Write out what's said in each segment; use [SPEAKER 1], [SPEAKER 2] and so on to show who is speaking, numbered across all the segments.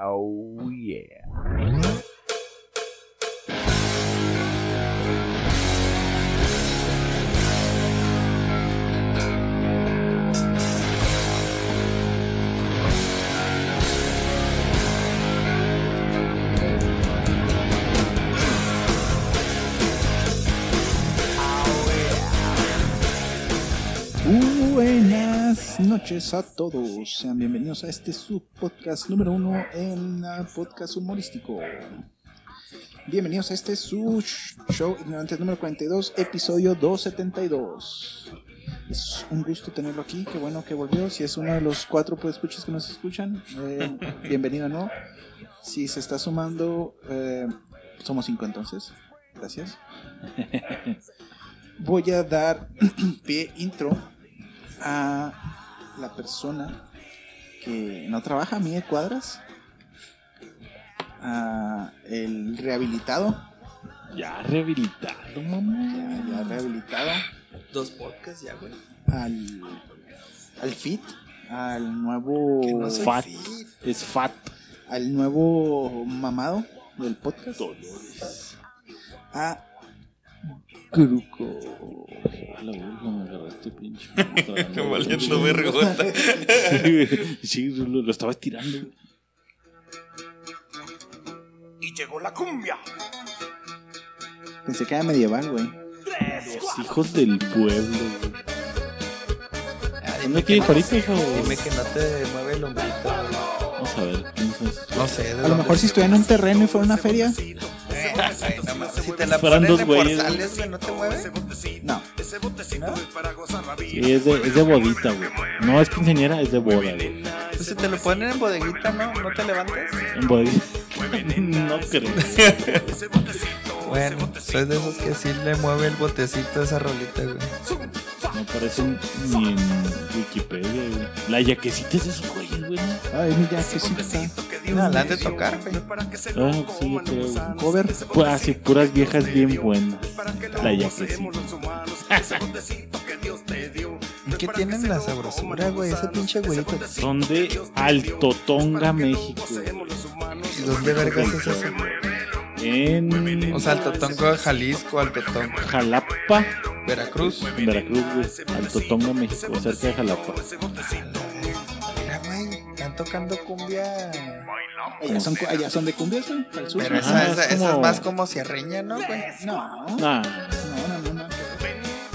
[SPEAKER 1] Oh, yeah.
[SPEAKER 2] Buenas noches a todos, sean bienvenidos a este subpodcast número uno en ah, podcast humorístico. Bienvenidos a este su sh- show ignorante número 42, episodio 272. Es un gusto tenerlo aquí, qué bueno que volvió. Si es uno de los cuatro escuchas que nos escuchan, eh, bienvenido no. Si se está sumando, eh, somos cinco entonces. Gracias. Voy a dar pie intro a la persona que no trabaja, mide cuadras, a el rehabilitado,
[SPEAKER 3] Ya rehabilitado,
[SPEAKER 2] ya,
[SPEAKER 3] mamá.
[SPEAKER 2] ya rehabilitado,
[SPEAKER 4] Dos podcasts ya, güey.
[SPEAKER 2] al, al fit, al nuevo,
[SPEAKER 4] Que no soy
[SPEAKER 3] Fat.
[SPEAKER 4] fit.
[SPEAKER 3] Es fat.
[SPEAKER 2] al nuevo mamado del podcast, Ah, a Gruco.
[SPEAKER 3] A la verga, me agarraste, pinche.
[SPEAKER 4] Valiendo vergota.
[SPEAKER 3] Sí, lo, lo estaba estirando. güey.
[SPEAKER 4] Y llegó la cumbia.
[SPEAKER 2] Pensé que era medieval, güey.
[SPEAKER 3] Los hijos del pueblo, güey.
[SPEAKER 4] Ah,
[SPEAKER 3] ¿No
[SPEAKER 4] que
[SPEAKER 3] tiene
[SPEAKER 4] no-
[SPEAKER 3] faritos o...?
[SPEAKER 4] Dime que no te mueve el hombrito.
[SPEAKER 3] Vamos a ver, ¿quién es?
[SPEAKER 4] No sé, de
[SPEAKER 2] A lo mejor si estuviera en un terreno y fuera una feria,
[SPEAKER 4] si te la
[SPEAKER 3] Fueran
[SPEAKER 4] ponen
[SPEAKER 3] dos
[SPEAKER 4] en
[SPEAKER 3] güeyes.
[SPEAKER 4] Porzales, güey, no te mueve.
[SPEAKER 2] no.
[SPEAKER 3] Sí, es de, es de bodita, güey. No es quinceañera, es de boda, güey.
[SPEAKER 4] Pues si te lo ponen en bodeguita, ¿no? ¿No te levantas?
[SPEAKER 3] En bodita. No creo.
[SPEAKER 4] Bueno, soy de esos que sí le mueve el botecito a esa rolita, güey.
[SPEAKER 3] No aparecen ni en Wikipedia, güey. La yaquecita es de esos güeyes, güey. ¿no?
[SPEAKER 2] Ay, mira, que sí está.
[SPEAKER 4] No, la han de tocar, güey.
[SPEAKER 3] Ah, sí, yo creo. güey.
[SPEAKER 2] Cover.
[SPEAKER 3] Pues así, puras viejas bien buenas. La yaquecita.
[SPEAKER 4] ¿Y qué tienen la sabrosura, güey? Ese pinche güerito.
[SPEAKER 3] Son de Altotonga, México.
[SPEAKER 4] ¿Y dónde vergas es eso?
[SPEAKER 3] En
[SPEAKER 4] O sea, Altotongo de Jalisco, Altotongo,
[SPEAKER 3] Jalapa,
[SPEAKER 4] Veracruz.
[SPEAKER 3] Veracruz, güey. Altotonga, México, cerca de Jalapa.
[SPEAKER 4] Mira, güey, están tocando cumbia.
[SPEAKER 2] Allá son, allá son de cumbias, ¿eh? Al sur.
[SPEAKER 4] Pero
[SPEAKER 3] Ah,
[SPEAKER 4] esa,
[SPEAKER 3] es
[SPEAKER 4] esa, esa es
[SPEAKER 3] como-
[SPEAKER 4] más como sierreña, ¿no, güey?
[SPEAKER 2] No, no,
[SPEAKER 3] Nah,
[SPEAKER 2] no, no, no.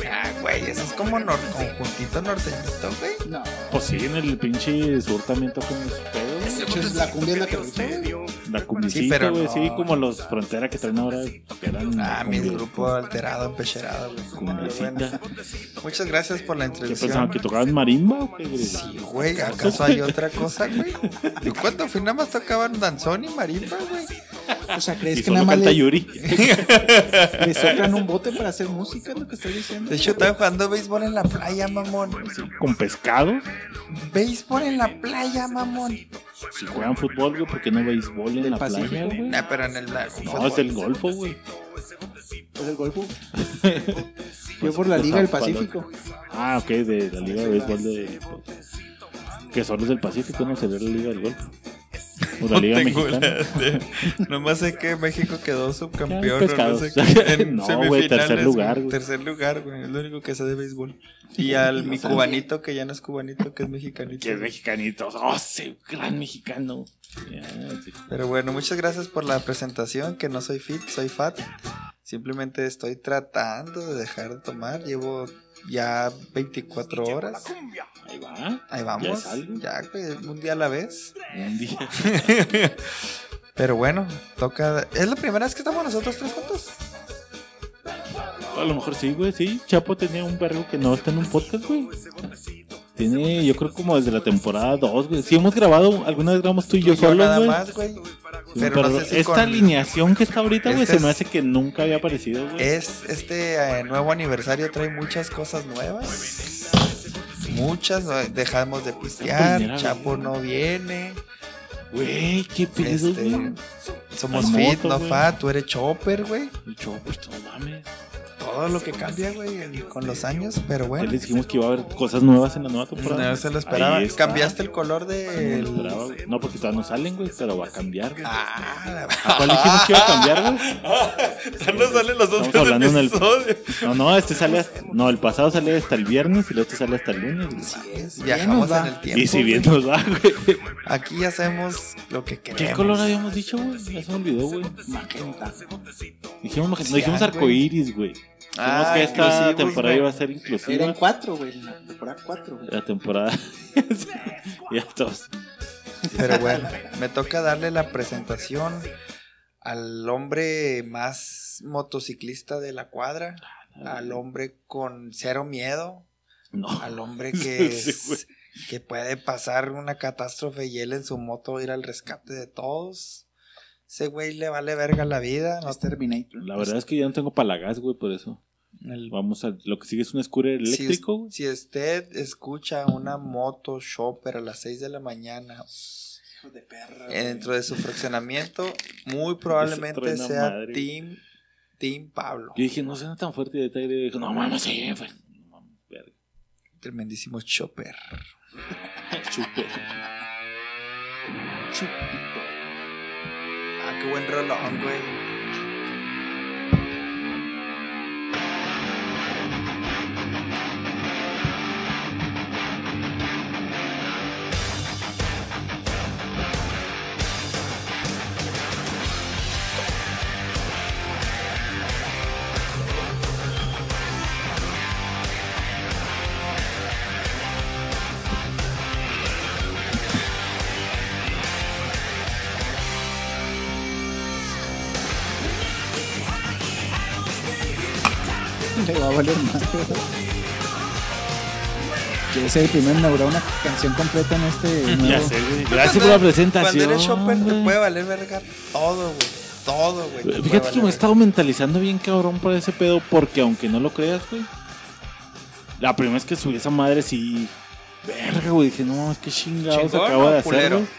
[SPEAKER 4] Ah, güey, eso es como nor conjuntito norteñito, güey.
[SPEAKER 2] No,
[SPEAKER 3] pues sí, en el pinche sur también tocan los
[SPEAKER 4] Ah,
[SPEAKER 3] pedos.
[SPEAKER 2] pues, la cumbia es la que gusta.
[SPEAKER 3] La
[SPEAKER 4] Sí,
[SPEAKER 3] cumbicita,
[SPEAKER 4] pero
[SPEAKER 3] güey. Sí,
[SPEAKER 4] no.
[SPEAKER 3] como los fronteras que traen ahora. que eran
[SPEAKER 4] Ah, mi
[SPEAKER 3] cumbia-
[SPEAKER 4] grupo alterado, empecherado, güey. Pero bueno,
[SPEAKER 3] Cumbicita.
[SPEAKER 4] muchas gracias por la
[SPEAKER 3] ¿Qué pensaban?
[SPEAKER 4] introducción.
[SPEAKER 3] ¿Que tocaban marimba o qué? güey?
[SPEAKER 4] Sí, güey, ¿acaso hay otra cosa, güey? Yo cuando fui nada más tocaban danzón y marimba, güey.
[SPEAKER 2] O sea,
[SPEAKER 3] Y
[SPEAKER 2] ¿crees que
[SPEAKER 3] solo
[SPEAKER 2] nada más
[SPEAKER 3] canta
[SPEAKER 2] le,
[SPEAKER 3] Yuri.
[SPEAKER 2] le soplan un bote para hacer música? Es lo que estoy diciendo.
[SPEAKER 4] De hecho, estaba jugando béisbol en la playa, mamón.
[SPEAKER 3] Con pescado.
[SPEAKER 4] Béisbol en la playa, mamón.
[SPEAKER 3] Si juegan fútbol, güey, porque no béisbol en
[SPEAKER 2] Del
[SPEAKER 3] la
[SPEAKER 2] Pacífico,
[SPEAKER 3] playa, güey?
[SPEAKER 4] Nah, pero en el
[SPEAKER 3] No, es el golfo, güey.
[SPEAKER 2] es Pues el golfo. Yo por la Liga del
[SPEAKER 3] Pues
[SPEAKER 2] Pacífico.
[SPEAKER 3] Ah, ok, de la Liga de Béisbol de. pues, Que son los del Pacífico, no se ve la Liga del Golf. O la Liga Mexicana.
[SPEAKER 4] Nomás sé que México quedó subcampeón.
[SPEAKER 3] Ya,
[SPEAKER 4] o No,
[SPEAKER 3] pescados.
[SPEAKER 4] sé qué, en
[SPEAKER 3] No, güey,
[SPEAKER 4] semifinales,
[SPEAKER 3] tercer lugar, güey.
[SPEAKER 4] Tercer lugar, güey. Es lo único que sé de béisbol. Y al mi cubanito, que ya no es cubanito, que es mexicanito.
[SPEAKER 3] Que es mexicanito. Oh, sí, gran mexicano. Ya, sí.
[SPEAKER 4] Pero bueno, muchas gracias por la presentación. Que no soy fit, soy fat. Simplemente estoy tratando de dejar de tomar. Llevo ya 24 horas.
[SPEAKER 3] Ahí va.
[SPEAKER 4] Ahí
[SPEAKER 3] Ya
[SPEAKER 4] vamos.
[SPEAKER 3] es algo.
[SPEAKER 4] Ya, güey, un día a la vez.
[SPEAKER 3] Un día.
[SPEAKER 4] Pero bueno, toca. Es la primera vez que estamos nosotros tres juntos.
[SPEAKER 3] A lo mejor sí, güey, sí. Chapo tenía un perro que no está en un podcast, Pues, güey. Tiene, yo creo, como desde la temporada 2, güey. Si hemos grabado, alguna vez grabamos tú y yo
[SPEAKER 4] Yo
[SPEAKER 3] solos,
[SPEAKER 4] nada
[SPEAKER 3] güey.
[SPEAKER 4] más, güey.
[SPEAKER 3] Sí,
[SPEAKER 4] Pero,
[SPEAKER 3] pero
[SPEAKER 4] no sé si
[SPEAKER 3] esta
[SPEAKER 4] con-
[SPEAKER 3] alineación que está ahorita, güey,
[SPEAKER 4] Este
[SPEAKER 3] se me
[SPEAKER 4] es- Eh,
[SPEAKER 3] hace que nunca había aparecido, güey.
[SPEAKER 4] Es este eh, nuevo aniversario trae muchas cosas nuevas. Muchas, no- dejamos de
[SPEAKER 3] Primera
[SPEAKER 4] pistear,
[SPEAKER 3] vez.
[SPEAKER 4] Chapo no viene,
[SPEAKER 3] Güey, qué pedo,
[SPEAKER 4] este,
[SPEAKER 3] güey.
[SPEAKER 4] somos
[SPEAKER 3] La
[SPEAKER 4] fit,
[SPEAKER 3] moto,
[SPEAKER 4] no
[SPEAKER 3] güey.
[SPEAKER 4] fat, tú eres chopper, güey.
[SPEAKER 3] El chopper, pues, no mames.
[SPEAKER 4] Todo todo lo que cambia, güey, en- con los años, pero
[SPEAKER 3] Ya
[SPEAKER 4] bueno.
[SPEAKER 3] les dijimos que iba a haber cosas nuevas en la nueva temporada.
[SPEAKER 4] No se lo esperaba.
[SPEAKER 3] Ahí está.
[SPEAKER 4] Cambiaste el color
[SPEAKER 3] No lo
[SPEAKER 4] del.
[SPEAKER 3] esperaba, güey. No, porque todavía no salen, güey, pero va a cambiar. güey.
[SPEAKER 4] Ah,
[SPEAKER 3] ¿A cuál dijimos que iba a cambiar, güey?
[SPEAKER 4] ya no salen los
[SPEAKER 3] Estamos
[SPEAKER 4] otros
[SPEAKER 3] hablando en el-
[SPEAKER 4] episodios.
[SPEAKER 3] No, no, este sale hasta- No, el pasado sale hasta el viernes y el otro sale hasta el lunes. güey.
[SPEAKER 2] Así es, ya
[SPEAKER 4] Viajamos
[SPEAKER 2] nos va.
[SPEAKER 4] en el tiempo.
[SPEAKER 3] Y si bien nos va, güey.
[SPEAKER 4] Aquí ya sabemos lo que queremos.
[SPEAKER 3] ¿Qué color habíamos dicho, güey? Ya se me olvidó, güey.
[SPEAKER 2] Magenta.
[SPEAKER 3] Dijimos, maje-
[SPEAKER 4] Sí,
[SPEAKER 3] no dijimos
[SPEAKER 4] ah,
[SPEAKER 3] arcoíris, güey. Dijimos
[SPEAKER 4] Ah,
[SPEAKER 3] que esta
[SPEAKER 4] inclusivos,
[SPEAKER 3] temporada
[SPEAKER 4] güey.
[SPEAKER 3] iba a ser
[SPEAKER 2] Era en
[SPEAKER 3] inclusiva.
[SPEAKER 2] cuatro, güey, en la temporada cuatro, güey.
[SPEAKER 3] La temporada. ya todos.
[SPEAKER 4] Pero bueno, me toca darle la presentación al hombre más motociclista de la cuadra,
[SPEAKER 3] Ah,
[SPEAKER 4] al hombre con cero miedo,
[SPEAKER 3] No.
[SPEAKER 4] al hombre que,
[SPEAKER 3] Sí,
[SPEAKER 4] es-
[SPEAKER 3] güey.
[SPEAKER 4] que puede pasar una catástrofe y él en su moto ir al rescate de todos. Ese güey le vale verga la vida.
[SPEAKER 2] No
[SPEAKER 4] no-
[SPEAKER 2] es Terminator.
[SPEAKER 3] La verdad es que ya no tengo palagas, güey, por eso.
[SPEAKER 4] el-
[SPEAKER 3] Vamos a. Lo que sigue es un scooter
[SPEAKER 4] Si us-
[SPEAKER 3] eléctrico, güey.
[SPEAKER 4] Si usted escucha una moto shopper a las 6 de la mañana
[SPEAKER 2] Hijo de perra. güey.
[SPEAKER 4] dentro de su fraccionamiento, muy probablemente
[SPEAKER 3] truena
[SPEAKER 4] sea
[SPEAKER 3] madre.
[SPEAKER 4] Team, team Pablo.
[SPEAKER 3] Yo dije, no suena tan fuerte de aire. Dijo, no mames, sí, güey. No mames, verga.
[SPEAKER 4] Tremendísimo shopper.
[SPEAKER 3] Chupe.
[SPEAKER 2] Chupito.
[SPEAKER 4] Ah, qué buen rolón, güey.
[SPEAKER 2] Le va a valer madre. Que es el primer neurona una canción completa en este nuevo.
[SPEAKER 3] Ya sé, güey. Gracias por la presentación.
[SPEAKER 4] Cuando eres shopper te
[SPEAKER 3] güey.
[SPEAKER 4] puede valer verga todo, güey. Todo, güey. te puede
[SPEAKER 3] Fíjate que
[SPEAKER 4] valer
[SPEAKER 3] me he
[SPEAKER 4] verga.
[SPEAKER 3] estado mentalizando bien cabrón para ese pedo, porque aunque no lo creas, güey. La primera vez que subí esa madre sí. Verga, güey. Dije, no mames, qué chingados
[SPEAKER 4] ¿Chingón
[SPEAKER 3] acabo
[SPEAKER 4] o
[SPEAKER 3] de hacer,
[SPEAKER 4] culero?
[SPEAKER 3] güey.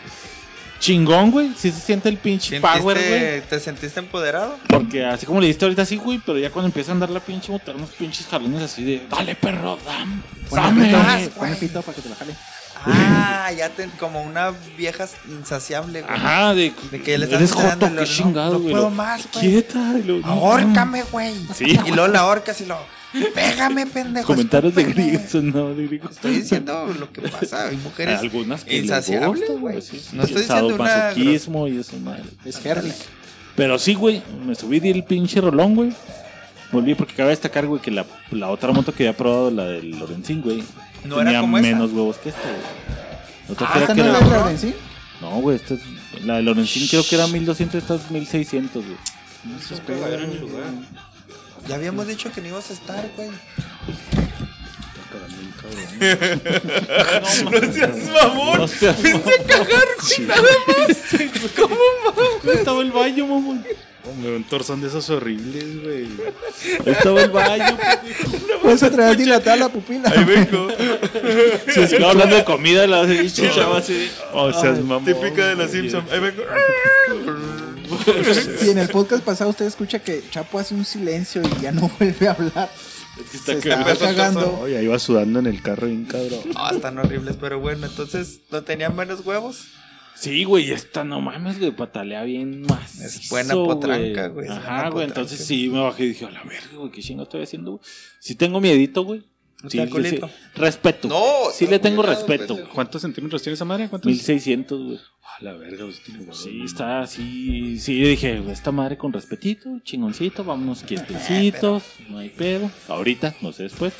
[SPEAKER 3] Chingón, güey. Sí se siente el pinche
[SPEAKER 4] ¿Sentiste-
[SPEAKER 3] power, güey.
[SPEAKER 4] ¿Te sentiste empoderado?
[SPEAKER 3] Porque así como le diste ahorita sí, güey, pero ya cuando empieza a andar la pinche motor, unos pinches jalones así de, dale perro, dame,
[SPEAKER 2] Pon el
[SPEAKER 3] dame.
[SPEAKER 2] pito,
[SPEAKER 4] Dame.
[SPEAKER 2] pon el pito para que te la jale.
[SPEAKER 4] Ah, ya te, como una vieja insaciable, güey.
[SPEAKER 3] Ajá, de,
[SPEAKER 4] De que le estás
[SPEAKER 3] eres joto,
[SPEAKER 4] dando, lo-
[SPEAKER 3] qué
[SPEAKER 4] no-
[SPEAKER 3] chingado,
[SPEAKER 4] no
[SPEAKER 3] güey.
[SPEAKER 4] puedo
[SPEAKER 3] lo-
[SPEAKER 4] más, güey.
[SPEAKER 3] Quieta, y lo- no,
[SPEAKER 4] Ahórcame, güey.
[SPEAKER 3] Sí,
[SPEAKER 4] Y luego la horca y lo. Pégame, pendejo.
[SPEAKER 3] Comentarios de
[SPEAKER 4] escúpeme.
[SPEAKER 3] griegos, no, de griegos.
[SPEAKER 4] Estoy diciendo lo que pasa. Hay mujeres.
[SPEAKER 3] Algunas que les
[SPEAKER 4] insaciables,
[SPEAKER 3] gustan, pues
[SPEAKER 4] güey.
[SPEAKER 3] sí.
[SPEAKER 4] No estoy
[SPEAKER 3] El
[SPEAKER 4] diciendo una-
[SPEAKER 3] sadomasoquismo y eso, madre.
[SPEAKER 2] Es Herrick.
[SPEAKER 3] Pero sí, güey, me subí del pinche rolón, güey. Volví porque cabe destacar, güey, que la, la otra moto que había probado, la del Lorenzín, güey,
[SPEAKER 4] No
[SPEAKER 3] tenía
[SPEAKER 4] era como
[SPEAKER 3] menos
[SPEAKER 4] esa.
[SPEAKER 3] huevos que esta, güey. La otra
[SPEAKER 4] Ah,
[SPEAKER 3] creo
[SPEAKER 2] ¿Esta
[SPEAKER 3] que
[SPEAKER 2] no
[SPEAKER 3] era-
[SPEAKER 2] es
[SPEAKER 4] la-
[SPEAKER 2] la de Lorenzín?
[SPEAKER 3] No, güey, esta es- la de Lorenzín creo que era 1200, esta es 1600, güey.
[SPEAKER 2] No se
[SPEAKER 4] pega, güey. Ya habíamos dicho que no ibas a estar, güey.
[SPEAKER 3] No seas mamón. No seas mamón.
[SPEAKER 4] ¿Cómo?
[SPEAKER 3] Ahí estaba el baño, mamón.
[SPEAKER 1] Hombre, un torzón de esos horribles, güey.
[SPEAKER 3] Ahí estaba el baño, pues, hijo.
[SPEAKER 2] Pues otra vez dilatada la pupila.
[SPEAKER 1] vengo.
[SPEAKER 3] Se estaba hablando de comida, la y chava así.
[SPEAKER 1] O sea, Oh, mamón.
[SPEAKER 4] Típica de los
[SPEAKER 1] güey.
[SPEAKER 4] Simpsons. Ahí vengo.
[SPEAKER 2] Si en el podcast pasado usted escucha que Chapo hace un silencio y ya no vuelve a hablar.
[SPEAKER 3] Es
[SPEAKER 2] Se
[SPEAKER 3] que está
[SPEAKER 2] está
[SPEAKER 3] cagado.
[SPEAKER 4] empezó a
[SPEAKER 2] cagando.
[SPEAKER 1] Oye, ahí iba sudando en el carro bien cabrón.
[SPEAKER 4] Ah, están horribles, pero bueno, entonces no tenían menos huevos.
[SPEAKER 3] Sí, güey, esta no mames, güey, patalea bien más.
[SPEAKER 4] Es buena potranca, güey, es buena
[SPEAKER 3] Ajá, güey,
[SPEAKER 4] potranca.
[SPEAKER 3] entonces sí me bajé y dije, a la verga, güey, qué chingo estoy haciendo, güey. Sí tengo miedito, güey.
[SPEAKER 4] No
[SPEAKER 3] Sí,
[SPEAKER 4] te
[SPEAKER 3] le-
[SPEAKER 4] acolito.
[SPEAKER 3] sí, respeto.
[SPEAKER 4] No,
[SPEAKER 3] Sí
[SPEAKER 4] no,
[SPEAKER 3] le tengo
[SPEAKER 4] cuidado,
[SPEAKER 3] respeto.
[SPEAKER 4] pendejo.
[SPEAKER 1] ¿Cuántos centímetros tiene esa madre? ¿Cuántos?
[SPEAKER 3] 1600, güey.
[SPEAKER 1] A la verga, usted tiene huevos.
[SPEAKER 3] Sí, está así. Sí, yo dije, güey, esta madre con respetito, chingoncito, vámonos quietecitos, no hay pedo. Ahorita, no sé después.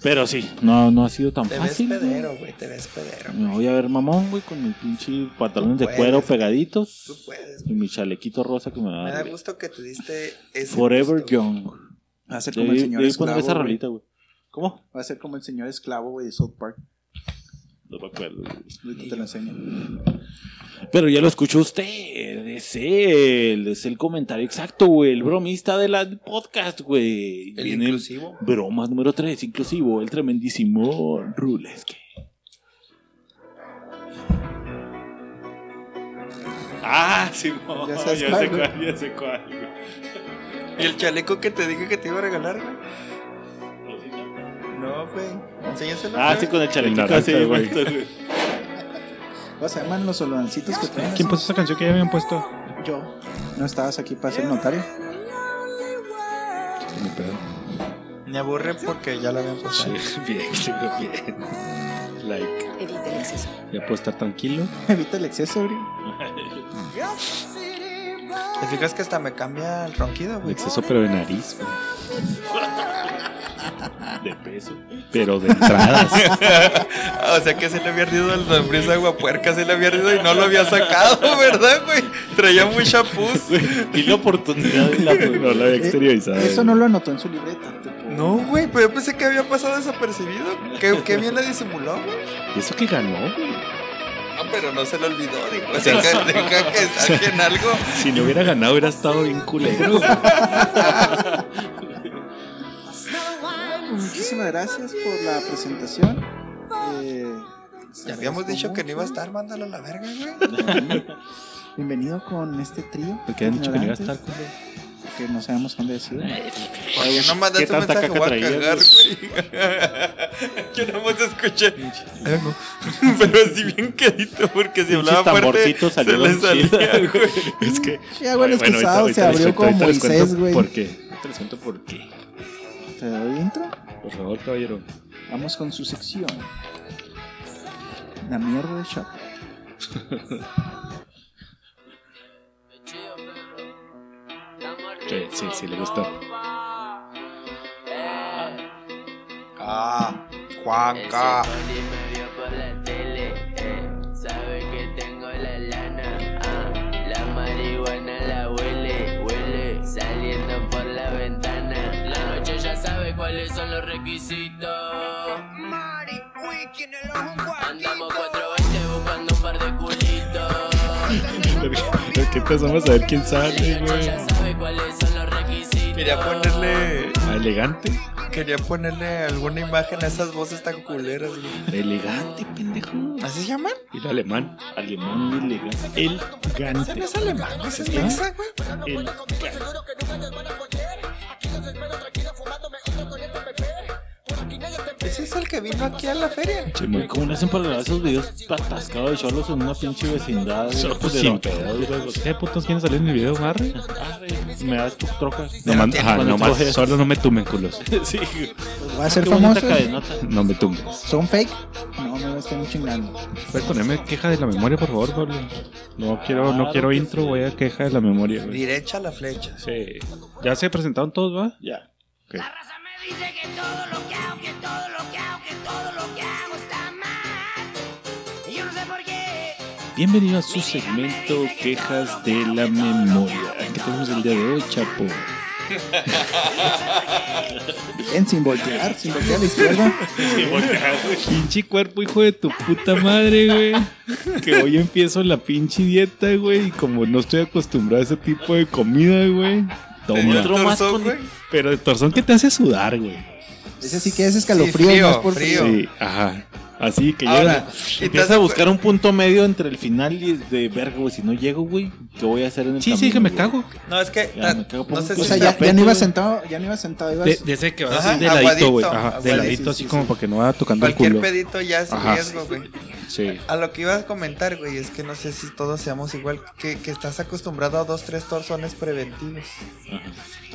[SPEAKER 3] Pero sí, no, no ha sido tan
[SPEAKER 4] Te ves
[SPEAKER 3] fácil. güey.
[SPEAKER 4] pedero, güey. Te ves pedero.
[SPEAKER 3] Me voy a ver mamón, güey, con mis pinche pantalones
[SPEAKER 4] Tú
[SPEAKER 3] de cuero
[SPEAKER 4] puedes.
[SPEAKER 3] pegaditos.
[SPEAKER 4] Tú puedes.
[SPEAKER 3] Y mi chalequito rosa que me va
[SPEAKER 4] Me
[SPEAKER 3] a
[SPEAKER 4] da
[SPEAKER 3] dar. güey.
[SPEAKER 4] gusto que te diste ese.
[SPEAKER 3] Forever
[SPEAKER 4] gusto, güey.
[SPEAKER 3] Young.
[SPEAKER 2] Va a ser como el
[SPEAKER 3] Debí,
[SPEAKER 2] señor
[SPEAKER 3] debí poner
[SPEAKER 2] esclavo.
[SPEAKER 3] esa
[SPEAKER 2] güey.
[SPEAKER 3] rolita, güey. ¿Cómo?
[SPEAKER 2] Va a ser como el señor esclavo, güey, de South Park.
[SPEAKER 3] No me acuerdo. güey.
[SPEAKER 2] Ahorita te lo enseño.
[SPEAKER 3] Pero ya lo escuchó usted. Es él. Es el comentario exacto, güey. El bromista de la podcast, güey.
[SPEAKER 4] El
[SPEAKER 3] Viene
[SPEAKER 4] inclusivo.
[SPEAKER 3] bromas número 3, inclusivo. El tremendísimo Ruleski. Ah, sí, no,
[SPEAKER 2] Ya
[SPEAKER 3] ya,
[SPEAKER 2] sabes
[SPEAKER 3] sé
[SPEAKER 2] cuál, güey.
[SPEAKER 3] cuál, ya sé cuál. güey.
[SPEAKER 4] ¿Y el chaleco que te dije que te iba a regalar, güey? No, güey. Enséñaselo.
[SPEAKER 3] Ah,
[SPEAKER 4] güey.
[SPEAKER 3] sí, con el chalequito
[SPEAKER 5] naranja,
[SPEAKER 3] así,
[SPEAKER 5] güey.
[SPEAKER 3] puesto, güey.
[SPEAKER 2] ¿Cómo se llaman los olorancitos que traen?
[SPEAKER 5] ¿Quién puso esa canción que ya habían puesto?
[SPEAKER 2] Yo. ¿No estabas aquí para ser notario?
[SPEAKER 5] Ni pedo.
[SPEAKER 4] Me aburre porque ya la habían
[SPEAKER 5] Sí,
[SPEAKER 4] pasado.
[SPEAKER 5] bien, creo bien. Like,
[SPEAKER 6] Evita el exceso.
[SPEAKER 5] ya puedo estar tranquilo.
[SPEAKER 2] Evita el exceso, güey.
[SPEAKER 4] ¿Te fijas que hasta me cambia el ronquido,
[SPEAKER 5] De
[SPEAKER 4] güey?
[SPEAKER 5] exceso, pero de nariz, güey.
[SPEAKER 3] De peso.
[SPEAKER 5] Pero de entradas.
[SPEAKER 4] Ah, o sea que se le había rido el nombriz de aguapuerca, se le había rido y no lo había sacado, ¿verdad, güey? Traía mucha pus.
[SPEAKER 3] Y la oportunidad de la
[SPEAKER 5] no lo había exteriorizado.
[SPEAKER 2] Eso no lo anotó en su libreta. tipo.
[SPEAKER 4] No, güey, pero yo pensé que había pasado desapercibido. Qué, qué bien la disimuló, güey.
[SPEAKER 5] ¿Y eso que ganó, güey?
[SPEAKER 4] No, pero no se lo olvidó, digo. Deja, deja que saquen algo.
[SPEAKER 5] Si no hubiera ganado, hubiera estado bien culero. güey.
[SPEAKER 2] Muchísimas gracias por la presentación. Eh,
[SPEAKER 4] Ya habíamos dicho que no iba a estar, mándalo a la verga, güey.
[SPEAKER 2] Bienvenido con este trío.
[SPEAKER 5] Porque han dicho que no iba a estar,
[SPEAKER 2] Ignorantes, Que no sabemos dónde decir.
[SPEAKER 4] ¿Por qué no mandaste
[SPEAKER 3] ¿Qué
[SPEAKER 4] un
[SPEAKER 3] tanta
[SPEAKER 4] mensaje?
[SPEAKER 3] caca
[SPEAKER 4] Voy a
[SPEAKER 3] traías,
[SPEAKER 4] cagar, güey. Yo nomás escuché. algo. Pero así bien quedito, porque si
[SPEAKER 3] Pinches
[SPEAKER 4] hablaba fuerte,
[SPEAKER 3] tamborcitos
[SPEAKER 4] se
[SPEAKER 3] salieron
[SPEAKER 4] le salía,
[SPEAKER 3] chidas,
[SPEAKER 4] güey.
[SPEAKER 5] Es que.
[SPEAKER 2] Ya, Ah, bueno, es que
[SPEAKER 5] ahorita-
[SPEAKER 2] Sao se
[SPEAKER 5] ahorita les
[SPEAKER 2] abrió
[SPEAKER 5] cuento,
[SPEAKER 2] como
[SPEAKER 5] ahorita les
[SPEAKER 2] Moisés,
[SPEAKER 5] cuento
[SPEAKER 2] güey.
[SPEAKER 5] ¿Por qué? Ahorita les cuento por qué.
[SPEAKER 2] ¿Te doy intro?
[SPEAKER 5] Por favor, caballero.
[SPEAKER 2] Vamos con su sección. La mierda de Chapo.
[SPEAKER 5] Sí, sí, sí, le gustó.
[SPEAKER 4] Ah, Juanca.
[SPEAKER 7] Tony me vio por la tele, eh, sabe que tengo la lana, ah, la marihuana la huele, huele, saliendo por la ventana. La noche ya sabe cuáles son los requisitos. Andamos 420 buscando un par de culitos.
[SPEAKER 5] ¿Por qué empezamos a ver quién sale,
[SPEAKER 7] La noche
[SPEAKER 5] güey?
[SPEAKER 7] ya sabe cuáles son los requisitos.
[SPEAKER 4] Quería ponerle,
[SPEAKER 5] Ah, elegante.
[SPEAKER 4] quería ponerle alguna imagen a esas voces tan culeras, güey.
[SPEAKER 5] Elegante, pendejo.
[SPEAKER 4] ¿Así se llaman?
[SPEAKER 5] Y el alemán.
[SPEAKER 3] Alemán ilegal.
[SPEAKER 5] El
[SPEAKER 4] Ese no
[SPEAKER 5] gante.
[SPEAKER 4] es alemán, ese es
[SPEAKER 5] ¿Ah?
[SPEAKER 4] mexa, güey.
[SPEAKER 5] El
[SPEAKER 4] Ese es el que vino aquí a la feria.
[SPEAKER 5] chimón.
[SPEAKER 3] ¿Cómo le hacen para grabar esos videos atascados de cholos en una pinche vecindad? güey?
[SPEAKER 5] Solo
[SPEAKER 3] Pues de
[SPEAKER 5] sin
[SPEAKER 3] los-
[SPEAKER 5] pedos,
[SPEAKER 3] de los-
[SPEAKER 5] ¿Qué putos quieren salir en mi video, Barry?
[SPEAKER 3] Me das tus trocas.
[SPEAKER 5] No man- ajá,
[SPEAKER 3] Cuando
[SPEAKER 5] no
[SPEAKER 3] te
[SPEAKER 5] más,
[SPEAKER 3] coges.
[SPEAKER 5] solo no me tumen, culos.
[SPEAKER 3] Sí, güey.
[SPEAKER 2] Pues ¿Va a ser
[SPEAKER 5] Ah,
[SPEAKER 3] Qué bonita
[SPEAKER 2] famoso?
[SPEAKER 3] cadenota.
[SPEAKER 5] No me tumbes.
[SPEAKER 2] ¿Son fake? No, me están chingando.
[SPEAKER 5] Puedes ponerme queja de la memoria, por favor, Pablo. No quiero, no quiero intro, voy a queja de la memoria, güey.
[SPEAKER 4] Derecha a la flecha.
[SPEAKER 5] Sí. Ya se presentaron todos, ¿va?
[SPEAKER 3] Ya.
[SPEAKER 6] La raza me dice que todo lo que hago, que todo lo que hago, que todo lo que hago está mal. Y yo no sé por qué.
[SPEAKER 5] Bienvenido a su segmento Quejas de la Memoria. ¿Qué tenemos el día de hoy, Chapo?
[SPEAKER 2] Bien, sin voltear, sin voltear a la izquierda.
[SPEAKER 5] Pinche cuerpo, hijo de tu puta madre, güey. Que hoy empiezo la pinche dieta, güey. Y como no estoy acostumbrado a ese tipo de comida, güey. Toma.
[SPEAKER 3] Otro más
[SPEAKER 4] Torso,
[SPEAKER 3] con-
[SPEAKER 4] güey.
[SPEAKER 5] Pero el torzón que te hace sudar, güey.
[SPEAKER 2] Ese sí que es escalofrío,
[SPEAKER 4] Sí, frío,
[SPEAKER 2] no es por
[SPEAKER 4] frío.
[SPEAKER 5] Sí, ajá. Así que
[SPEAKER 4] Ahora,
[SPEAKER 5] llega.
[SPEAKER 4] y te
[SPEAKER 3] Empieza a
[SPEAKER 4] hace-
[SPEAKER 3] buscar un punto medio entre el final y el de verga, güey. Si no llego, güey, ¿qué voy a hacer en el
[SPEAKER 5] Sí, sí,
[SPEAKER 3] camino,
[SPEAKER 5] que me
[SPEAKER 3] güey?
[SPEAKER 5] cago.
[SPEAKER 4] No, es que.
[SPEAKER 3] Ya,
[SPEAKER 4] ah,
[SPEAKER 3] me cago
[SPEAKER 4] no
[SPEAKER 3] por-
[SPEAKER 4] sé
[SPEAKER 2] O
[SPEAKER 4] si.
[SPEAKER 2] sea, ya, ya no ibas sentado, ya no ibas sentado, ibas...
[SPEAKER 5] De, de ese que va
[SPEAKER 4] Ajá,
[SPEAKER 5] así de ladito,
[SPEAKER 4] aguadito,
[SPEAKER 5] güey. Ajá, de
[SPEAKER 4] aguadito,
[SPEAKER 5] ladito,
[SPEAKER 4] sí,
[SPEAKER 5] así
[SPEAKER 4] sí,
[SPEAKER 5] como
[SPEAKER 4] sí.
[SPEAKER 5] para que no vaya tocando el
[SPEAKER 4] Cualquier
[SPEAKER 5] culo.
[SPEAKER 4] pedito ya es
[SPEAKER 5] Ajá.
[SPEAKER 4] riesgo, güey.
[SPEAKER 5] Sí.
[SPEAKER 4] A lo que ibas a comentar, güey, es que no sé si todos seamos igual, que, que estás acostumbrado a dos, tres torsones preventivos.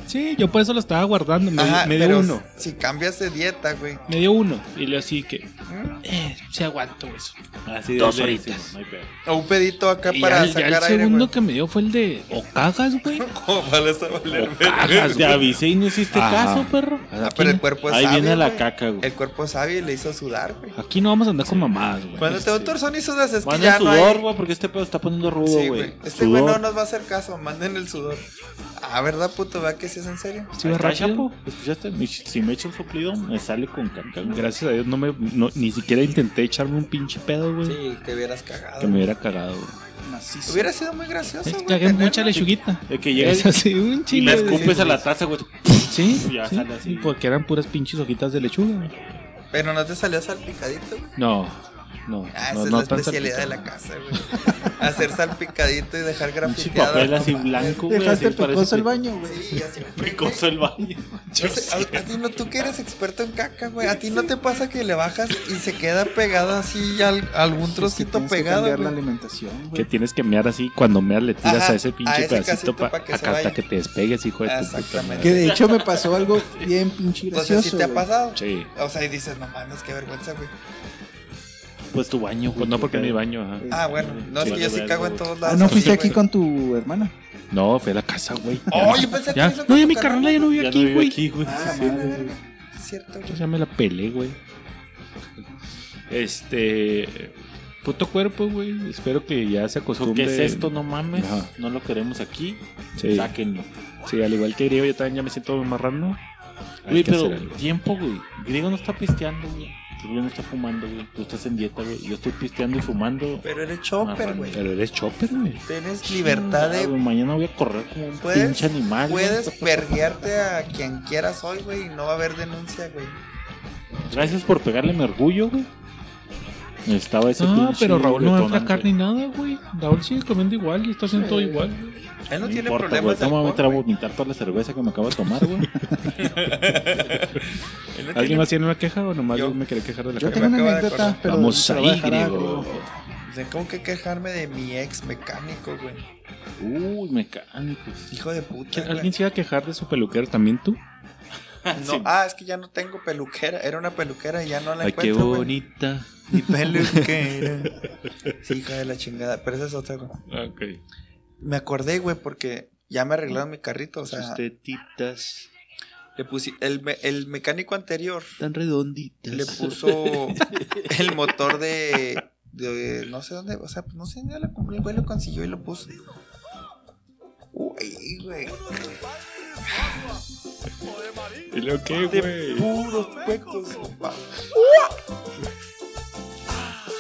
[SPEAKER 5] Sí, yo por eso lo estaba guardando. Me,
[SPEAKER 4] Ajá,
[SPEAKER 5] me dio
[SPEAKER 4] pero
[SPEAKER 5] uno.
[SPEAKER 4] si cambias de dieta, güey.
[SPEAKER 5] Me dio uno. Y le así que.
[SPEAKER 4] ¿Mm?
[SPEAKER 5] Eh, se aguanto eso.
[SPEAKER 3] Así de
[SPEAKER 5] Dos
[SPEAKER 3] de-
[SPEAKER 5] horitas.
[SPEAKER 3] no hay pedo.
[SPEAKER 4] O un pedito acá
[SPEAKER 5] Y
[SPEAKER 4] para
[SPEAKER 5] ya, el- ya
[SPEAKER 4] sacar
[SPEAKER 5] el
[SPEAKER 4] aire,
[SPEAKER 5] segundo
[SPEAKER 4] güey.
[SPEAKER 5] que me dio fue el de o cagas, güey.
[SPEAKER 4] ¿Cómo vale esa valer, güey?
[SPEAKER 5] Cagas,
[SPEAKER 3] Te
[SPEAKER 5] güey.
[SPEAKER 3] avisé y no hiciste
[SPEAKER 5] Ajá.
[SPEAKER 3] caso, perro.
[SPEAKER 4] Ah, pero el cuerpo es
[SPEAKER 3] Ahí
[SPEAKER 4] sabio,
[SPEAKER 3] viene la
[SPEAKER 4] güey.
[SPEAKER 3] caca, Pues güey.
[SPEAKER 4] El cuerpo es sabio y le hizo sudar, güey.
[SPEAKER 5] Aquí no vamos a andar con mamadas, güey.
[SPEAKER 4] Cuando te da un torzón y sudas es que
[SPEAKER 3] Manda
[SPEAKER 4] ya
[SPEAKER 3] el
[SPEAKER 4] no hay...
[SPEAKER 3] sudor, güey, porque este pedo está poniendo rudo,
[SPEAKER 4] Sí,
[SPEAKER 3] güey.
[SPEAKER 4] güey. Este güey no
[SPEAKER 3] Sudor.
[SPEAKER 4] nos va a hacer caso, manden el sudor. Ah, ¿verdad, puto? ¿Verdad que sí es en serio?
[SPEAKER 5] Sí,
[SPEAKER 3] Ahí
[SPEAKER 5] va
[SPEAKER 3] está,
[SPEAKER 5] rápido.
[SPEAKER 3] Chapo. ¿Escuchaste? Mi- Si me echo un soplido, me sale con caca, güey.
[SPEAKER 5] Gracias a Dios no me, no- ni siquiera intenté echarme un pinche pedo, güey.
[SPEAKER 4] Sí, te hubieras
[SPEAKER 5] Que
[SPEAKER 4] cagado.
[SPEAKER 5] me hubiera cagado, güey.
[SPEAKER 2] Macizo.
[SPEAKER 4] Hubiera sido muy gracioso, güey.
[SPEAKER 5] Cagué
[SPEAKER 4] tener-
[SPEAKER 5] mucha lechuguita.
[SPEAKER 3] De que llegas
[SPEAKER 5] Es así, un
[SPEAKER 3] y
[SPEAKER 5] chingo.
[SPEAKER 3] le
[SPEAKER 5] de-
[SPEAKER 3] escupes a la taza, güey.
[SPEAKER 5] Sí,
[SPEAKER 3] Ya
[SPEAKER 5] sí,
[SPEAKER 3] sale así.
[SPEAKER 5] sí, porque eran puras pinches hojitas de lechuga, güey.
[SPEAKER 4] Pero no te salió salpicadito, güey.
[SPEAKER 5] No, No,
[SPEAKER 4] Ah,
[SPEAKER 5] no,
[SPEAKER 4] esa
[SPEAKER 5] no
[SPEAKER 4] es la
[SPEAKER 5] tan
[SPEAKER 4] especialidad de la
[SPEAKER 5] salpicado.
[SPEAKER 4] casa, güey. Hacer salpicadito y dejar
[SPEAKER 3] Un chi-
[SPEAKER 4] grafiteado.
[SPEAKER 3] papel
[SPEAKER 4] no
[SPEAKER 3] así
[SPEAKER 4] mames.
[SPEAKER 3] blanco, güey.
[SPEAKER 2] Dejaste
[SPEAKER 3] así parece
[SPEAKER 2] picoso el
[SPEAKER 3] que-
[SPEAKER 2] baño, güey.
[SPEAKER 4] Sí, así
[SPEAKER 3] Picoso el baño.
[SPEAKER 4] No sé, a, a ti no, tú que eres experto en caca, güey. A ti no te pasa que le bajas y se queda pegada así al- algún trocito
[SPEAKER 2] Tienes que
[SPEAKER 4] pegado.
[SPEAKER 2] cambiar la
[SPEAKER 4] güey?
[SPEAKER 2] alimentación,
[SPEAKER 5] Que
[SPEAKER 2] güey.
[SPEAKER 5] tienes que mear así, cuando meas le tiras
[SPEAKER 4] Ajá,
[SPEAKER 5] a ese pinche
[SPEAKER 4] a ese
[SPEAKER 5] pedacito
[SPEAKER 4] casito
[SPEAKER 5] pa-
[SPEAKER 4] pa' que se
[SPEAKER 5] acá
[SPEAKER 4] vaya.
[SPEAKER 5] hasta que te despegues, hijo de tu puta
[SPEAKER 4] Exactamente.
[SPEAKER 2] Que
[SPEAKER 5] madre.
[SPEAKER 2] de hecho me pasó algo bien pinche gracioso.
[SPEAKER 4] Entonces, Pues, si te ha
[SPEAKER 2] güey.
[SPEAKER 4] pasado?
[SPEAKER 5] Sí,
[SPEAKER 4] O sea, y dices, no mames, qué vergüenza, güey.
[SPEAKER 3] Pues tu baño,
[SPEAKER 5] pues
[SPEAKER 3] güey,
[SPEAKER 5] no porque en mi baño, ajá.
[SPEAKER 2] Sí.
[SPEAKER 4] Ah, bueno, no,
[SPEAKER 3] Sí,
[SPEAKER 4] es que yo
[SPEAKER 3] vale,
[SPEAKER 4] sí
[SPEAKER 3] verga,
[SPEAKER 4] cago en
[SPEAKER 3] güey.
[SPEAKER 4] todos
[SPEAKER 2] Ah,
[SPEAKER 4] lados.
[SPEAKER 2] no
[SPEAKER 4] así,
[SPEAKER 2] fuiste aquí
[SPEAKER 4] güey.
[SPEAKER 2] con tu hermana.
[SPEAKER 5] No, fue a la casa, güey.
[SPEAKER 4] Oh, yo pensé que
[SPEAKER 5] Ya,
[SPEAKER 4] eso
[SPEAKER 5] no,
[SPEAKER 4] con
[SPEAKER 5] ya
[SPEAKER 4] tu
[SPEAKER 5] mi
[SPEAKER 4] carnal.
[SPEAKER 5] carnal ya no vive
[SPEAKER 3] Ya
[SPEAKER 5] aquí,
[SPEAKER 3] no vive
[SPEAKER 5] güey.
[SPEAKER 3] aquí, güey.
[SPEAKER 2] Ah,
[SPEAKER 4] Sí,
[SPEAKER 2] madre,
[SPEAKER 4] güey.
[SPEAKER 2] güey.
[SPEAKER 4] Es cierto, güey.
[SPEAKER 5] Yo ya me la pelé, güey. Este. Puto cuerpo, güey. Espero que ya se
[SPEAKER 3] Pues, ¿Qué
[SPEAKER 5] acostumbre.
[SPEAKER 3] es esto? No mames.
[SPEAKER 5] Ajá.
[SPEAKER 3] No lo queremos aquí.
[SPEAKER 5] Sí,
[SPEAKER 3] Sáquenlo.
[SPEAKER 5] sí, al igual que Griego, yo también ya me siento marrando. Hay
[SPEAKER 3] Güey,
[SPEAKER 5] que
[SPEAKER 3] pero
[SPEAKER 5] hacer algo.
[SPEAKER 3] tiempo, güey. Griego no está pisteando, güey. Griego no está fumando, güey. Tú estás en dieta, güey. Yo estoy pisteando y fumando.
[SPEAKER 4] Pero eres chopper,
[SPEAKER 3] Marrano,
[SPEAKER 4] güey.
[SPEAKER 5] Pero eres chopper, güey.
[SPEAKER 4] Tienes libertad
[SPEAKER 3] Ah,
[SPEAKER 4] de.
[SPEAKER 3] güey, mañana voy a correr como un
[SPEAKER 4] Puedes-
[SPEAKER 3] pinche animal. güey.
[SPEAKER 4] Puedes perguearte a quien quieras hoy, güey, y no va a haber denuncia, güey.
[SPEAKER 3] Gracias por pegarle mi orgullo, güey. Estaba ese
[SPEAKER 5] No,
[SPEAKER 3] pinche
[SPEAKER 5] Ah, pero Raúl no va a
[SPEAKER 3] detonante.
[SPEAKER 5] flacar ni nada, güey. Raúl sigue comiendo igual y está haciendo todo igual.
[SPEAKER 4] Él no,
[SPEAKER 3] No
[SPEAKER 4] tiene
[SPEAKER 3] importa, güey.
[SPEAKER 4] problemas. de
[SPEAKER 3] ¿Cómo me voy a meter a
[SPEAKER 4] alcohol,
[SPEAKER 3] vomitar toda la cerveza que me acabo de tomar, güey?
[SPEAKER 4] güey. Él no tiene-
[SPEAKER 5] ¿Alguien más tiene una queja o nomás
[SPEAKER 4] Yo.
[SPEAKER 5] yo me quería quejar de la
[SPEAKER 2] Yo
[SPEAKER 5] caca?
[SPEAKER 4] me
[SPEAKER 2] tengo una
[SPEAKER 4] acabo de
[SPEAKER 2] anécdota,
[SPEAKER 4] acordar.
[SPEAKER 2] pero.
[SPEAKER 5] Vamos
[SPEAKER 2] se la
[SPEAKER 5] ahí,
[SPEAKER 2] voy a dejar a
[SPEAKER 5] griego.
[SPEAKER 2] Griego.
[SPEAKER 4] O sea, ¿Cómo que quejarme de mi ex mecánico, güey?
[SPEAKER 3] Uy, mecánicos.
[SPEAKER 4] Hijo de puta.
[SPEAKER 5] ¿Quién-
[SPEAKER 4] güey.
[SPEAKER 5] ¿Alguien se iba a quejar de su peluquero también tú?
[SPEAKER 4] No, ah, es que ya no tengo peluquera. Era una peluquera y ya no la
[SPEAKER 5] Ay, qué
[SPEAKER 4] encuentro. güey.
[SPEAKER 5] bonita.
[SPEAKER 4] Mi peluquera. Sí, hija de la chingada. Pero esa es otra, güey.
[SPEAKER 5] Ok.
[SPEAKER 4] Me acordé, güey, porque ya me arreglaron mi carrito. O sea,
[SPEAKER 5] Sus tetitas
[SPEAKER 4] le puse. El, me- el mecánico anterior
[SPEAKER 5] tan redonditas.
[SPEAKER 4] le puso el motor de. de- no sé dónde. O sea, pues, no sé dónde lo compró. El güey lo consiguió y lo puso. Uy, güey.
[SPEAKER 5] ¿Y luego qué,
[SPEAKER 4] De
[SPEAKER 5] güey?
[SPEAKER 4] puros huecos. papá.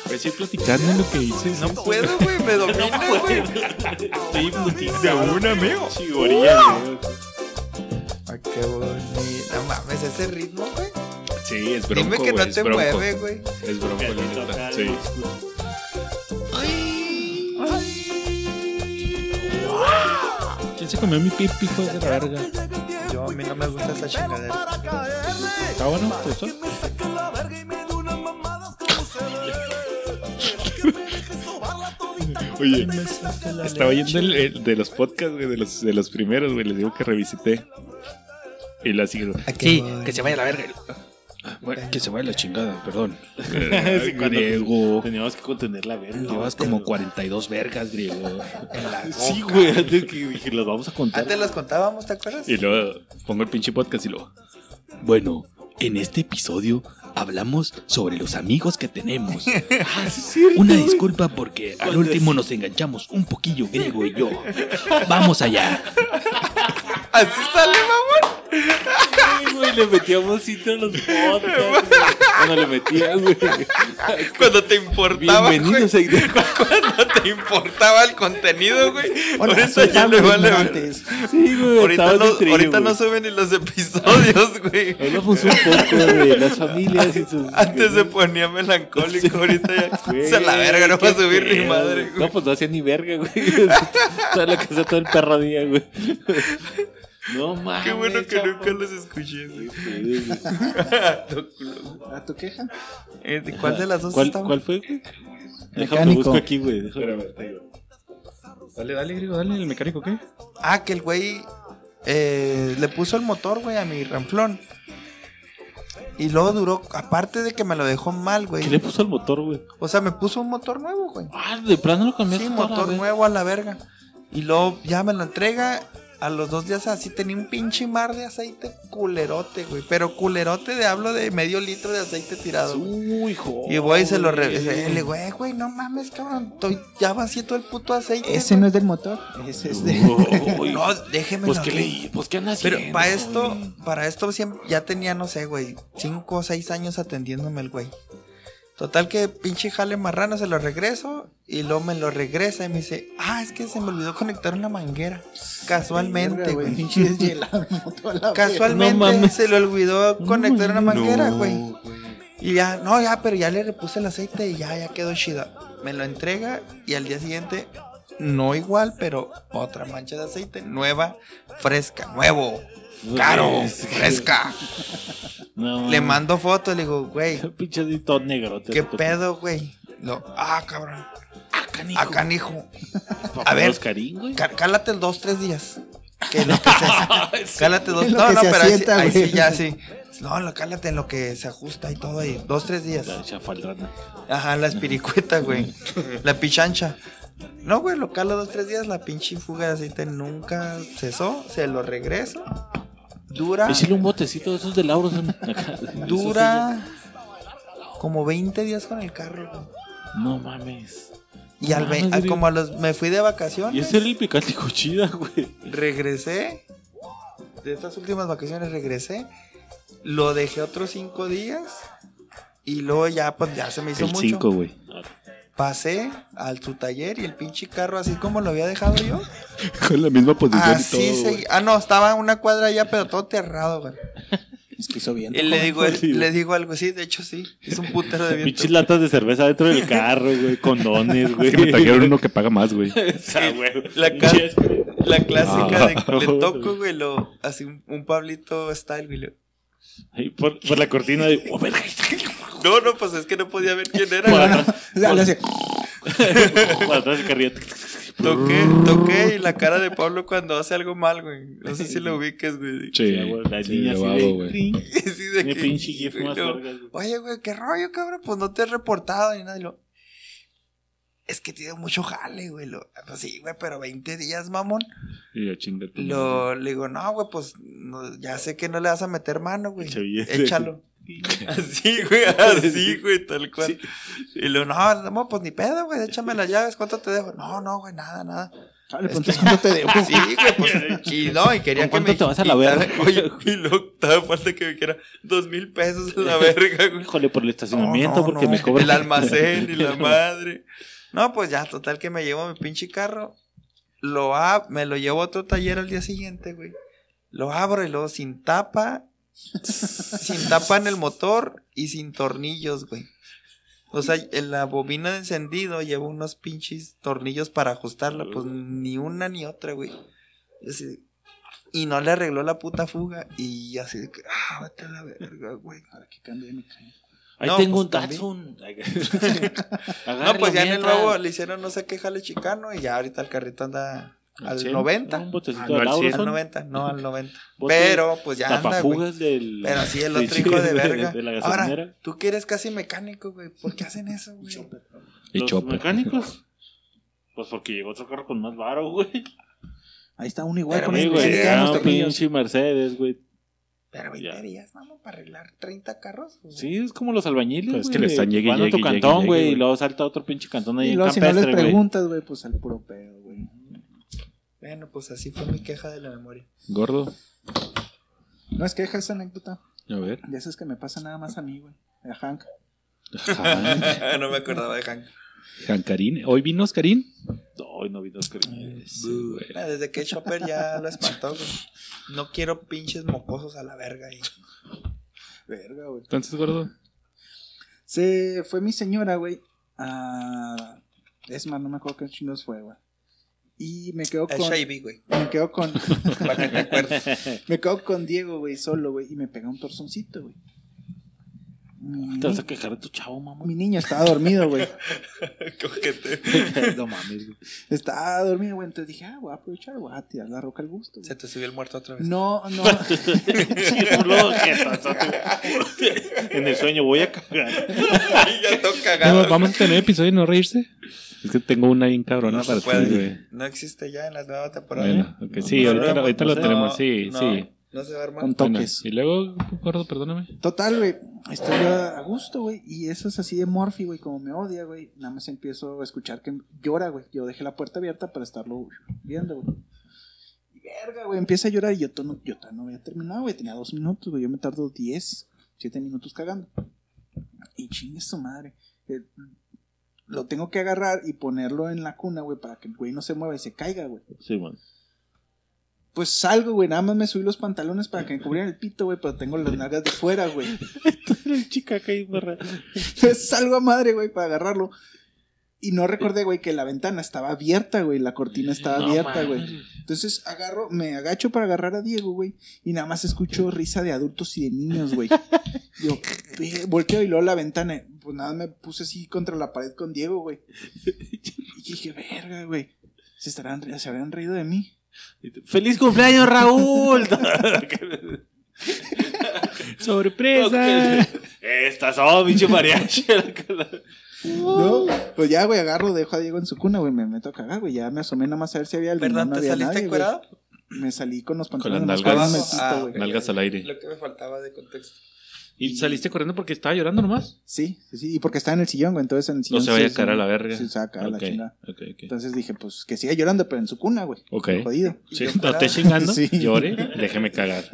[SPEAKER 5] Pues sí, platicando lo que dices.
[SPEAKER 4] No puedo, güey. Me domina, güey.
[SPEAKER 3] Estoy hipnotizado.
[SPEAKER 5] De un amigo.
[SPEAKER 4] Ay, qué bonito. No mames, ese ritmo, güey.
[SPEAKER 5] Sí, es bronco,
[SPEAKER 4] Dime que
[SPEAKER 5] güey,
[SPEAKER 4] no
[SPEAKER 5] es
[SPEAKER 4] te
[SPEAKER 5] bronco.
[SPEAKER 4] mueve, güey.
[SPEAKER 5] Es bronco, la neta. Sí. ¿Quién se comió mi pipi, hijo de la verga?
[SPEAKER 4] Yo a mí no me gusta esa chingadera.
[SPEAKER 5] ¿Está bueno? ¿Te gustó? Oye, estaba oyendo el, el de los podcasts, güey, de los, de los primeros, güey. Les digo que revisité. Y la sigo.
[SPEAKER 4] Sí,
[SPEAKER 5] Que se vaya a la verga. Ah, bueno, que se vaya a la chingada, perdón. Eh,
[SPEAKER 3] Sí, cuando-
[SPEAKER 5] griego.
[SPEAKER 3] Teníamos que contener la verga.
[SPEAKER 5] Llevas como 42 vergas, griego.
[SPEAKER 3] Sí, güey. Antes que dije, los vamos a contar.
[SPEAKER 4] Antes las contábamos, Ah, ¿te acuerdas?
[SPEAKER 5] Y luego pongo el pinche podcast y luego. Bueno, en este episodio hablamos sobre los amigos que tenemos. Una disculpa porque al último nos enganchamos un poquillo griego y yo. Vamos allá.
[SPEAKER 4] Así sale, mamá.
[SPEAKER 3] Sí, güey, le metíamos cinta a los podcasts. güey. Cuando le metías, güey.
[SPEAKER 4] Cuando te importaba,
[SPEAKER 3] Bienvenidos a
[SPEAKER 4] cuando te importaba el contenido, güey.
[SPEAKER 2] Hola,
[SPEAKER 4] ahorita
[SPEAKER 2] soy
[SPEAKER 4] ya le
[SPEAKER 2] Pablo
[SPEAKER 4] vale. ver.
[SPEAKER 2] Hernández.
[SPEAKER 3] Sí, güey.
[SPEAKER 4] Ahorita,
[SPEAKER 3] estabas
[SPEAKER 4] no,
[SPEAKER 3] de trío,
[SPEAKER 4] ahorita no
[SPEAKER 3] güey.
[SPEAKER 4] suben ni los episodios, güey.
[SPEAKER 3] Hablamos un poco de las familias y sus.
[SPEAKER 4] Antes se ponía melancólico, ahorita ya. Se la verga, no va a
[SPEAKER 3] qué
[SPEAKER 4] subir ni
[SPEAKER 3] pedo,
[SPEAKER 4] madre,
[SPEAKER 3] güey.
[SPEAKER 4] güey.
[SPEAKER 3] No, pues no hacía ni verga, güey. Toda la casa, todo el perro día, güey. No mames.
[SPEAKER 4] Qué bueno que
[SPEAKER 3] chavo.
[SPEAKER 4] nunca los escuché, güey.
[SPEAKER 3] Sí, güey.
[SPEAKER 2] ¿A tu queja?
[SPEAKER 4] Eh, ¿de ¿Cuál de las dos
[SPEAKER 3] ¿Cuál,
[SPEAKER 4] estaba?
[SPEAKER 3] ¿Cuál fue? güey? Déjame
[SPEAKER 2] Mecánico.
[SPEAKER 3] busco aquí, güey. déjame.
[SPEAKER 5] Dale, dale, griego, dale, el mecánico, ¿qué?
[SPEAKER 4] Ah, que el güey eh, le puso el motor, güey, a mi ramflón. Y luego duró, aparte de que me lo dejó mal,
[SPEAKER 3] ¿Qué le
[SPEAKER 4] güey.
[SPEAKER 3] puso al motor, güey?
[SPEAKER 4] O sea, me puso un motor nuevo, güey.
[SPEAKER 3] Ah, de plano lo cambiaste.
[SPEAKER 4] Sí,
[SPEAKER 3] toda la
[SPEAKER 4] motor
[SPEAKER 3] vez.
[SPEAKER 4] nuevo a la verga. Y luego ya me lo entrega. A los dos días así tenía un pinche mar de aceite culerote, güey. Pero culerote de hablo de medio litro de aceite tirado. güey.
[SPEAKER 3] Uy, hijo.
[SPEAKER 4] Y voy y se lo regresa. Le digo, "Eh, güey, no mames, cabrón. estoy- ya vacié todo el puto aceite.
[SPEAKER 2] Ese
[SPEAKER 4] güey".
[SPEAKER 2] no es del motor. Ese es de.
[SPEAKER 3] Uy,
[SPEAKER 4] No, déjeme
[SPEAKER 3] Pues qué leí, pues qué andas
[SPEAKER 4] Pero
[SPEAKER 3] haciendo,
[SPEAKER 4] para esto,
[SPEAKER 3] güey?
[SPEAKER 4] para esto siem- ya tenía, no sé, güey, cinco o seis años atendiéndome el güey. Total que pinche jale marrano se lo regreso y luego me lo regresa y me dice, ah, es que se me olvidó conectar una manguera. Casualmente,
[SPEAKER 2] Verga,
[SPEAKER 4] güey.
[SPEAKER 2] Pinche deshielado el motor a la verga.
[SPEAKER 4] Casualmente
[SPEAKER 3] No mames.
[SPEAKER 4] se le olvidó conectar una manguera, güey. Y ya, no, ya, pero ya le repuse el aceite y ya, ya quedó chida. Me lo entrega y al día siguiente, no igual, pero otra mancha de aceite, nueva, fresca, nuevo, caro, fresca.
[SPEAKER 3] No,
[SPEAKER 4] Le mando fotos, le digo, güey,
[SPEAKER 3] Pinche dito negro. te-
[SPEAKER 4] ¿qué
[SPEAKER 3] te-
[SPEAKER 4] pedo, güey? Lo, ah, cabrón,
[SPEAKER 1] canijo.
[SPEAKER 4] a canijo.
[SPEAKER 3] Papá
[SPEAKER 4] A ver,
[SPEAKER 3] Oscarín, güey.
[SPEAKER 4] Cá- Cálate el dos, tres días. Que lo que se- Cálate dos.
[SPEAKER 2] Es lo
[SPEAKER 4] No,
[SPEAKER 2] que
[SPEAKER 4] no,
[SPEAKER 2] se
[SPEAKER 4] pero ahí sí-
[SPEAKER 2] asienta,
[SPEAKER 4] ahí,
[SPEAKER 2] güey.
[SPEAKER 4] sí, ya sí. No, lo cálate en lo que se ajusta y todo. Y dos, tres días.
[SPEAKER 3] La chafaldrana.
[SPEAKER 4] Ajá, la espiricueta, güey. La pichancha. No, güey, lo cala dos, tres días. La pinche fuga de aceite nunca cesó. Se lo regreso. Dura.
[SPEAKER 3] Échale un botecito de esos de lauros. en- acá.
[SPEAKER 4] Dura. Como 20 días con el carro, güey.
[SPEAKER 3] No mames.
[SPEAKER 4] Y al ve-
[SPEAKER 3] Mames,
[SPEAKER 4] a-
[SPEAKER 3] güey.
[SPEAKER 4] como a los. Me fui de
[SPEAKER 3] Y
[SPEAKER 4] vacaciones.
[SPEAKER 3] ese era el picante cochida, güey.
[SPEAKER 4] regresé. De estas últimas vacaciones regresé. Lo dejé otros cinco días. Y luego ya, pues ya se me hizo
[SPEAKER 1] El
[SPEAKER 4] mucho.
[SPEAKER 1] 5, güey.
[SPEAKER 4] Pasé al su taller y el pinche carro, así como lo había dejado yo.
[SPEAKER 1] Con la misma posición
[SPEAKER 4] Así
[SPEAKER 1] y Pues todo. güey.
[SPEAKER 4] se. Ah, no, estaba una cuadra allá, pero todo terrado, güey.
[SPEAKER 2] Es que hizo bien.
[SPEAKER 4] Y le digo,
[SPEAKER 3] Sí, güey.
[SPEAKER 4] le digo algo, sí, de hecho sí. Es un putero de viento.
[SPEAKER 3] Pinches latas de cerveza dentro del carro, güey. Condones, güey.
[SPEAKER 1] Es que me trajeron uno que paga más, güey.
[SPEAKER 3] Esa, güey.
[SPEAKER 4] La ca-
[SPEAKER 3] Pinches-
[SPEAKER 4] La clásica de
[SPEAKER 3] Ah.
[SPEAKER 4] le toco, güey, lo. Así un, un Pablito style, güey. lo-
[SPEAKER 3] Ahí Por, por la cortina de. ¡Oh, verga!
[SPEAKER 4] No, no, pues es que no podía ver quién era.
[SPEAKER 3] Por
[SPEAKER 4] güey.
[SPEAKER 3] atrás.
[SPEAKER 2] Le- le hace-
[SPEAKER 3] Por atrás del carrito.
[SPEAKER 4] Toqué,
[SPEAKER 3] Uh.
[SPEAKER 4] toqué y la cara de Pablo cuando hace algo mal, güey. No sé si lo ubiques, güey.
[SPEAKER 1] Sí,
[SPEAKER 3] Ya, güey, La
[SPEAKER 1] sí,
[SPEAKER 3] niña
[SPEAKER 1] lo
[SPEAKER 3] así
[SPEAKER 1] hago,
[SPEAKER 3] de-
[SPEAKER 1] güey.
[SPEAKER 3] Trin.
[SPEAKER 4] Así de
[SPEAKER 3] Mi
[SPEAKER 4] que-
[SPEAKER 3] pinche gif
[SPEAKER 4] y
[SPEAKER 3] más
[SPEAKER 4] luego,
[SPEAKER 3] vergas, güey.
[SPEAKER 4] Oye, güey, qué rollo, cabrón. Pues no te has reportado ni nada. Y lo, es que tiene mucho jale, güey. Lo, pues sí, güey, pero 20 días, mamón.
[SPEAKER 1] Y yo chinga tu madre.
[SPEAKER 4] Lo, le digo, no, güey, pues no, ya sé que no le vas a meter mano, güey.
[SPEAKER 3] Pinche billete.
[SPEAKER 4] Échalo. Así, güey, así, güey, tal cual. Y lo, no, no, pues ni pedo, güey, échame las llaves, ¿cuánto te dejo? No, no, güey, nada, nada.
[SPEAKER 3] Ah,
[SPEAKER 2] Chale, pues, entonces, ¿cuánto te debo?
[SPEAKER 4] Sí, güey, pues. Y no, y quería
[SPEAKER 3] ¿Con
[SPEAKER 4] que
[SPEAKER 3] cuánto
[SPEAKER 4] me.
[SPEAKER 3] te vas a la
[SPEAKER 4] quitara-
[SPEAKER 3] verga?
[SPEAKER 4] Oye, güey, lo estaba falta que me quiera dos mil pesos a la verga, güey.
[SPEAKER 3] Híjole, por el estacionamiento,
[SPEAKER 4] No, no,
[SPEAKER 3] porque
[SPEAKER 4] no,
[SPEAKER 3] me cobran.
[SPEAKER 4] El almacén y la madre. No, pues ya, total que me llevo mi pinche carro. Lo ab- me lo llevo a otro taller al día siguiente, güey. Lo abro y luego sin tapa. sin tapa en el motor y sin tornillos, güey. O sea, en la bobina de encendido llevo unos pinches tornillos para ajustarla, pues ni una ni otra, güey. Y así- y no le arregló la puta fuga. Y así de que, ah, vete a la verga, güey.
[SPEAKER 2] Ahora que cambie mi caña.
[SPEAKER 3] Ahí
[SPEAKER 4] No,
[SPEAKER 3] tengo
[SPEAKER 4] pues,
[SPEAKER 3] un
[SPEAKER 4] también.
[SPEAKER 3] Datsun.
[SPEAKER 4] No,
[SPEAKER 3] Agárralo
[SPEAKER 4] pues ya en el
[SPEAKER 3] mientras.
[SPEAKER 4] nuevo le hicieron no sé qué jale chicano y ya ahorita el carrito anda al
[SPEAKER 3] cien.
[SPEAKER 4] 90.
[SPEAKER 3] Un botecito
[SPEAKER 1] Ah,
[SPEAKER 3] de
[SPEAKER 1] no, al
[SPEAKER 3] Lauro.
[SPEAKER 1] cien.
[SPEAKER 4] Al
[SPEAKER 3] son
[SPEAKER 4] 90, no al 90.
[SPEAKER 3] bote-
[SPEAKER 4] Pero pues ya anda, güey.
[SPEAKER 3] Tapafugas del.
[SPEAKER 4] Pero sí, el
[SPEAKER 3] del
[SPEAKER 4] otro hijo de verga.
[SPEAKER 3] De, la gasolinera.
[SPEAKER 4] Ahora, tú que eres casi mecánico, güey. ¿Por qué hacen eso, güey?
[SPEAKER 1] Y
[SPEAKER 3] Los
[SPEAKER 1] chopa.
[SPEAKER 3] mecánicos. Pues porque llegó otro carro con más varo, güey.
[SPEAKER 2] Ahí está uno igual
[SPEAKER 4] Pero,
[SPEAKER 2] con
[SPEAKER 3] Sí,
[SPEAKER 2] el
[SPEAKER 3] güey.
[SPEAKER 2] que
[SPEAKER 3] era
[SPEAKER 2] los
[SPEAKER 3] un
[SPEAKER 2] tornillos.
[SPEAKER 3] pinche Mercedes, güey.
[SPEAKER 4] Pero 20
[SPEAKER 3] Ya.
[SPEAKER 4] días, vamos, para arreglar 30 carros. güey.
[SPEAKER 3] Sí, es como los albañiles,
[SPEAKER 1] Pues es que
[SPEAKER 3] güey.
[SPEAKER 1] le están llegue,
[SPEAKER 3] Van a tu
[SPEAKER 1] llegue, llegue,
[SPEAKER 3] cantón,
[SPEAKER 1] llegue,
[SPEAKER 3] güey, y
[SPEAKER 1] güey.
[SPEAKER 3] luego salta otro pinche cantón ahí
[SPEAKER 2] Y
[SPEAKER 3] en
[SPEAKER 2] luego, si no les
[SPEAKER 3] Campestre, güey.
[SPEAKER 2] preguntas, güey, pues al puro pedo, güey.
[SPEAKER 4] Bueno, pues así fue mi queja de la memoria.
[SPEAKER 1] Gordo.
[SPEAKER 2] No es que deja esa anécdota.
[SPEAKER 1] A ver.
[SPEAKER 2] Ya sabes que me pasa nada más a mí, güey. A Hank.
[SPEAKER 1] Ajá.
[SPEAKER 4] no me acordaba de Hank.
[SPEAKER 1] Jancarín. ¿Hoy vino Oscarín?
[SPEAKER 3] Ay, no vi dos cariños.
[SPEAKER 1] Sí, güey.
[SPEAKER 4] Ah, Desde que Chopper ya lo espantó, güey. No quiero pinches mocosos a la verga ahí.
[SPEAKER 2] Verga, güey.
[SPEAKER 1] Entonces, gordo.
[SPEAKER 2] Se fue mi señora, güey. a- Es más, no me acuerdo qué chingados fue, güey. Y me quedo
[SPEAKER 4] Al
[SPEAKER 2] con.
[SPEAKER 4] Shaibi, güey.
[SPEAKER 2] Me quedo con.
[SPEAKER 4] Para que te acuerdes.
[SPEAKER 2] me quedo con Diego, güey, solo, güey. Y me pegó un torzoncito, güey. Mi,
[SPEAKER 3] Te vas a quejar de tu chavo, mamá.
[SPEAKER 2] mi niño estaba dormido, güey.
[SPEAKER 4] Cógete.
[SPEAKER 3] no mames, güey.
[SPEAKER 2] Estaba dormido, güey. Entonces dije, ah, voy a aprovechar, voy a tirar la roca al gusto. güey.
[SPEAKER 4] Se te subió el muerto otra vez.
[SPEAKER 2] No, no.
[SPEAKER 3] Luego, ¿qué estás? en el sueño voy a cagar.
[SPEAKER 4] ya todo cagado.
[SPEAKER 1] No, Vamos a tener episodio y no reírse. Es que tengo una bien cabrona
[SPEAKER 4] No
[SPEAKER 1] para
[SPEAKER 4] se
[SPEAKER 1] ti,
[SPEAKER 4] puede.
[SPEAKER 1] güey.
[SPEAKER 4] No existe ya en la nueva temporada.
[SPEAKER 1] Bueno, ok, sí,
[SPEAKER 4] No,
[SPEAKER 1] ahorita,
[SPEAKER 4] no,
[SPEAKER 1] ahorita
[SPEAKER 4] no
[SPEAKER 1] lo
[SPEAKER 4] sé.
[SPEAKER 1] tenemos,
[SPEAKER 4] No,
[SPEAKER 1] sí,
[SPEAKER 4] no,
[SPEAKER 1] sí.
[SPEAKER 4] No se va a armar.
[SPEAKER 2] Con
[SPEAKER 1] Bueno,
[SPEAKER 2] toques.
[SPEAKER 1] y luego, gordo, perdóname.
[SPEAKER 2] Total, güey. Estoy a a gusto, güey. Y eso es así de Morphy, güey. Como me odia, güey. Nada más empiezo a escuchar que llora, güey. Yo dejé la puerta abierta para estarlo viendo, güey. Y verga, güey. Empieza a llorar y yo, to- no, yo todavía no había terminado, güey. Tenía dos minutos, güey. Yo me tardo diez, siete minutos cagando. Y chingue su madre. Eh, Lo tengo que agarrar y ponerlo en la cuna, güey, para que el güey no se mueva y se caiga, güey.
[SPEAKER 3] Sí, man.
[SPEAKER 2] Pues salgo, güey, nada más me subí los pantalones para que me cubrieran el pito, güey, pero tengo las nalgas de fuera, güey.
[SPEAKER 3] El chica que hay barra.
[SPEAKER 2] Entonces salgo a madre, güey, para agarrarlo. Y no recordé, güey, que la ventana estaba abierta, güey, la cortina estaba abierta, güey. Entonces agarro, me agacho para agarrar a Diego, güey, y nada más escucho risa de adultos y de niños, güey. Yo "Ve", volteo y luego la ventana, pues nada, me puse así contra la pared con Diego, güey. Y dije, verga, güey, se estarán, ri- se habrán reído de mí.
[SPEAKER 3] ¡Feliz cumpleaños, Raúl!
[SPEAKER 5] ¡Sorpresa!
[SPEAKER 3] Estas son, oh, pinche mariachi.
[SPEAKER 2] No, pues ya, güey, agarro, dejo a Diego en su cuna, güey, me meto a cagar, güey, ya me asomé nada más a ver si había alguien.
[SPEAKER 4] ¿Verdad?
[SPEAKER 2] no
[SPEAKER 4] ¿Te
[SPEAKER 2] había
[SPEAKER 4] saliste
[SPEAKER 2] nadie, güey.
[SPEAKER 4] encuerado?
[SPEAKER 2] Me salí con los
[SPEAKER 5] Con
[SPEAKER 2] pantalones
[SPEAKER 5] las
[SPEAKER 2] más
[SPEAKER 5] nalgas.
[SPEAKER 2] cortos,
[SPEAKER 4] Ah,
[SPEAKER 2] metito, güey.
[SPEAKER 4] ok.
[SPEAKER 5] Nalgas al aire.
[SPEAKER 4] Lo que me faltaba de contexto.
[SPEAKER 5] ¿Y saliste corriendo porque estaba llorando nomás?
[SPEAKER 2] Sí, sí, sí, y porque estaba en el sillón, güey, entonces en el
[SPEAKER 5] No
[SPEAKER 2] sillón.
[SPEAKER 5] se vaya
[SPEAKER 2] sí,
[SPEAKER 5] a caer a la
[SPEAKER 2] sí,
[SPEAKER 5] verga.
[SPEAKER 2] Sí, se va a caer a la
[SPEAKER 5] Ok,
[SPEAKER 2] chingada.
[SPEAKER 5] ok, ok.
[SPEAKER 2] Entonces dije, pues que siga llorando, pero en su cuna, güey.
[SPEAKER 5] Ok.
[SPEAKER 2] Jodido.
[SPEAKER 5] Sí,
[SPEAKER 4] Y yo
[SPEAKER 5] no
[SPEAKER 4] parado.
[SPEAKER 5] esté chingando,
[SPEAKER 2] Sí.
[SPEAKER 5] llore, déjeme cagar.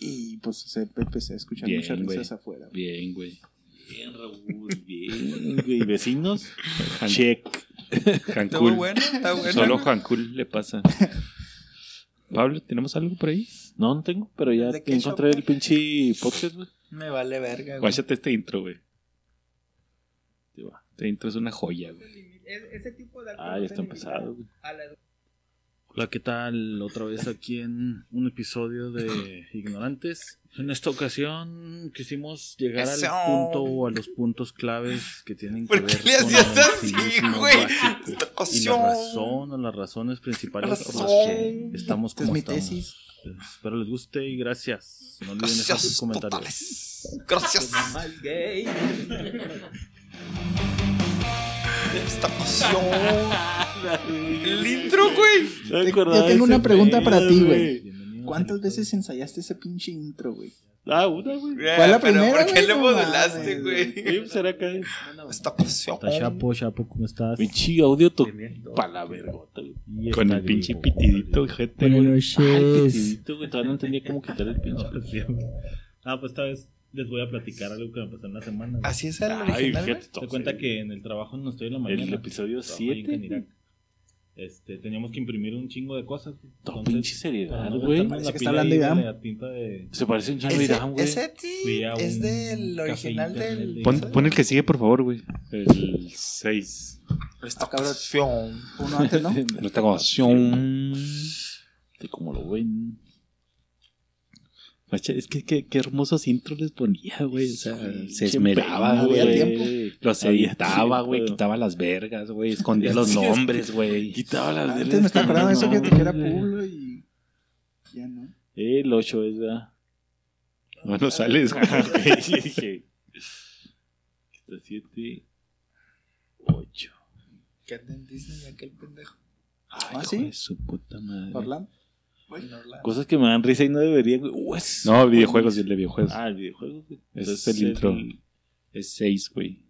[SPEAKER 2] Y pues se empecé a escuchar
[SPEAKER 5] Bien,
[SPEAKER 2] muchas
[SPEAKER 5] güey.
[SPEAKER 2] risas afuera. güey.
[SPEAKER 5] Bien, güey.
[SPEAKER 3] Bien, Raúl, bien, güey. Vecinos,
[SPEAKER 5] Han-
[SPEAKER 3] check.
[SPEAKER 4] Está
[SPEAKER 5] Hancul.
[SPEAKER 4] bueno, está bueno.
[SPEAKER 5] Solo Hancul le pasa. Pablo, ¿tenemos algo por ahí?
[SPEAKER 3] No, no tengo, pero ya
[SPEAKER 4] ¿De qué
[SPEAKER 3] encontré
[SPEAKER 4] show?
[SPEAKER 3] el pinche podcast, güey.
[SPEAKER 4] Me vale verga, güey.
[SPEAKER 5] Guáchate este intro, güey. Ahí va. Este intro es una joya, güey.
[SPEAKER 3] Ah, ya está empezado, güey.
[SPEAKER 8] Hola, ¿qué tal? Otra vez aquí en un episodio de Ignorantes. En esta ocasión quisimos llegar al
[SPEAKER 4] Eso.
[SPEAKER 8] punto o a los punpuntos claves que tienen que
[SPEAKER 4] ¿Por
[SPEAKER 8] ver
[SPEAKER 4] qué le
[SPEAKER 8] con
[SPEAKER 4] hacías
[SPEAKER 8] el
[SPEAKER 4] así,
[SPEAKER 8] cinismo
[SPEAKER 4] güey?
[SPEAKER 8] básico
[SPEAKER 4] Esta
[SPEAKER 8] Y
[SPEAKER 4] ocasión.
[SPEAKER 8] la razón o las razones principales por las que
[SPEAKER 4] Razón.
[SPEAKER 8] estamos
[SPEAKER 2] Esta es
[SPEAKER 8] como
[SPEAKER 2] mi
[SPEAKER 8] estamos.
[SPEAKER 2] tesis.
[SPEAKER 8] Espero les guste y gracias. No olviden dejar sus
[SPEAKER 4] Gracias
[SPEAKER 8] comentarios.
[SPEAKER 4] totales. Gracias. Esta ocasión. El intro, güey.
[SPEAKER 3] No me acordaba
[SPEAKER 2] yo tengo
[SPEAKER 3] de
[SPEAKER 2] una
[SPEAKER 3] ese
[SPEAKER 2] pregunta para
[SPEAKER 3] pedo,
[SPEAKER 2] ti, güey.
[SPEAKER 8] Bienvenidos
[SPEAKER 2] ¿Cuántas
[SPEAKER 8] al
[SPEAKER 5] pues.
[SPEAKER 2] veces ensayaste ese pinche intro, güey?
[SPEAKER 3] Ah, una, güey.
[SPEAKER 2] ¿Fue la
[SPEAKER 4] Pero,
[SPEAKER 2] primera,
[SPEAKER 4] ¿Por qué
[SPEAKER 2] güey?
[SPEAKER 4] le
[SPEAKER 2] No
[SPEAKER 4] modelaste,
[SPEAKER 2] mames,
[SPEAKER 4] güey?
[SPEAKER 3] Sí, pues era que.
[SPEAKER 4] Esta ocasión.
[SPEAKER 8] episodio. Está Chapo, Chapo, ¿cómo estás?
[SPEAKER 3] Pinche audio tu palavergota, güey.
[SPEAKER 8] Y este
[SPEAKER 5] Con
[SPEAKER 8] está
[SPEAKER 5] el pinche
[SPEAKER 8] Gripo.
[SPEAKER 5] pitidito, gente,
[SPEAKER 8] Buenas
[SPEAKER 5] güey.
[SPEAKER 8] noches.
[SPEAKER 3] Pitidito, güey. Todavía no entendía cómo quitar el pinche.
[SPEAKER 8] pues, Ah, pues esta vez les voy a platicar algo que me pasó en la semana. güey.
[SPEAKER 4] Así es el
[SPEAKER 3] Ay,
[SPEAKER 4] original,
[SPEAKER 3] fíjate.
[SPEAKER 4] güey.
[SPEAKER 8] Te
[SPEAKER 3] tóxico.
[SPEAKER 8] cuenta que en Ah, el trabajo no estoy en la mañana.
[SPEAKER 3] El episodio
[SPEAKER 8] Trabajo ahí en
[SPEAKER 3] 7.
[SPEAKER 8] Canirac. Este, teníamos que imprimir un chingo de cosas. güey.
[SPEAKER 3] Todo
[SPEAKER 8] Entonces,
[SPEAKER 3] pinche
[SPEAKER 8] para
[SPEAKER 3] seriedad,
[SPEAKER 8] no
[SPEAKER 3] güey.
[SPEAKER 8] gastarme
[SPEAKER 2] Parece
[SPEAKER 8] la
[SPEAKER 2] que
[SPEAKER 8] pila
[SPEAKER 2] está
[SPEAKER 8] ahí
[SPEAKER 2] hablando
[SPEAKER 8] de
[SPEAKER 2] Iván.
[SPEAKER 8] la tinta de-
[SPEAKER 3] Se parece un Charlie
[SPEAKER 4] Ese,
[SPEAKER 3] Irán, güey.
[SPEAKER 4] ese sí
[SPEAKER 8] Fui a
[SPEAKER 4] es
[SPEAKER 8] un
[SPEAKER 4] del
[SPEAKER 8] café
[SPEAKER 4] original
[SPEAKER 8] internet
[SPEAKER 4] del.
[SPEAKER 8] de-
[SPEAKER 5] Pon, pon el que sigue, por favor, güey. El 6.
[SPEAKER 4] Esta
[SPEAKER 2] Ah, cabrón.
[SPEAKER 4] ocasión.
[SPEAKER 2] Uno antes, ¿no?
[SPEAKER 5] No está como...
[SPEAKER 3] Sí, como lo ven.
[SPEAKER 5] Guacha, Es que qué, qué hermosos intros les ponía, güey. O sea,
[SPEAKER 3] Sí,
[SPEAKER 5] se esmeraba,
[SPEAKER 3] siempre,
[SPEAKER 2] había
[SPEAKER 5] güey.
[SPEAKER 2] tiempo.
[SPEAKER 5] Los
[SPEAKER 3] Había
[SPEAKER 5] editaba,
[SPEAKER 3] tiempo.
[SPEAKER 5] güey. Quitaba las vergas, güey. Escondía los
[SPEAKER 3] Sí, es que-
[SPEAKER 5] nombres, güey.
[SPEAKER 3] Quitaba las
[SPEAKER 2] Antes
[SPEAKER 3] vergas
[SPEAKER 2] me estaba acordando de eso,
[SPEAKER 3] también,
[SPEAKER 2] fíjate que era
[SPEAKER 3] güey.
[SPEAKER 2] Pueblo y. Ya no.
[SPEAKER 3] El 8 es, ¿verdad?
[SPEAKER 5] No, no sales.
[SPEAKER 3] Ok, dije. 7, 8.
[SPEAKER 4] Que anda en Disney aquel pendejo.
[SPEAKER 5] Ay,
[SPEAKER 2] ¿Ah,
[SPEAKER 5] hijo
[SPEAKER 2] sí?
[SPEAKER 5] de su puta madre.
[SPEAKER 2] Orlando.
[SPEAKER 4] Güey, no la-
[SPEAKER 3] Cosas que me dan risa y no deberían, güey. Uh, es-
[SPEAKER 5] No, videojuegos, dile videojuegos.
[SPEAKER 3] Ah, el videojuego, güey.
[SPEAKER 5] Ese es
[SPEAKER 3] Entonces,
[SPEAKER 5] el intro. Es 6, güey.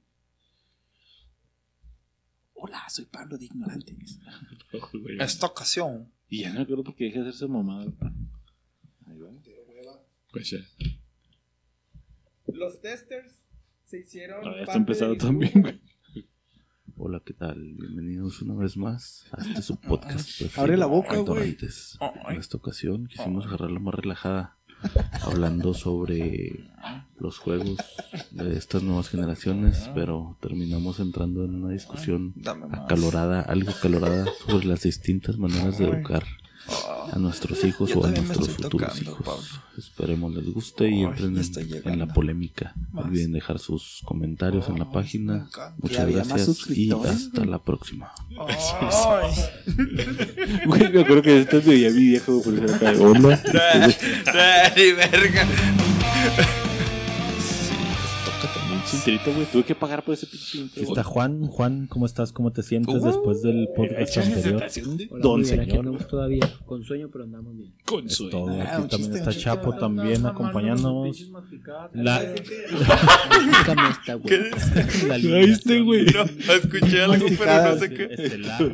[SPEAKER 2] Hola, soy Pablo de Ignorantes.
[SPEAKER 4] Esta ocasión.
[SPEAKER 3] Y ya no creo porque deje de hacerse mamada. Ahí va.
[SPEAKER 5] Guacha.
[SPEAKER 9] Los testers se
[SPEAKER 5] Ah,
[SPEAKER 9] hicieron.
[SPEAKER 3] No, ya está
[SPEAKER 9] parte
[SPEAKER 3] empezado
[SPEAKER 9] del
[SPEAKER 3] también,
[SPEAKER 9] grupo.
[SPEAKER 3] güey.
[SPEAKER 8] Hola, ¿qué tal? Bienvenidos una vez más a este su podcast. preferido,
[SPEAKER 2] Abre la boca,
[SPEAKER 8] Ignorantes. En esta ocasión quisimos agarrarla más relajada, hablando sobre los juegos de estas nuevas generaciones, pero terminamos entrando en una discusión
[SPEAKER 4] Dame más.
[SPEAKER 8] acalorada, algo acalorada, sobre las distintas maneras de educar
[SPEAKER 4] Ah.
[SPEAKER 8] a nuestros hijos
[SPEAKER 4] Yo
[SPEAKER 8] o a
[SPEAKER 4] también me
[SPEAKER 8] nuestros
[SPEAKER 4] estoy
[SPEAKER 8] futuros
[SPEAKER 4] tocando,
[SPEAKER 8] hijos.
[SPEAKER 4] Pablo.
[SPEAKER 8] Esperemos les guste
[SPEAKER 4] Ay,
[SPEAKER 8] y
[SPEAKER 4] ya
[SPEAKER 8] entren en-
[SPEAKER 4] estoy
[SPEAKER 8] en,
[SPEAKER 4] llegando.
[SPEAKER 8] la polémica. No
[SPEAKER 4] Más.
[SPEAKER 8] olviden dejar sus comentarios en la
[SPEAKER 4] Ay, me
[SPEAKER 8] página.
[SPEAKER 4] encanta.
[SPEAKER 2] Ya
[SPEAKER 8] Muchas
[SPEAKER 2] había más
[SPEAKER 8] gracias y
[SPEAKER 2] suscriptores,
[SPEAKER 8] hasta la próxima.
[SPEAKER 4] Ay.
[SPEAKER 3] Güey, me acuerdo que esto es de ya mi viejo, güey, por eso era acá de onda.
[SPEAKER 4] Ay, verga.
[SPEAKER 3] Pinche intrito, güey. Tuve que pagar por ese pinche intro.
[SPEAKER 8] Está Juan, Juan, ¿cómo estás? ¿Cómo te sientes
[SPEAKER 4] Uh.
[SPEAKER 8] después del podcast anterior?
[SPEAKER 3] Don
[SPEAKER 7] Aquí
[SPEAKER 3] señor.
[SPEAKER 7] andamos todavía con sueño, pero andamos bien.
[SPEAKER 5] Con
[SPEAKER 8] Es
[SPEAKER 5] su
[SPEAKER 8] todo.
[SPEAKER 2] Ah,
[SPEAKER 8] Aquí
[SPEAKER 2] un
[SPEAKER 8] también
[SPEAKER 2] chiste,
[SPEAKER 8] está
[SPEAKER 2] un chiste.
[SPEAKER 8] Chapo también acompañándonos. La,
[SPEAKER 2] Ah.
[SPEAKER 7] Explícame esta, güey.
[SPEAKER 8] la
[SPEAKER 5] ¿Oíste, güey?
[SPEAKER 4] No, escuché algo, pero no sé qué.
[SPEAKER 8] Estelar.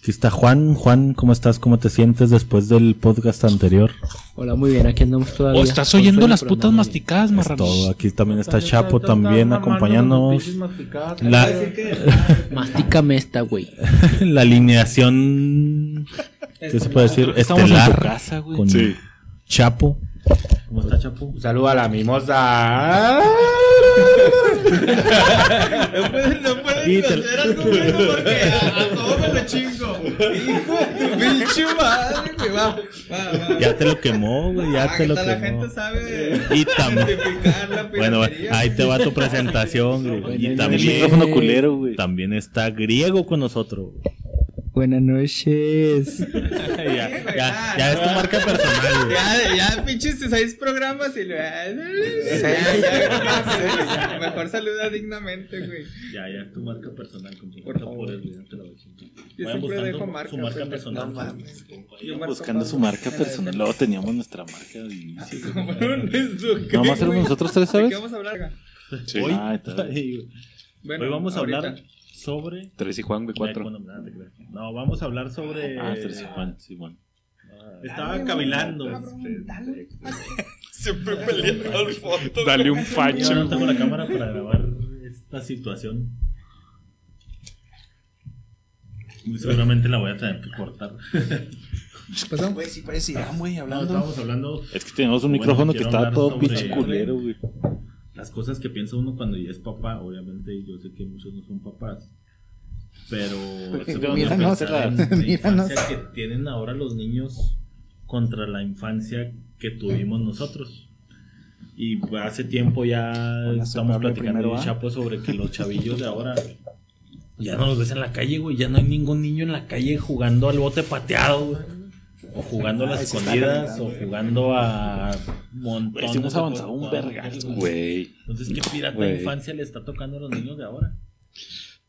[SPEAKER 8] Si está Juan, Juan, ¿cómo estás? ¿Cómo te sientes después del podcast anterior?
[SPEAKER 10] Hola, muy bien, aquí andamos todavía.
[SPEAKER 1] O estás oyendo
[SPEAKER 10] Con sueño,
[SPEAKER 1] las
[SPEAKER 10] pero
[SPEAKER 1] putas
[SPEAKER 10] andamos bien.
[SPEAKER 1] masticadas,
[SPEAKER 8] Es
[SPEAKER 1] marrano.
[SPEAKER 8] todo. Aquí también está Chapo también acompañándonos.
[SPEAKER 11] La...
[SPEAKER 8] La,
[SPEAKER 10] Mastícame esta, güey.
[SPEAKER 8] la alineación, ¿qué se puede decir?
[SPEAKER 1] Estamos en tu
[SPEAKER 8] Estelar
[SPEAKER 1] casa, güey.
[SPEAKER 8] con
[SPEAKER 3] Sí.
[SPEAKER 8] Chapo.
[SPEAKER 12] Un saludo a la mimosa.
[SPEAKER 11] No pueden, no pueden
[SPEAKER 8] Y te-
[SPEAKER 11] conocer al público porque a, a todo me lo chingo. Hijo de tu pinche madre, güey. Va, va, va.
[SPEAKER 8] Ya te lo quemó, güey, ya
[SPEAKER 11] Ah,
[SPEAKER 8] te
[SPEAKER 11] que
[SPEAKER 8] lo
[SPEAKER 11] tal La
[SPEAKER 8] quemó.
[SPEAKER 11] gente sabe
[SPEAKER 8] Y también.
[SPEAKER 11] identificar la
[SPEAKER 8] Bueno,
[SPEAKER 11] piratería.
[SPEAKER 8] ahí te va tu presentación, griego. Y
[SPEAKER 3] Tiene el
[SPEAKER 8] también,
[SPEAKER 3] micrófono culero, güey.
[SPEAKER 8] también está Griego con nosotros.
[SPEAKER 10] Buenas noches.
[SPEAKER 8] ya, ya, ya es tu marca personal, güey.
[SPEAKER 11] Ya, ya, pinches seis programas y lo. Ya, ya, ya. Mejor saluda dignamente, güey.
[SPEAKER 8] Ya, ya es tu marca personal, compadre.
[SPEAKER 11] Por favor.
[SPEAKER 8] No puedes olvidarte la vacuna.
[SPEAKER 11] Yo
[SPEAKER 8] Vayan
[SPEAKER 11] siempre
[SPEAKER 8] buscando
[SPEAKER 11] dejo ¿eh? marca.
[SPEAKER 8] Su marca
[SPEAKER 11] pendejo.
[SPEAKER 8] personal.
[SPEAKER 4] No mames.
[SPEAKER 11] Yo marco
[SPEAKER 3] Buscando
[SPEAKER 11] más.
[SPEAKER 3] su marca personal. Luego teníamos nuestra marca de inicio. güey.
[SPEAKER 11] Cabrón, eso, ¿qué,
[SPEAKER 3] Nomás éramos
[SPEAKER 11] güey?
[SPEAKER 3] nosotros tres,
[SPEAKER 11] ¿De
[SPEAKER 3] ¿sabes?
[SPEAKER 11] qué vamos a hablar?
[SPEAKER 1] Sí.
[SPEAKER 8] Hoy,
[SPEAKER 3] Ah, está bien.
[SPEAKER 8] Ay,
[SPEAKER 11] Bueno,
[SPEAKER 8] hoy vamos a
[SPEAKER 11] ahorita.
[SPEAKER 8] hablar sobre.
[SPEAKER 1] Tres y Juan, güey, cuatro.
[SPEAKER 8] Bueno, nada, te creas. No, vamos a hablar sobre. Ah,
[SPEAKER 3] Ah, tres y Juan, sí, bueno.
[SPEAKER 8] Estaba cavilando.
[SPEAKER 4] Siempre peleando al fondo.
[SPEAKER 1] Dale un
[SPEAKER 8] Yo no
[SPEAKER 1] facho.
[SPEAKER 8] tengo la cámara para grabar esta situación. Muy seguramente la voy a tener que cortar.
[SPEAKER 2] Perdón, güey, sí parece
[SPEAKER 4] Ah,
[SPEAKER 2] Irán, güey,
[SPEAKER 8] No,
[SPEAKER 2] hablando.
[SPEAKER 8] estábamos hablando
[SPEAKER 3] Es que teníamos un
[SPEAKER 8] Bueno,
[SPEAKER 3] micrófono que
[SPEAKER 8] quiero
[SPEAKER 3] estaba
[SPEAKER 8] hablar
[SPEAKER 3] todo
[SPEAKER 8] sobre-
[SPEAKER 3] pinche culero, güey.
[SPEAKER 8] las cosas que piensa uno cuando ya es papá, obviamente y yo sé que muchos no son papás, pero se pone a
[SPEAKER 2] Míranos,
[SPEAKER 8] pensar en la
[SPEAKER 2] míranos.
[SPEAKER 8] infancia que tienen ahora los niños contra la infancia que tuvimos nosotros. Y hace tiempo ya
[SPEAKER 2] Hola, soy
[SPEAKER 8] estamos
[SPEAKER 2] Pablo de
[SPEAKER 8] platicando
[SPEAKER 2] primero
[SPEAKER 8] de
[SPEAKER 2] A.
[SPEAKER 8] Chapo sobre que los chavillos de ahora ya no los ves en la calle, güey, ya no hay ningún niño en la calle jugando al bote pateado, güey. O jugando a las
[SPEAKER 2] Ay, se está
[SPEAKER 8] escondidas, o
[SPEAKER 2] calentando,
[SPEAKER 8] jugando a
[SPEAKER 3] Güey,
[SPEAKER 8] montones.
[SPEAKER 3] sí hemos
[SPEAKER 8] de
[SPEAKER 3] avanzado
[SPEAKER 8] cosas.
[SPEAKER 3] un vergazo, güey.
[SPEAKER 8] Entonces, ¿qué pirata
[SPEAKER 1] Güey.
[SPEAKER 8] infancia le está tocando a los niños de ahora?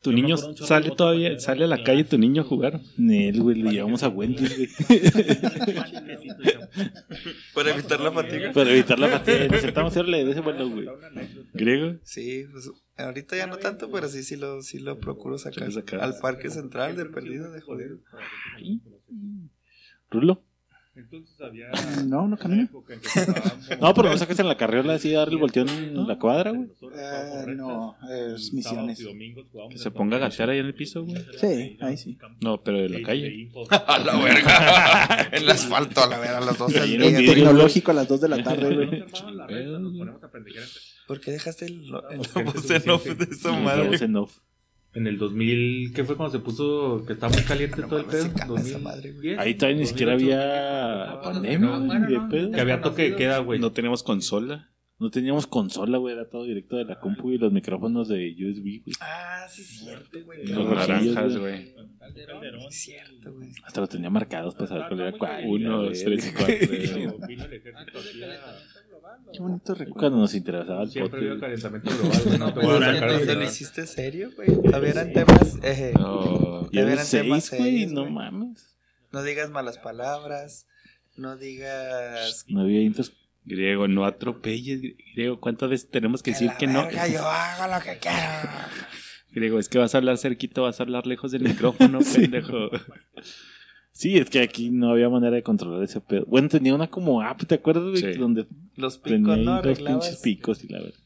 [SPEAKER 1] Tu
[SPEAKER 8] Yo me
[SPEAKER 1] niño
[SPEAKER 8] acuerdo un chorro
[SPEAKER 1] sale
[SPEAKER 8] del
[SPEAKER 1] todavía,
[SPEAKER 8] bote
[SPEAKER 1] sale a la
[SPEAKER 8] pateado.
[SPEAKER 1] calle tu niño a jugar. Nel, güey,
[SPEAKER 8] lo
[SPEAKER 1] le
[SPEAKER 8] llevamos
[SPEAKER 1] llevamos
[SPEAKER 8] a
[SPEAKER 1] a Wendy's, güey.
[SPEAKER 4] Para evitar la fatiga.
[SPEAKER 3] Para evitar la pastilla, nos sentamos a hablarle de ese bueno, güey.
[SPEAKER 1] ¿Griego?
[SPEAKER 4] Sí, pues ahorita ya no tanto, pero sí, sí lo, sí lo procuro sacar.
[SPEAKER 1] sacar.
[SPEAKER 4] Al parque central de perdido de joder.
[SPEAKER 3] ¿Rulo?
[SPEAKER 12] Entonces había
[SPEAKER 2] No, no camina.
[SPEAKER 12] época en que jugábamos-
[SPEAKER 3] No, pero no sacas en la carriola así a darle el volteón
[SPEAKER 8] Ah,
[SPEAKER 3] en la cuadra, güey.
[SPEAKER 2] Eh, no, es
[SPEAKER 12] Sábados y
[SPEAKER 2] misiones.
[SPEAKER 12] domingos jugábamos
[SPEAKER 1] Que
[SPEAKER 12] en
[SPEAKER 1] se ponga a
[SPEAKER 12] la
[SPEAKER 1] gatear ahí en el piso, güey.
[SPEAKER 2] Sí, ahí sí.
[SPEAKER 1] No, pero de la calle.
[SPEAKER 12] calle.
[SPEAKER 4] A la verga. El asfalto, a la verga, a las 12 del
[SPEAKER 3] Cayeron
[SPEAKER 4] día.
[SPEAKER 3] bien.
[SPEAKER 2] Tecnológico a las 2 de la tarde,
[SPEAKER 12] Cuando
[SPEAKER 2] güey.
[SPEAKER 12] nos armaban la reta, nos poníamos a practicar entre-
[SPEAKER 4] ¿Por qué dejaste el, el
[SPEAKER 12] Porque
[SPEAKER 4] voz
[SPEAKER 12] se
[SPEAKER 4] en off
[SPEAKER 12] siente.
[SPEAKER 4] de esa
[SPEAKER 3] Luego
[SPEAKER 4] madre?
[SPEAKER 3] se no-
[SPEAKER 12] En el 2000, ¿qué fue cuando se puso que estaba muy caliente
[SPEAKER 4] No
[SPEAKER 12] todo el
[SPEAKER 4] mames,
[SPEAKER 12] pedo?
[SPEAKER 4] se cala esa madre, güey.
[SPEAKER 12] ¿2010?
[SPEAKER 1] Ahí todavía ni siquiera
[SPEAKER 12] 2008.
[SPEAKER 1] había pandemia,
[SPEAKER 12] Bueno,
[SPEAKER 1] güey, de
[SPEAKER 12] no,
[SPEAKER 1] pedo.
[SPEAKER 12] Que había toque de queda, güey.
[SPEAKER 1] No teníamos consola.
[SPEAKER 3] No teníamos consola, güey, era todo directo de la compu y los micrófonos de USB, güey.
[SPEAKER 4] Ah, sí, es cierto, güey.
[SPEAKER 3] Los
[SPEAKER 4] cabrón,
[SPEAKER 3] naranjas,
[SPEAKER 1] güey.
[SPEAKER 4] sí Es cierto, güey.
[SPEAKER 3] Hasta lo tenía marcados
[SPEAKER 8] pues,
[SPEAKER 3] para saber cuál era cuál.
[SPEAKER 1] Uno, dos, tres y cuatro.
[SPEAKER 12] Cuando vino el ejército ah. aquí a-
[SPEAKER 2] Qué bonito
[SPEAKER 3] Cuando
[SPEAKER 2] recuerdo.
[SPEAKER 3] nos interesaba el
[SPEAKER 12] Siempre vio
[SPEAKER 3] pote.
[SPEAKER 12] calentamiento global, güey, no te voy a
[SPEAKER 4] Cuando
[SPEAKER 12] sacar de
[SPEAKER 4] cuando
[SPEAKER 12] esa-
[SPEAKER 4] lo hiciste serio, güey. Todavía eran temas. eh,
[SPEAKER 1] No.
[SPEAKER 3] Y era
[SPEAKER 4] Eran temas
[SPEAKER 3] seis, güey,
[SPEAKER 4] serios,
[SPEAKER 3] no
[SPEAKER 4] güey.
[SPEAKER 3] mames.
[SPEAKER 4] No digas malas palabras. No digas.
[SPEAKER 3] No había intros.
[SPEAKER 1] Griego, no atropelles, griego. ¿Cuántas veces tenemos que
[SPEAKER 4] "A
[SPEAKER 1] decir
[SPEAKER 4] la
[SPEAKER 1] que no?
[SPEAKER 4] verga, Yo hago lo que quiero.
[SPEAKER 1] Griego, es que vas a hablar cerquito, vas a hablar lejos del micrófono, pendejo.
[SPEAKER 3] Sí, es que aquí no había manera de controlar ese pedo. Bueno, tenía una como app, ¿te acuerdas, güey?
[SPEAKER 1] Sí.
[SPEAKER 3] Donde
[SPEAKER 4] Los
[SPEAKER 3] tenía
[SPEAKER 4] picos
[SPEAKER 3] ahí
[SPEAKER 4] no
[SPEAKER 3] dos pinches
[SPEAKER 4] arreglabas.
[SPEAKER 3] picos y la verdad.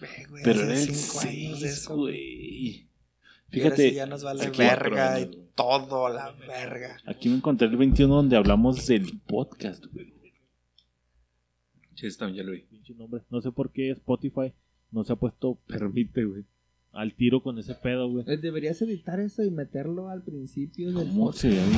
[SPEAKER 4] Ve, güey,
[SPEAKER 3] Pero
[SPEAKER 4] hace
[SPEAKER 3] era el
[SPEAKER 4] cinco años de
[SPEAKER 3] 6,
[SPEAKER 4] eso.
[SPEAKER 3] güey.
[SPEAKER 4] Y ahora
[SPEAKER 3] Fíjate,
[SPEAKER 4] sí ya nos vale
[SPEAKER 3] aquí-
[SPEAKER 4] verga y todo, la verga.
[SPEAKER 3] aquí me encontré el 21 donde hablamos del podcast, güey.
[SPEAKER 1] Sí, está, ya lo vi.
[SPEAKER 8] Pinche nombre. No sé por qué Spotify no se ha puesto permite, güey. Al tiro con ese pedo, güey.
[SPEAKER 10] Eh, Deberías editar eso y meterlo al principio del
[SPEAKER 3] ¿Cómo se llama?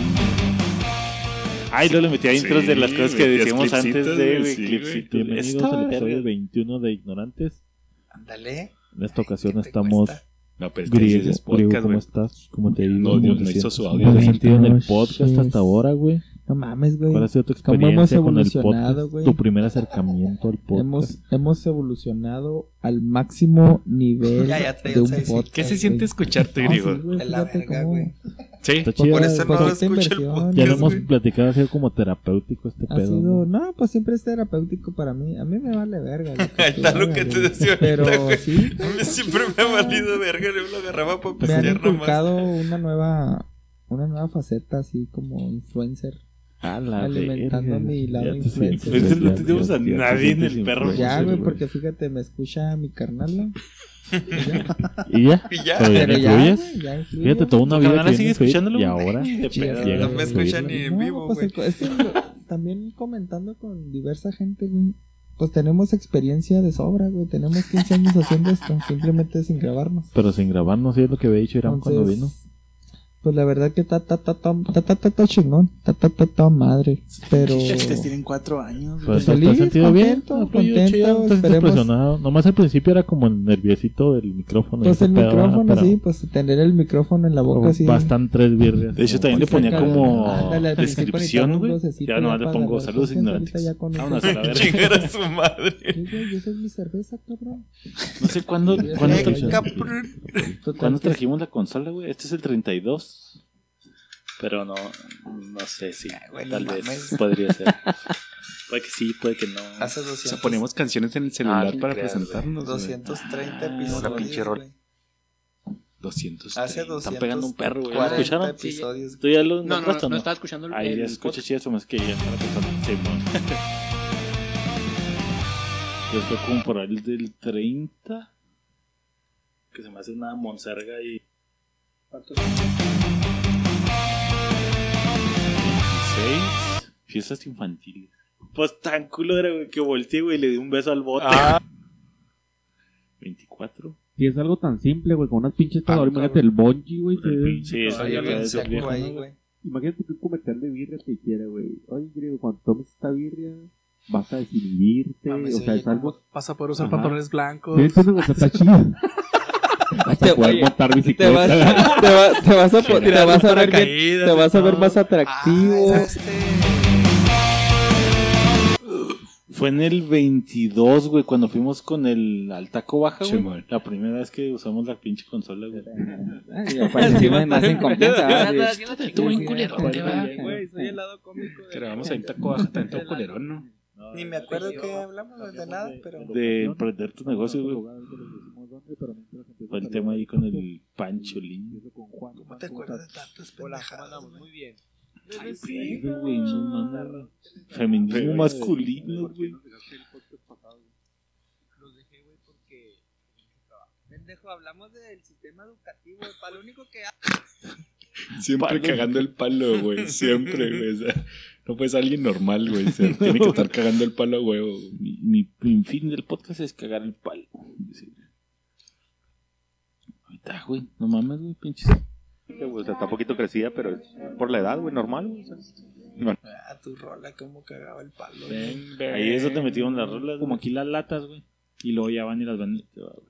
[SPEAKER 3] Ay, luego le metía intros de las cosas que
[SPEAKER 1] güey,
[SPEAKER 3] decíamos
[SPEAKER 1] clipsitos,
[SPEAKER 3] antes de
[SPEAKER 1] güey,
[SPEAKER 3] güey,
[SPEAKER 1] sí, güey.
[SPEAKER 3] clipsitos.
[SPEAKER 8] Bienvenidos
[SPEAKER 3] Esta
[SPEAKER 8] al episodio
[SPEAKER 3] verga.
[SPEAKER 8] 21 de Ignorantes.
[SPEAKER 4] Ándale.
[SPEAKER 8] En esta ocasión
[SPEAKER 4] ¿qué te
[SPEAKER 8] estamos
[SPEAKER 4] cuesta?
[SPEAKER 1] No, pero es que
[SPEAKER 8] griego.
[SPEAKER 1] ese es
[SPEAKER 8] Griego,
[SPEAKER 1] podcast,
[SPEAKER 8] ¿cómo
[SPEAKER 1] güey.
[SPEAKER 8] estás? ¿Cómo te ha ido?
[SPEAKER 1] No,
[SPEAKER 8] ¿Cómo
[SPEAKER 1] Dios,
[SPEAKER 8] te
[SPEAKER 1] no hizo
[SPEAKER 8] sientes?
[SPEAKER 1] su
[SPEAKER 8] ¿Cómo
[SPEAKER 1] audio,
[SPEAKER 8] te has
[SPEAKER 1] güey.
[SPEAKER 8] sentido en el
[SPEAKER 10] Noches.
[SPEAKER 8] podcast hasta ahora, güey?
[SPEAKER 10] No mames, güey.
[SPEAKER 8] ¿Cuál ha sido tu
[SPEAKER 10] ¿Cómo hemos
[SPEAKER 8] experiencia con el
[SPEAKER 10] evolucionado,
[SPEAKER 8] podcast?
[SPEAKER 10] güey?
[SPEAKER 8] Tu primer acercamiento al podcast.
[SPEAKER 10] Hemos, hemos evolucionado al máximo nivel
[SPEAKER 4] Ya, ya traía
[SPEAKER 10] de
[SPEAKER 4] el
[SPEAKER 10] un
[SPEAKER 4] seis.
[SPEAKER 10] podcast.
[SPEAKER 1] ¿Qué se siente escucharte,
[SPEAKER 10] güey. No, sí,
[SPEAKER 1] griego?
[SPEAKER 10] güey,
[SPEAKER 4] De la
[SPEAKER 10] fíjate
[SPEAKER 4] verga,
[SPEAKER 10] cómo-
[SPEAKER 4] güey.
[SPEAKER 1] Sí.
[SPEAKER 8] Está
[SPEAKER 4] Por
[SPEAKER 8] chido,
[SPEAKER 4] eso no
[SPEAKER 8] pues,
[SPEAKER 4] lo
[SPEAKER 10] Por
[SPEAKER 4] escucha
[SPEAKER 10] esta
[SPEAKER 4] el
[SPEAKER 10] inversión,
[SPEAKER 4] podcast.
[SPEAKER 8] Ya lo
[SPEAKER 10] Dios,
[SPEAKER 8] hemos
[SPEAKER 4] güey.
[SPEAKER 8] platicado, ha sido como terapéutico este
[SPEAKER 10] Ha
[SPEAKER 8] pedo.
[SPEAKER 10] sido,
[SPEAKER 8] ¿no?
[SPEAKER 10] no, pues siempre es terapéutico para mí. A mí me vale verga. lo que
[SPEAKER 4] Ahí está
[SPEAKER 10] tú
[SPEAKER 4] lo
[SPEAKER 10] hagas,
[SPEAKER 4] que te
[SPEAKER 10] güey.
[SPEAKER 4] decía ahorita,
[SPEAKER 10] Pero
[SPEAKER 4] güey.
[SPEAKER 10] sí,
[SPEAKER 4] A mí siempre me ha valido verga, yo lo agarraba para
[SPEAKER 10] me han
[SPEAKER 4] pistear nomás.
[SPEAKER 10] inculcado una nueva una nueva faceta así como influencer.
[SPEAKER 8] A la
[SPEAKER 10] alimentando
[SPEAKER 8] verga.
[SPEAKER 10] mi lado
[SPEAKER 8] Ya te
[SPEAKER 10] influencer.
[SPEAKER 8] sientes- Ese no te tenemos a nadie en el perro.
[SPEAKER 10] Ya, güey,
[SPEAKER 8] güey.
[SPEAKER 10] porque fíjate, me escucha mi carnala.
[SPEAKER 8] ¿Y ya?
[SPEAKER 10] Y ya.
[SPEAKER 8] Pero ya
[SPEAKER 10] Pero
[SPEAKER 8] no
[SPEAKER 10] ya,
[SPEAKER 8] influyes.
[SPEAKER 10] güey, ya influyo.
[SPEAKER 8] Fíjate, toda una
[SPEAKER 10] Tu
[SPEAKER 8] vida
[SPEAKER 10] carnal
[SPEAKER 8] que
[SPEAKER 10] sigue
[SPEAKER 8] viene a influir,
[SPEAKER 10] escuchándolo,
[SPEAKER 8] Y
[SPEAKER 10] güey.
[SPEAKER 8] ahora...
[SPEAKER 10] Ni de
[SPEAKER 8] llegas
[SPEAKER 10] pedo.
[SPEAKER 8] a
[SPEAKER 10] No me
[SPEAKER 8] influir.
[SPEAKER 10] escucha ni en No, vivo, pues, güey. es que también comentando con diversa gente, güey. Pues tenemos experiencia de sobra, güey. Tenemos 15 años haciendo esto, simplemente sin grabarnos.
[SPEAKER 8] Pero sin grabar, no sé es lo que había dicho Irán cuando
[SPEAKER 10] Entonces,
[SPEAKER 8] vino.
[SPEAKER 10] Pues la verdad que ta ta ta ta ta ta ta, ta, chingón, ta ta ta ta madre, pero
[SPEAKER 13] Ustedes tienen cuatro años.
[SPEAKER 8] Pues, ¿te has
[SPEAKER 10] Feliz,
[SPEAKER 8] sentido bien?
[SPEAKER 10] contento,
[SPEAKER 8] ¿Has fluido
[SPEAKER 10] contento,
[SPEAKER 8] chido? ¿No pues te sientes
[SPEAKER 10] esperemos-
[SPEAKER 8] presionado? Nomás al principio era como el nerviosito del micrófono. y
[SPEAKER 10] pues
[SPEAKER 8] ese
[SPEAKER 10] el
[SPEAKER 8] pedo, ¿verdad?
[SPEAKER 10] micrófono
[SPEAKER 8] Pero
[SPEAKER 10] sí, pues tener el micrófono en la boca
[SPEAKER 8] como
[SPEAKER 10] así.
[SPEAKER 8] Bastan tres birrias.
[SPEAKER 3] De hecho, también le ponía
[SPEAKER 10] Ándale,
[SPEAKER 3] como
[SPEAKER 10] ándale, al principio
[SPEAKER 3] descripción,
[SPEAKER 10] necesitamos
[SPEAKER 3] güey.
[SPEAKER 10] un vocecito
[SPEAKER 3] Ya nomás
[SPEAKER 10] ya
[SPEAKER 3] le
[SPEAKER 10] para
[SPEAKER 3] pongo
[SPEAKER 10] dar
[SPEAKER 3] saludos
[SPEAKER 10] confianza, ahorita
[SPEAKER 3] ignorantes.
[SPEAKER 10] ya con eso.
[SPEAKER 3] Vámonos a la verga.
[SPEAKER 4] Chingar a su
[SPEAKER 10] Sí,
[SPEAKER 4] madre.
[SPEAKER 10] güey, esa es mi cerveza, cabrón.
[SPEAKER 3] No sé cuándo,
[SPEAKER 10] Sí,
[SPEAKER 3] cuándo,
[SPEAKER 10] eh,
[SPEAKER 3] tra-
[SPEAKER 4] cabrón.
[SPEAKER 10] Total,
[SPEAKER 3] cuándo
[SPEAKER 10] pues,
[SPEAKER 3] trajimos la consola, güey. Este es el 32. Pero no, no sé si
[SPEAKER 4] güey,
[SPEAKER 3] tal
[SPEAKER 4] no
[SPEAKER 3] vez
[SPEAKER 4] mames.
[SPEAKER 3] podría ser. puede que sí, puede que no.
[SPEAKER 4] Hace
[SPEAKER 5] O sea,
[SPEAKER 4] 200,
[SPEAKER 5] ponemos canciones en el celular
[SPEAKER 3] Ah,
[SPEAKER 5] para
[SPEAKER 3] creas,
[SPEAKER 5] presentarnos. güey.
[SPEAKER 4] 230
[SPEAKER 5] una pinche
[SPEAKER 4] episodios.
[SPEAKER 5] rola.
[SPEAKER 4] güey.
[SPEAKER 5] 200.
[SPEAKER 4] Hace
[SPEAKER 3] Están pegando un perro, güey. ¿Lo
[SPEAKER 4] 40
[SPEAKER 3] escucharon?
[SPEAKER 4] episodios.
[SPEAKER 3] ¿Tú ya lo
[SPEAKER 7] No, no,
[SPEAKER 3] nombraste
[SPEAKER 7] no,
[SPEAKER 3] o
[SPEAKER 7] no estaba escuchando el,
[SPEAKER 3] Ahí
[SPEAKER 7] el
[SPEAKER 3] ya escucha chido, más que ya no la persona. Sí, bueno. Yo estoy como por el del 30. Que se me hace una monserga y. ¿Cuántos? 16. Fiestas infantiles. Pues tan culo era, güey, que volteé, güey, y le di un beso al bote. 24.
[SPEAKER 7] Y es algo tan simple, güey, con unas pinches
[SPEAKER 4] Ah,
[SPEAKER 7] tador, imagínate el bonji, güey.
[SPEAKER 3] Con el
[SPEAKER 7] que-
[SPEAKER 3] pinche- eso
[SPEAKER 4] Ay,
[SPEAKER 3] ya
[SPEAKER 4] bien
[SPEAKER 3] es
[SPEAKER 4] seco
[SPEAKER 3] viejo,
[SPEAKER 4] ahí,
[SPEAKER 3] ¿no?
[SPEAKER 4] güey.
[SPEAKER 7] Imagínate que un comercial de birria te dijera, güey. Oye, griego, cuando tomes esta birria, vas a desinhibirte.
[SPEAKER 4] Mames,
[SPEAKER 7] o sea,
[SPEAKER 4] oye,
[SPEAKER 7] es algo.
[SPEAKER 2] Vas a poder usar
[SPEAKER 7] Ajá.
[SPEAKER 2] pantalones blancos.
[SPEAKER 7] Sí, entiendo, güey, está chido. Vas a poder
[SPEAKER 10] oye,
[SPEAKER 7] montar
[SPEAKER 10] te vas,
[SPEAKER 7] bicicleta.
[SPEAKER 10] te va- te vas a po- te vas a ver bien-
[SPEAKER 2] Caídas,
[SPEAKER 10] te vas a ver
[SPEAKER 2] ¿no?
[SPEAKER 10] más atractivo.
[SPEAKER 4] Ah, es este.
[SPEAKER 3] Fue en el 22, güey, cuando fuimos con el al taco baja,
[SPEAKER 5] Sí,
[SPEAKER 3] güey.
[SPEAKER 5] man.
[SPEAKER 3] la primera vez que usamos la pinche consola, güey.
[SPEAKER 2] Ay, para encima de más en confianza, ¿verdad?
[SPEAKER 5] Tú un culero, ¿qué va?
[SPEAKER 2] Güey, soy el lado cómico. de-
[SPEAKER 5] Grabamos ahí taco baja, tanto culerón, ¿no?
[SPEAKER 3] No,
[SPEAKER 4] Ni
[SPEAKER 3] de-
[SPEAKER 4] me acuerdo que hablamos de nada, pero.
[SPEAKER 3] De emprender tu negocio, güey. Fue el tema ahí con el pancholín.
[SPEAKER 4] ¿Cómo te acuerdas de tantas pendejadas? güey?
[SPEAKER 3] Ay, güey, no mames, güey. Feminismo masculino, güey.
[SPEAKER 2] Pendejo, hablamos del sistema educativo, para lo único que
[SPEAKER 5] Siempre
[SPEAKER 3] Palo.
[SPEAKER 5] cagando el palo, güey. Siempre, güey. O sea, no puedes alguien normal, güey. o sea, tiene que estar cagando el palo, güey.
[SPEAKER 3] Mi, mi- mi fin del podcast es cagar el palo. dice. Ahí está, güey. No mames, güey, pinches.
[SPEAKER 14] Pues, O sea, está un poquito crecida, pero es por la edad, güey, normal. güey, o sea.
[SPEAKER 4] Ah, tu rola, cómo cagaba el palo. güey.
[SPEAKER 3] Ahí es donde metieron las rolas, como aquí las latas, güey. Y luego ya van y las van. Para-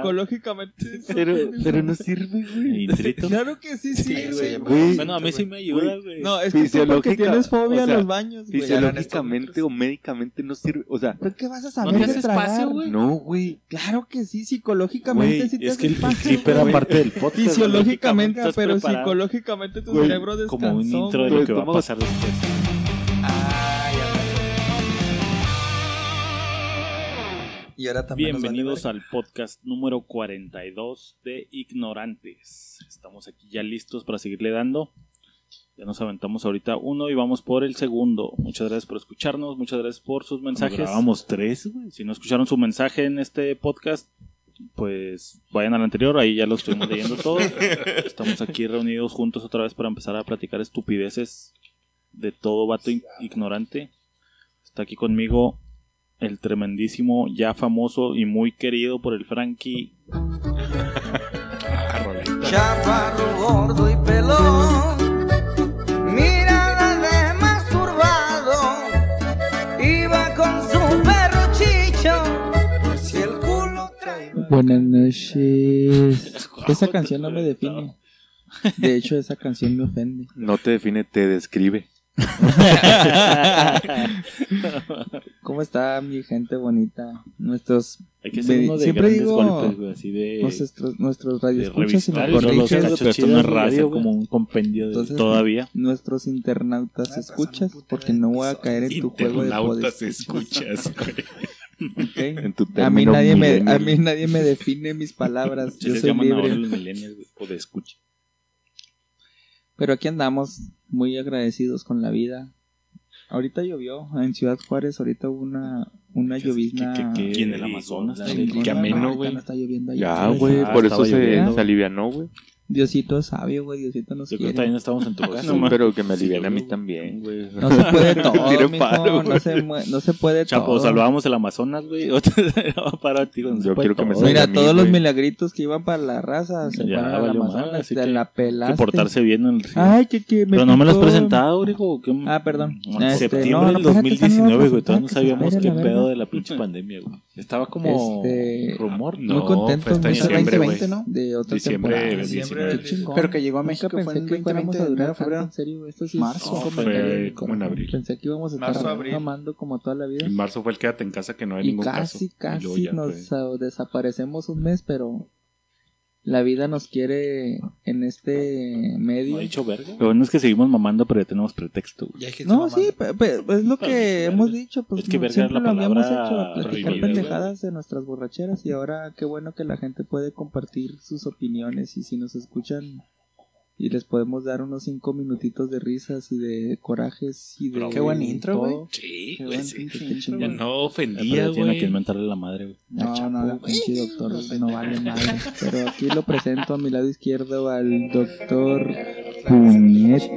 [SPEAKER 2] Psicológicamente.
[SPEAKER 3] Pero- pero
[SPEAKER 2] no sirve,
[SPEAKER 3] Y trito.
[SPEAKER 2] Claro que sí sirve.
[SPEAKER 4] güey,
[SPEAKER 3] Bueno, a mí sí me ayuda, güey.
[SPEAKER 2] no, es que tú porque
[SPEAKER 14] Fisiológica,
[SPEAKER 2] tienes fobia
[SPEAKER 14] o sea,
[SPEAKER 2] a los baños, güey.
[SPEAKER 14] Fisiológicamente o médicamente no sirve. O sea,
[SPEAKER 2] ¿Pero qué vas a
[SPEAKER 3] este ¿No
[SPEAKER 2] saber
[SPEAKER 3] tienes
[SPEAKER 2] de tragar?
[SPEAKER 3] espacio, güey?
[SPEAKER 14] no, güey.
[SPEAKER 2] Claro que sí, psicológicamente
[SPEAKER 14] Güey,
[SPEAKER 2] sí te
[SPEAKER 3] es
[SPEAKER 2] hace
[SPEAKER 3] que el, el
[SPEAKER 2] espacio,
[SPEAKER 3] clip era
[SPEAKER 2] güey.
[SPEAKER 3] parte del podcast. güey.
[SPEAKER 2] Fisiológicamente,
[SPEAKER 3] Estás
[SPEAKER 2] pero
[SPEAKER 3] preparado
[SPEAKER 2] psicológicamente tu
[SPEAKER 14] Güey,
[SPEAKER 2] cerebro descansó.
[SPEAKER 3] Como un intro
[SPEAKER 2] güey.
[SPEAKER 3] de
[SPEAKER 14] Pero
[SPEAKER 3] lo que va a
[SPEAKER 14] estamos-
[SPEAKER 3] pasar después.
[SPEAKER 4] Ah, ya me acuerdo. Y ahora también. nos vale
[SPEAKER 3] Bienvenidos
[SPEAKER 4] verga.
[SPEAKER 3] al podcast número 42 de Ignorantes. Estamos aquí ya listos para seguirle dando. Ya nos aventamos ahorita uno y vamos por el segundo. Muchas gracias por escucharnos, muchas gracias por sus mensajes. Grabamos tres, güey. Si no escucharon su mensaje en este podcast, pues vayan al anterior, ahí ya lo estuvimos leyendo todo. Estamos aquí reunidos juntos otra vez para empezar a platicar estupideces de todo vato in- ignorante. Está aquí conmigo el tremendísimo, ya famoso y muy querido por el Frankie.
[SPEAKER 15] Chaparro gordo y pelón, mirada de masturbado, iba con su perro chicho, si el culo trae...
[SPEAKER 10] Buenas noches.
[SPEAKER 3] Ah,
[SPEAKER 10] Esa canción no me define. De hecho, esa canción me ofende.
[SPEAKER 14] No te define, te describe.
[SPEAKER 10] ¿Cómo está mi gente bonita? Nuestros
[SPEAKER 3] Hay que hacer
[SPEAKER 10] Me-
[SPEAKER 3] uno de
[SPEAKER 10] siempre
[SPEAKER 3] grandes
[SPEAKER 10] digo-
[SPEAKER 3] golpes, güey, así de,
[SPEAKER 10] nuestros nuestros
[SPEAKER 3] Eh, de
[SPEAKER 10] radioescuchas si
[SPEAKER 3] revisar
[SPEAKER 10] me
[SPEAKER 3] todos los
[SPEAKER 10] corriges,
[SPEAKER 3] cachos
[SPEAKER 10] nuestros-
[SPEAKER 3] chidos, güey, hacer
[SPEAKER 10] radio, güey.
[SPEAKER 3] como un compendio de
[SPEAKER 10] Entonces-
[SPEAKER 3] todavía.
[SPEAKER 10] nuestros internautas escuchas porque no voy a caer en tu juego de
[SPEAKER 5] Internautas
[SPEAKER 10] poder.
[SPEAKER 5] escuchas, güey.
[SPEAKER 10] ¿ok?
[SPEAKER 14] En tu
[SPEAKER 10] A mí
[SPEAKER 14] término
[SPEAKER 10] nadie me a
[SPEAKER 14] millennial.
[SPEAKER 10] mí nadie me define mis palabras,
[SPEAKER 3] Se
[SPEAKER 10] yo
[SPEAKER 3] les
[SPEAKER 10] soy
[SPEAKER 3] llaman ahora
[SPEAKER 10] libre.
[SPEAKER 3] los millennials, güey, o de escucha.
[SPEAKER 10] Pero aquí andamos muy agradecidos con la vida. Ahorita llovió en Ciudad Juárez, ahorita hubo una, una llovizna.
[SPEAKER 3] Y en el Amazonas.
[SPEAKER 10] chingona,
[SPEAKER 3] también.
[SPEAKER 10] ahorita no está lloviendo allá.
[SPEAKER 5] Ah,
[SPEAKER 8] Ya,
[SPEAKER 10] Sí,
[SPEAKER 8] güey,
[SPEAKER 3] Ah,
[SPEAKER 10] estaba-
[SPEAKER 8] por
[SPEAKER 10] estaba
[SPEAKER 8] eso se,
[SPEAKER 10] lloviendo.
[SPEAKER 8] se alivianó, güey.
[SPEAKER 10] Diosito es sabio, güey, Diosito nos
[SPEAKER 3] Yo creo
[SPEAKER 10] quiere.
[SPEAKER 3] que también estamos en tu casa.
[SPEAKER 8] Sí, pero que me alivian a mí también, güey.
[SPEAKER 10] No se puede todo,
[SPEAKER 8] Tiro
[SPEAKER 10] mijo,
[SPEAKER 8] palo,
[SPEAKER 10] no, se mue- no se puede
[SPEAKER 3] Chapo,
[SPEAKER 10] todo.
[SPEAKER 3] salvamos el Amazonas, güey. Otra para ti.
[SPEAKER 8] Yo quiero que me salga
[SPEAKER 10] Mira,
[SPEAKER 8] a mí,
[SPEAKER 10] todos los
[SPEAKER 8] güey.
[SPEAKER 10] milagritos que iban para la raza se
[SPEAKER 3] Ya,
[SPEAKER 10] van a la
[SPEAKER 3] valió
[SPEAKER 10] Amazonas,
[SPEAKER 3] madre, así
[SPEAKER 10] te
[SPEAKER 3] que-
[SPEAKER 10] la
[SPEAKER 3] Que
[SPEAKER 10] pelaste.
[SPEAKER 3] portarse bien en el río.
[SPEAKER 10] Ay, que, que
[SPEAKER 3] Pero no me lo has
[SPEAKER 10] picó.
[SPEAKER 3] presentado, Grigo. ¿qué?
[SPEAKER 10] Ah, perdón.
[SPEAKER 3] En
[SPEAKER 10] Este,
[SPEAKER 3] septiembre
[SPEAKER 10] no, no,
[SPEAKER 3] del
[SPEAKER 10] espérate, están en
[SPEAKER 3] 2019,
[SPEAKER 10] otro
[SPEAKER 3] güey. Todavía no
[SPEAKER 10] ataque,
[SPEAKER 3] sabíamos
[SPEAKER 10] espera,
[SPEAKER 3] qué
[SPEAKER 10] la verga.
[SPEAKER 3] pedo de la pinche pandemia, güey. Estaba como
[SPEAKER 10] Este,
[SPEAKER 3] rumor,
[SPEAKER 10] muy contento,
[SPEAKER 2] fue hasta
[SPEAKER 10] muy
[SPEAKER 2] diciembre,
[SPEAKER 10] contento,
[SPEAKER 2] güey.
[SPEAKER 10] ¿no? De otra
[SPEAKER 2] Diciembre
[SPEAKER 10] temporada.
[SPEAKER 2] del Diciembre 19.
[SPEAKER 10] Qué chingón.
[SPEAKER 2] Pero que llegó a
[SPEAKER 10] Nunca
[SPEAKER 2] México fue
[SPEAKER 10] pensé
[SPEAKER 2] en
[SPEAKER 10] que
[SPEAKER 2] 2020
[SPEAKER 10] fuéramos a
[SPEAKER 2] de
[SPEAKER 10] durar
[SPEAKER 2] enero, febrero.
[SPEAKER 10] tanto, En serio, esto sí es
[SPEAKER 2] Marzo.
[SPEAKER 10] un
[SPEAKER 2] Fue
[SPEAKER 10] comentario.
[SPEAKER 5] como en abril.
[SPEAKER 10] Pensé que íbamos a estar
[SPEAKER 5] Marzo, abril.
[SPEAKER 10] mamando como toda la vida.
[SPEAKER 5] En marzo fue el quédate en casa que no hay
[SPEAKER 10] y
[SPEAKER 5] ningún
[SPEAKER 10] casi,
[SPEAKER 5] caso. Y luego
[SPEAKER 10] casi
[SPEAKER 5] ya
[SPEAKER 10] nos
[SPEAKER 5] fue.
[SPEAKER 10] ah, desaparecemos un mes, pero la vida nos quiere en este medio.
[SPEAKER 3] ¿No ha dicho verga? Lo bueno es que seguimos mamando, pero ya tenemos pretexto, güey.
[SPEAKER 10] No, sí, pe- pe- es lo que hemos dicho, pues
[SPEAKER 3] Es que
[SPEAKER 10] no,
[SPEAKER 3] verga
[SPEAKER 10] siempre
[SPEAKER 3] es la
[SPEAKER 10] lo habíamos
[SPEAKER 3] palabra
[SPEAKER 10] hecho, platicar
[SPEAKER 3] prohibida,
[SPEAKER 10] pendejadas de nuestras borracheras y ahora qué bueno que la gente puede compartir sus opiniones y si nos escuchan y les podemos dar unos cinco minutitos de risas y de corajes y de
[SPEAKER 2] Qué buen intro, güey.
[SPEAKER 10] todo.
[SPEAKER 5] Sí,
[SPEAKER 2] Qué
[SPEAKER 5] güey,
[SPEAKER 2] buen
[SPEAKER 5] sí.
[SPEAKER 2] pinche intro,
[SPEAKER 5] Ya
[SPEAKER 2] güey.
[SPEAKER 5] no ofendía,
[SPEAKER 3] Pero tiene a
[SPEAKER 5] güey.
[SPEAKER 3] quien mentarle la madre, güey.
[SPEAKER 10] No, no, no, pinche doctor, no vale madre. Pero aquí lo presento a mi lado izquierdo al doctor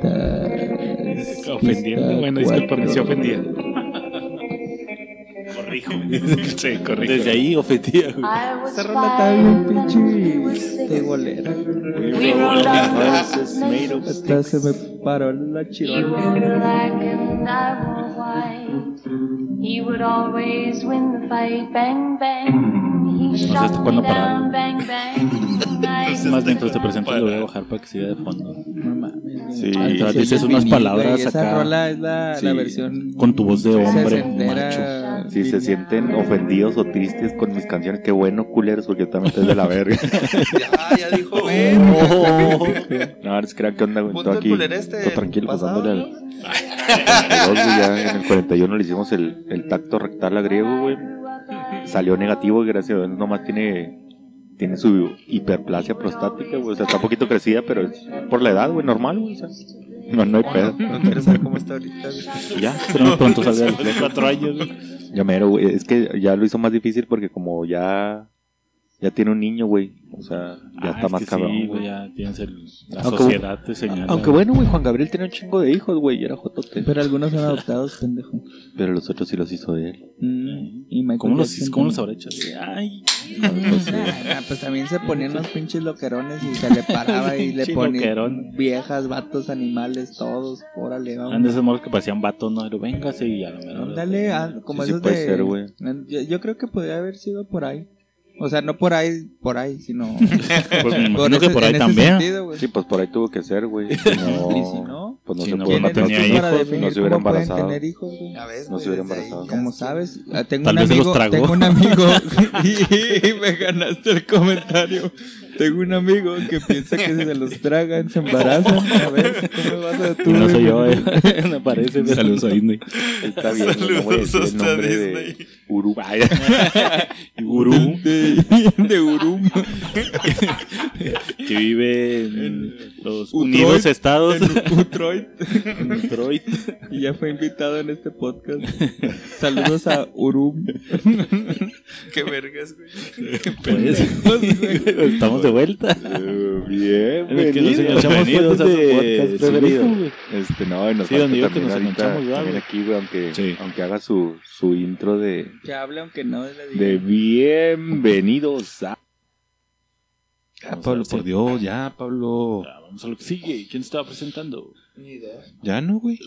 [SPEAKER 10] Puñetas.
[SPEAKER 5] Ofendiendo, bueno, disculpa, me se ofendía. Corrijo. sí, corrijo.
[SPEAKER 3] Desde ahí ofendía, güey.
[SPEAKER 10] Esa rola está bien pinche de golera. Hasta se me paró la chirola.
[SPEAKER 7] black and I wore white. He would always win the fight. Bang, bang. He shot
[SPEAKER 3] esto
[SPEAKER 7] me
[SPEAKER 3] cuando paraba.
[SPEAKER 7] down. Bang, bang. I
[SPEAKER 3] Es más, dentro este te presento lo voy a bajar para que siga de fondo. Sí,
[SPEAKER 10] Ah,
[SPEAKER 3] o sea,
[SPEAKER 10] sí,
[SPEAKER 3] dices
[SPEAKER 10] sí,
[SPEAKER 3] unas
[SPEAKER 10] sí,
[SPEAKER 3] palabras
[SPEAKER 10] güey, esa
[SPEAKER 3] acá.
[SPEAKER 10] rola es la- la versión
[SPEAKER 3] Con tu voz de hombre,
[SPEAKER 10] sesentera.
[SPEAKER 3] macho.
[SPEAKER 8] Si se sienten ofendidos o tristes con mis canciones, qué bueno, culeros, porque yo también estoy de la verga.
[SPEAKER 4] ya dijo,
[SPEAKER 8] No, ahora se crean que onda, güey.
[SPEAKER 4] Punto
[SPEAKER 8] Todo
[SPEAKER 4] el
[SPEAKER 8] aquí,
[SPEAKER 4] culero este,
[SPEAKER 8] todo tranquilo,
[SPEAKER 4] pasado,
[SPEAKER 8] pasándole al... al 42, güey, ya en el 41 le hicimos el, el tacto rectal a griego, güey. Salió negativo, y gracias a Dios, nomás tiene... Tiene su hiperplasia prostática, güey. O sea, está un poquito crecida, pero es por la edad, güey, normal, güey. o sea, no, no hay pedo.
[SPEAKER 4] No quiero saber cómo está ahorita.
[SPEAKER 8] Ya, pero pronto salga del
[SPEAKER 3] Los
[SPEAKER 8] closet.
[SPEAKER 3] cuatro años.
[SPEAKER 8] Ya mero, güey. Es que ya lo hizo más difícil porque como ya... Ya tiene un niño, güey. O sea,
[SPEAKER 3] Ah,
[SPEAKER 8] ya está
[SPEAKER 3] es
[SPEAKER 8] más
[SPEAKER 3] que
[SPEAKER 8] cabrón.
[SPEAKER 3] Sí,
[SPEAKER 8] güey.
[SPEAKER 3] güey, ya tienes el, la
[SPEAKER 8] Aunque-
[SPEAKER 3] sociedad te señala.
[SPEAKER 8] Aunque bueno, güey, Juan Gabriel tenía un chingo de hijos, güey, y era jotote.
[SPEAKER 10] Pero algunos son adoptados, pendejo.
[SPEAKER 8] Pero los otros sí los hizo él.
[SPEAKER 10] Mm, y Michael
[SPEAKER 3] ¿Cómo los,
[SPEAKER 10] Jackson
[SPEAKER 3] ¿cómo los habrá
[SPEAKER 10] también.
[SPEAKER 3] hecho? Ay,
[SPEAKER 10] Ah, pues también se ponían los pinches loquerones y se le paraba Ah, y le
[SPEAKER 3] Pinche
[SPEAKER 10] ponían
[SPEAKER 3] loquerón.
[SPEAKER 10] viejas, vatos, animales, todos. Órale,
[SPEAKER 3] eran de
[SPEAKER 10] vamos.
[SPEAKER 3] esos morros que parecían vatos, ¿no? Pero véngase y a lo mejor.
[SPEAKER 10] Ándale, ah, como
[SPEAKER 8] Sí, sí
[SPEAKER 10] esos
[SPEAKER 8] puede
[SPEAKER 10] de.
[SPEAKER 8] ser, güey.
[SPEAKER 10] yo, yo creo que podría haber sido por ahí. O sea, no por ahí, por ahí, sino.
[SPEAKER 3] Pues me
[SPEAKER 10] Por
[SPEAKER 3] imagino que
[SPEAKER 10] ese-
[SPEAKER 3] por ahí
[SPEAKER 10] en ese
[SPEAKER 3] también.
[SPEAKER 10] sentido, güey.
[SPEAKER 8] Sí, pues por ahí tuvo que ser, güey. Si
[SPEAKER 10] ¿Y si no?
[SPEAKER 8] Pues no
[SPEAKER 3] Si
[SPEAKER 8] se
[SPEAKER 3] no,
[SPEAKER 8] pudo,
[SPEAKER 3] pues no
[SPEAKER 8] no,
[SPEAKER 3] tenía
[SPEAKER 8] se-
[SPEAKER 3] hijos,
[SPEAKER 8] no
[SPEAKER 10] definir
[SPEAKER 8] se hubiera
[SPEAKER 10] cómo pueden
[SPEAKER 8] embarazado.
[SPEAKER 10] tener hijos, güey.
[SPEAKER 4] Ya ves,
[SPEAKER 8] No
[SPEAKER 4] güey,
[SPEAKER 8] se hubiera
[SPEAKER 4] desde ahí
[SPEAKER 8] embarazado.
[SPEAKER 4] ya
[SPEAKER 10] Como
[SPEAKER 4] está.
[SPEAKER 10] sabes, ah, tengo
[SPEAKER 3] Tal
[SPEAKER 10] un
[SPEAKER 3] vez se los
[SPEAKER 10] amigo,
[SPEAKER 3] tragó.
[SPEAKER 10] tengo un amigo y me ganaste el comentario. Tengo un amigo que piensa que si se los tragan se embarazan. A ver, ¿cómo me vas a tú?
[SPEAKER 3] No soy yo,
[SPEAKER 10] güey?
[SPEAKER 3] eh. Me parece. pero-
[SPEAKER 5] Saludos a Disney.
[SPEAKER 8] Está bien, güey, no voy a decir el nombre de Uruguay.
[SPEAKER 3] Gurú,
[SPEAKER 10] De, de Urum.
[SPEAKER 3] que vive en los Unidos Estados.
[SPEAKER 10] en Utroit.
[SPEAKER 3] Detroit.
[SPEAKER 10] Y ya fue invitado en este podcast. Saludos a Urum.
[SPEAKER 4] Qué vergas, güey.
[SPEAKER 3] Pues, estamos de vuelta.
[SPEAKER 8] Bien,
[SPEAKER 3] Es que nos enganchamos
[SPEAKER 8] bienvenidos
[SPEAKER 3] fue donde-
[SPEAKER 8] a su podcast preferido.
[SPEAKER 3] sí, güey.
[SPEAKER 8] Este, no, y nos
[SPEAKER 3] Sí,
[SPEAKER 8] falta
[SPEAKER 3] donde yo que
[SPEAKER 8] también
[SPEAKER 3] nos
[SPEAKER 8] ahorita,
[SPEAKER 3] enganchamos, ¿verdad,
[SPEAKER 8] también
[SPEAKER 3] güey?
[SPEAKER 8] aquí, güey, aunque,
[SPEAKER 5] Sí.
[SPEAKER 8] aunque haga su, su intro de,
[SPEAKER 10] Que hable aunque no le
[SPEAKER 8] de
[SPEAKER 10] diga.
[SPEAKER 8] bienvenidos a...
[SPEAKER 5] Ya, Pablo, por Dios, ya, Pablo.
[SPEAKER 3] Ah, Vamos a lo que sigue. ¿Quién estaba presentando?
[SPEAKER 4] Ni idea.
[SPEAKER 5] Ya no, güey.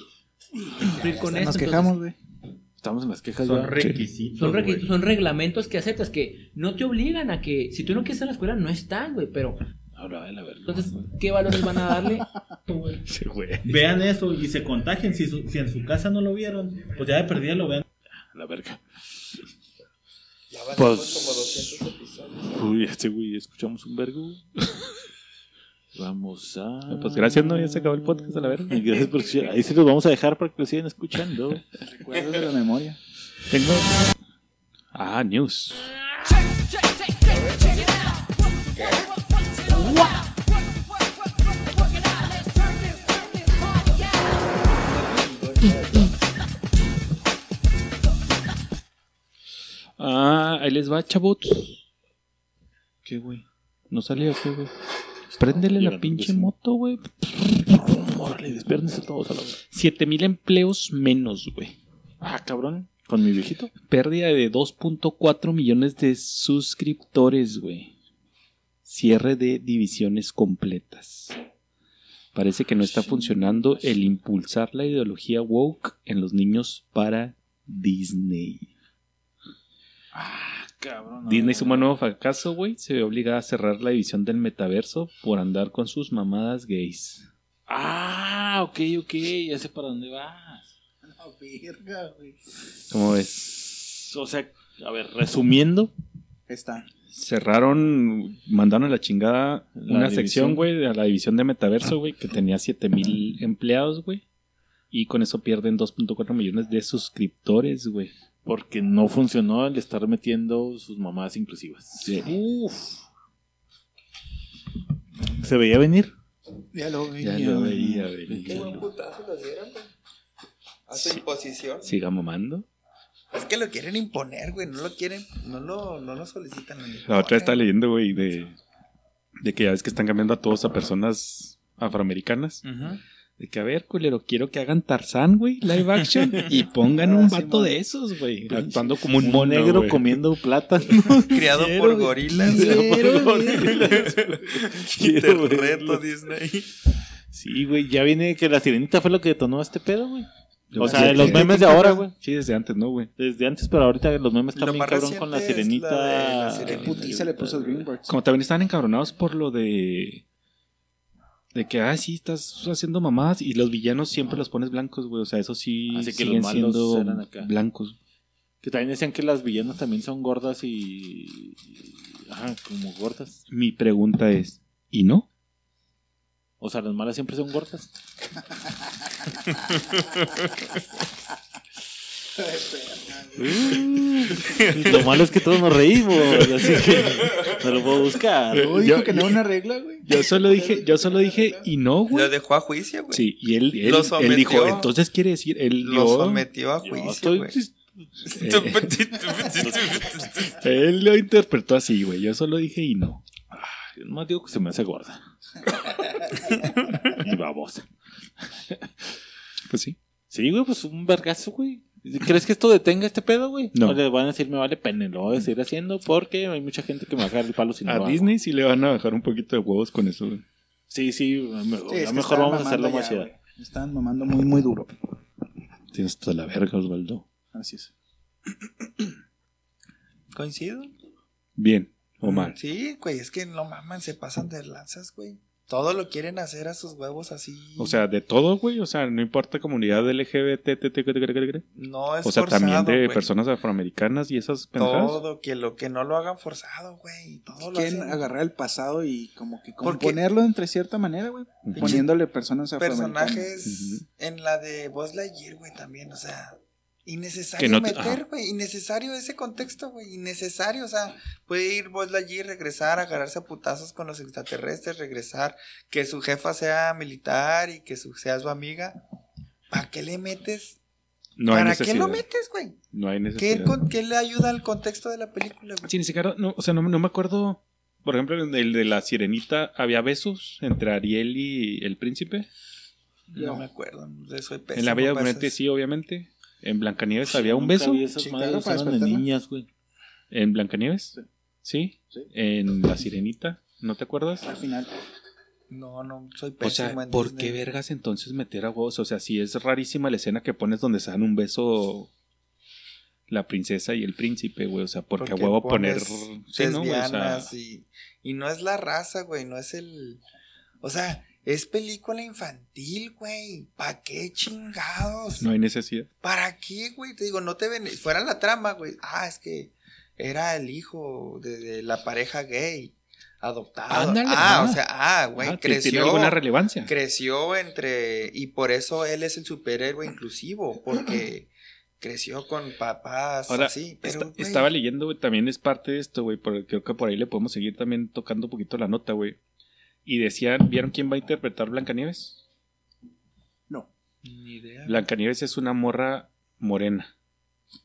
[SPEAKER 2] Nos quejamos, güey.
[SPEAKER 3] Estamos en las quejas.
[SPEAKER 16] Son
[SPEAKER 3] ya.
[SPEAKER 16] requisitos.
[SPEAKER 17] Son, requi-
[SPEAKER 16] güey.
[SPEAKER 17] son reglamentos que aceptas que no te obligan a que si tú no quieres estar en la escuela no estás, güey, pero
[SPEAKER 3] Ahora, a ver.
[SPEAKER 17] entonces ¿qué valores van a darle? Güey,
[SPEAKER 5] Sí, güey.
[SPEAKER 16] Vean eso y se contagien. Si, su- si en su casa no lo vieron, pues ya de perdida lo vean.
[SPEAKER 3] La verga.
[SPEAKER 4] Ya avanzamos
[SPEAKER 3] Pues-
[SPEAKER 4] como 200 episodios.
[SPEAKER 3] Uy, este güey, escuchamos un vergo. Vamos a.
[SPEAKER 5] Pues gracias, ¿no? Ya se acabó el podcast, a la verga.
[SPEAKER 3] Y Gracias por escuchar. Ahí se los vamos a dejar para que lo sigan escuchando.
[SPEAKER 2] Recuerdos de la memoria.
[SPEAKER 3] Tengo. Ah, news.
[SPEAKER 5] Ah, ahí les va, chavos. ¿Qué, güey? ¿No salía qué, güey? Préndele la pinche moto, güey. Órale, despiérdense todos a la vez. 7000 empleos menos, güey. Ah, cabrón.
[SPEAKER 3] Con mi viejito.
[SPEAKER 5] Pérdida de 2.4 millones de suscriptores, güey. Cierre de divisiones completas. Parece que no está funcionando el impulsar la ideología woke en los niños para Disney.
[SPEAKER 3] Cabrón.
[SPEAKER 5] Disney suma nuevo fracaso, güey. Se ve obligada a cerrar la división del metaverso por andar con sus mamadas gays.
[SPEAKER 3] Ah, ok, ok. Ya sé para dónde vas.
[SPEAKER 2] La verga, güey.
[SPEAKER 5] ¿Cómo ves?
[SPEAKER 3] O sea, a ver, resumiendo.
[SPEAKER 2] Está.
[SPEAKER 5] Cerraron, mandaron a la Ah. chingada
[SPEAKER 3] La
[SPEAKER 5] una
[SPEAKER 3] división.
[SPEAKER 5] sección, güey, a la división de metaverso, güey, que tenía 7000 empleados, güey. Y con eso pierden 2.4 millones de suscriptores, güey.
[SPEAKER 3] Porque no funcionó el estar metiendo sus mamás inclusivas.
[SPEAKER 5] Uf.
[SPEAKER 3] ¿Se veía venir?
[SPEAKER 4] Ya lo
[SPEAKER 5] Ya lo veía, güey.
[SPEAKER 4] Qué buen putazo lo dieron, güey. A su imposición.
[SPEAKER 5] Siga mamando.
[SPEAKER 4] Es que lo quieren imponer, güey. No lo quieren, no lo, no lo solicitan. lo
[SPEAKER 5] La otra
[SPEAKER 4] imponen.
[SPEAKER 5] está leyendo, güey, de, de que ya ves que están cambiando a todos a personas afroamericanas.
[SPEAKER 4] Ujú.
[SPEAKER 5] De que, a ver, culero, quiero que hagan Tarzán, güey, live action, y pongan
[SPEAKER 3] Ah,
[SPEAKER 5] un vato de esos, güey, actuando como un mono,
[SPEAKER 3] negro
[SPEAKER 5] güey.
[SPEAKER 3] comiendo plátanos.
[SPEAKER 4] Criado
[SPEAKER 5] Quiero,
[SPEAKER 4] por
[SPEAKER 5] güey.
[SPEAKER 4] gorilas.
[SPEAKER 5] Quiero,
[SPEAKER 4] Quiero Te reto, Disney.
[SPEAKER 3] Sí, güey, ya viene que la sirenita fue lo que detonó este pedo, güey.
[SPEAKER 5] Yo
[SPEAKER 3] O sea,
[SPEAKER 5] creo
[SPEAKER 3] de los
[SPEAKER 5] que-
[SPEAKER 3] memes de ahora, güey.
[SPEAKER 5] Sí, desde antes, ¿no, güey?
[SPEAKER 3] Desde antes, pero ahorita los memes
[SPEAKER 4] Lo
[SPEAKER 3] también,
[SPEAKER 4] más
[SPEAKER 3] cabrón, con la
[SPEAKER 4] reciente es
[SPEAKER 3] sirenita.
[SPEAKER 4] la de la
[SPEAKER 2] Qué
[SPEAKER 4] sirenita.
[SPEAKER 2] putiza le puso el Greenberg.
[SPEAKER 5] Como también estaban encabronados por lo de... De que, ah, sí, estás haciendo mamadas, y los villanos siempre los pones blancos, güey, o sea, eso sí
[SPEAKER 3] Así que los
[SPEAKER 5] siguen
[SPEAKER 3] malos
[SPEAKER 5] siendo
[SPEAKER 3] eran acá.
[SPEAKER 5] blancos.
[SPEAKER 3] Que también decían que las villanas también son gordas y. y- Ajá, como gordas.
[SPEAKER 5] Mi pregunta es, ¿y no?
[SPEAKER 3] O sea, las malas siempre son gordas. Uh, lo malo es que todos nos reímos, así que no lo puedo buscar.
[SPEAKER 2] Luego dijo que no era una regla, güey.
[SPEAKER 5] Yo solo dije, yo solo dije, y no, güey.
[SPEAKER 4] Lo dejó a juicio, güey.
[SPEAKER 5] Sí, y él, él,
[SPEAKER 4] Lo
[SPEAKER 5] él
[SPEAKER 4] sometió.
[SPEAKER 5] dijo, entonces quiere decir, él
[SPEAKER 4] Lo
[SPEAKER 5] dio-
[SPEAKER 4] sometió a juicio,
[SPEAKER 3] estoy-
[SPEAKER 4] güey.
[SPEAKER 5] él lo interpretó así, güey. Yo solo dije y no.
[SPEAKER 3] Más digo que se me hace gorda. y babosa.
[SPEAKER 5] Pues sí.
[SPEAKER 3] Sí, güey, pues un vergazo, güey. ¿Crees que esto detenga este pedo, güey?
[SPEAKER 5] No.
[SPEAKER 3] O le van a decir, me vale pene, lo voy a seguir haciendo porque hay mucha gente que me va a dejar el palo sin
[SPEAKER 5] A Disney sí le van a bajar un poquito de huevos con eso, güey.
[SPEAKER 3] Sí, sí, me-
[SPEAKER 2] Sí, es que estaban
[SPEAKER 3] mejor vamos a hacerlo
[SPEAKER 2] mamando
[SPEAKER 3] más
[SPEAKER 2] ya,
[SPEAKER 3] allá.
[SPEAKER 2] güey. Estaban mamando muy, muy duro.
[SPEAKER 5] Tienes toda la verga, Osvaldo.
[SPEAKER 2] Así es.
[SPEAKER 4] Coincido.
[SPEAKER 5] Bien, o mal.
[SPEAKER 4] Sí, güey, es que no maman, se pasan de lanzas, güey. Todo lo quieren hacer a sus huevos así.
[SPEAKER 5] O sea, de todo, güey. O sea, no importa comunidad LGBT, t, t, t, t, t, t, t.
[SPEAKER 4] no es
[SPEAKER 5] o sea,
[SPEAKER 4] forzado,
[SPEAKER 5] también de
[SPEAKER 4] güey.
[SPEAKER 5] personas afroamericanas y esas pendejadas.
[SPEAKER 4] Todo, que lo que no lo hagan forzado, güey. Todo lo
[SPEAKER 2] Quieren
[SPEAKER 4] hacen
[SPEAKER 2] agarrar el pasado y como que
[SPEAKER 4] Porque-
[SPEAKER 2] componerlo entre cierta manera, güey.
[SPEAKER 5] Ujú.
[SPEAKER 2] Poniéndole personas afroamericanas.
[SPEAKER 4] personajes
[SPEAKER 5] Ujú.
[SPEAKER 4] en la de Buzz Lightyear, güey, también, o sea, innecesario
[SPEAKER 5] Que no te-
[SPEAKER 4] meter,
[SPEAKER 5] ajá.
[SPEAKER 4] güey, innecesario ese contexto, güey, innecesario, o sea, puede ir Buzz Lightyear, regresar, agarrarse a putazos con los extraterrestres, regresar, que su jefa sea militar y que su, sea su amiga, ¿para qué le metes?
[SPEAKER 5] No hay
[SPEAKER 4] ¿Para qué
[SPEAKER 5] necesidad.
[SPEAKER 4] lo metes, güey?
[SPEAKER 5] No hay necesidad.
[SPEAKER 4] ¿Qué, con- qué le ayuda al contexto de la película, güey?
[SPEAKER 5] Sí, ni siquiera, no, o sea, no, no me acuerdo. Por ejemplo, en el de la sirenita había besos entre Ariel y el príncipe.
[SPEAKER 4] No
[SPEAKER 2] No.
[SPEAKER 4] me acuerdo, soy pésimo.
[SPEAKER 5] en la Bella
[SPEAKER 4] para
[SPEAKER 5] Durmiente
[SPEAKER 4] esas-
[SPEAKER 5] sí, obviamente. En Blancanieves había un beso.
[SPEAKER 2] Sí,
[SPEAKER 3] madres
[SPEAKER 2] claro, para
[SPEAKER 3] eran de
[SPEAKER 2] despertarla.
[SPEAKER 3] niñas, güey.
[SPEAKER 5] En Blancanieves. Sí.
[SPEAKER 2] Sí.
[SPEAKER 5] En la sirenita. ¿No te acuerdas?
[SPEAKER 2] Al final.
[SPEAKER 4] No, no, soy
[SPEAKER 5] O
[SPEAKER 4] pésimo.
[SPEAKER 5] sea,
[SPEAKER 4] en
[SPEAKER 5] ¿por
[SPEAKER 4] Disney.
[SPEAKER 5] qué vergas entonces meter a huevos? O sea, si es rarísima la escena que pones donde se dan un beso la princesa y el príncipe, güey. O sea, porque, a huevo poner.
[SPEAKER 4] pones
[SPEAKER 5] Sí, ¿no, güey? O sea,
[SPEAKER 4] lesbianas y, y no es la raza, güey, no es el... O sea, es película infantil, güey. ¿Para qué chingados?
[SPEAKER 5] no hay necesidad.
[SPEAKER 4] ¿Para qué, güey? Te digo, no te ven... Fuera la trama, güey. Ah, es que era el hijo de, de la pareja gay. Adoptado.
[SPEAKER 5] Ándale,
[SPEAKER 4] ah,
[SPEAKER 5] ah.
[SPEAKER 4] o sea, ah, güey,
[SPEAKER 5] Ah, que Tiene
[SPEAKER 4] creció.
[SPEAKER 5] alguna relevancia.
[SPEAKER 4] Creció entre... Y por eso él es el superhéroe inclusivo, porque... Creció con papás
[SPEAKER 5] Ahora,
[SPEAKER 4] así, pero
[SPEAKER 5] Esta-
[SPEAKER 4] güey,
[SPEAKER 5] estaba leyendo, güey, también es parte de esto, güey, porque creo que por ahí le podemos seguir también tocando un poquito la nota, güey. Y decían, ¿vieron quién va a interpretar Blancanieves?
[SPEAKER 2] No.
[SPEAKER 4] ni idea.
[SPEAKER 5] Blancanieves es una morra morena.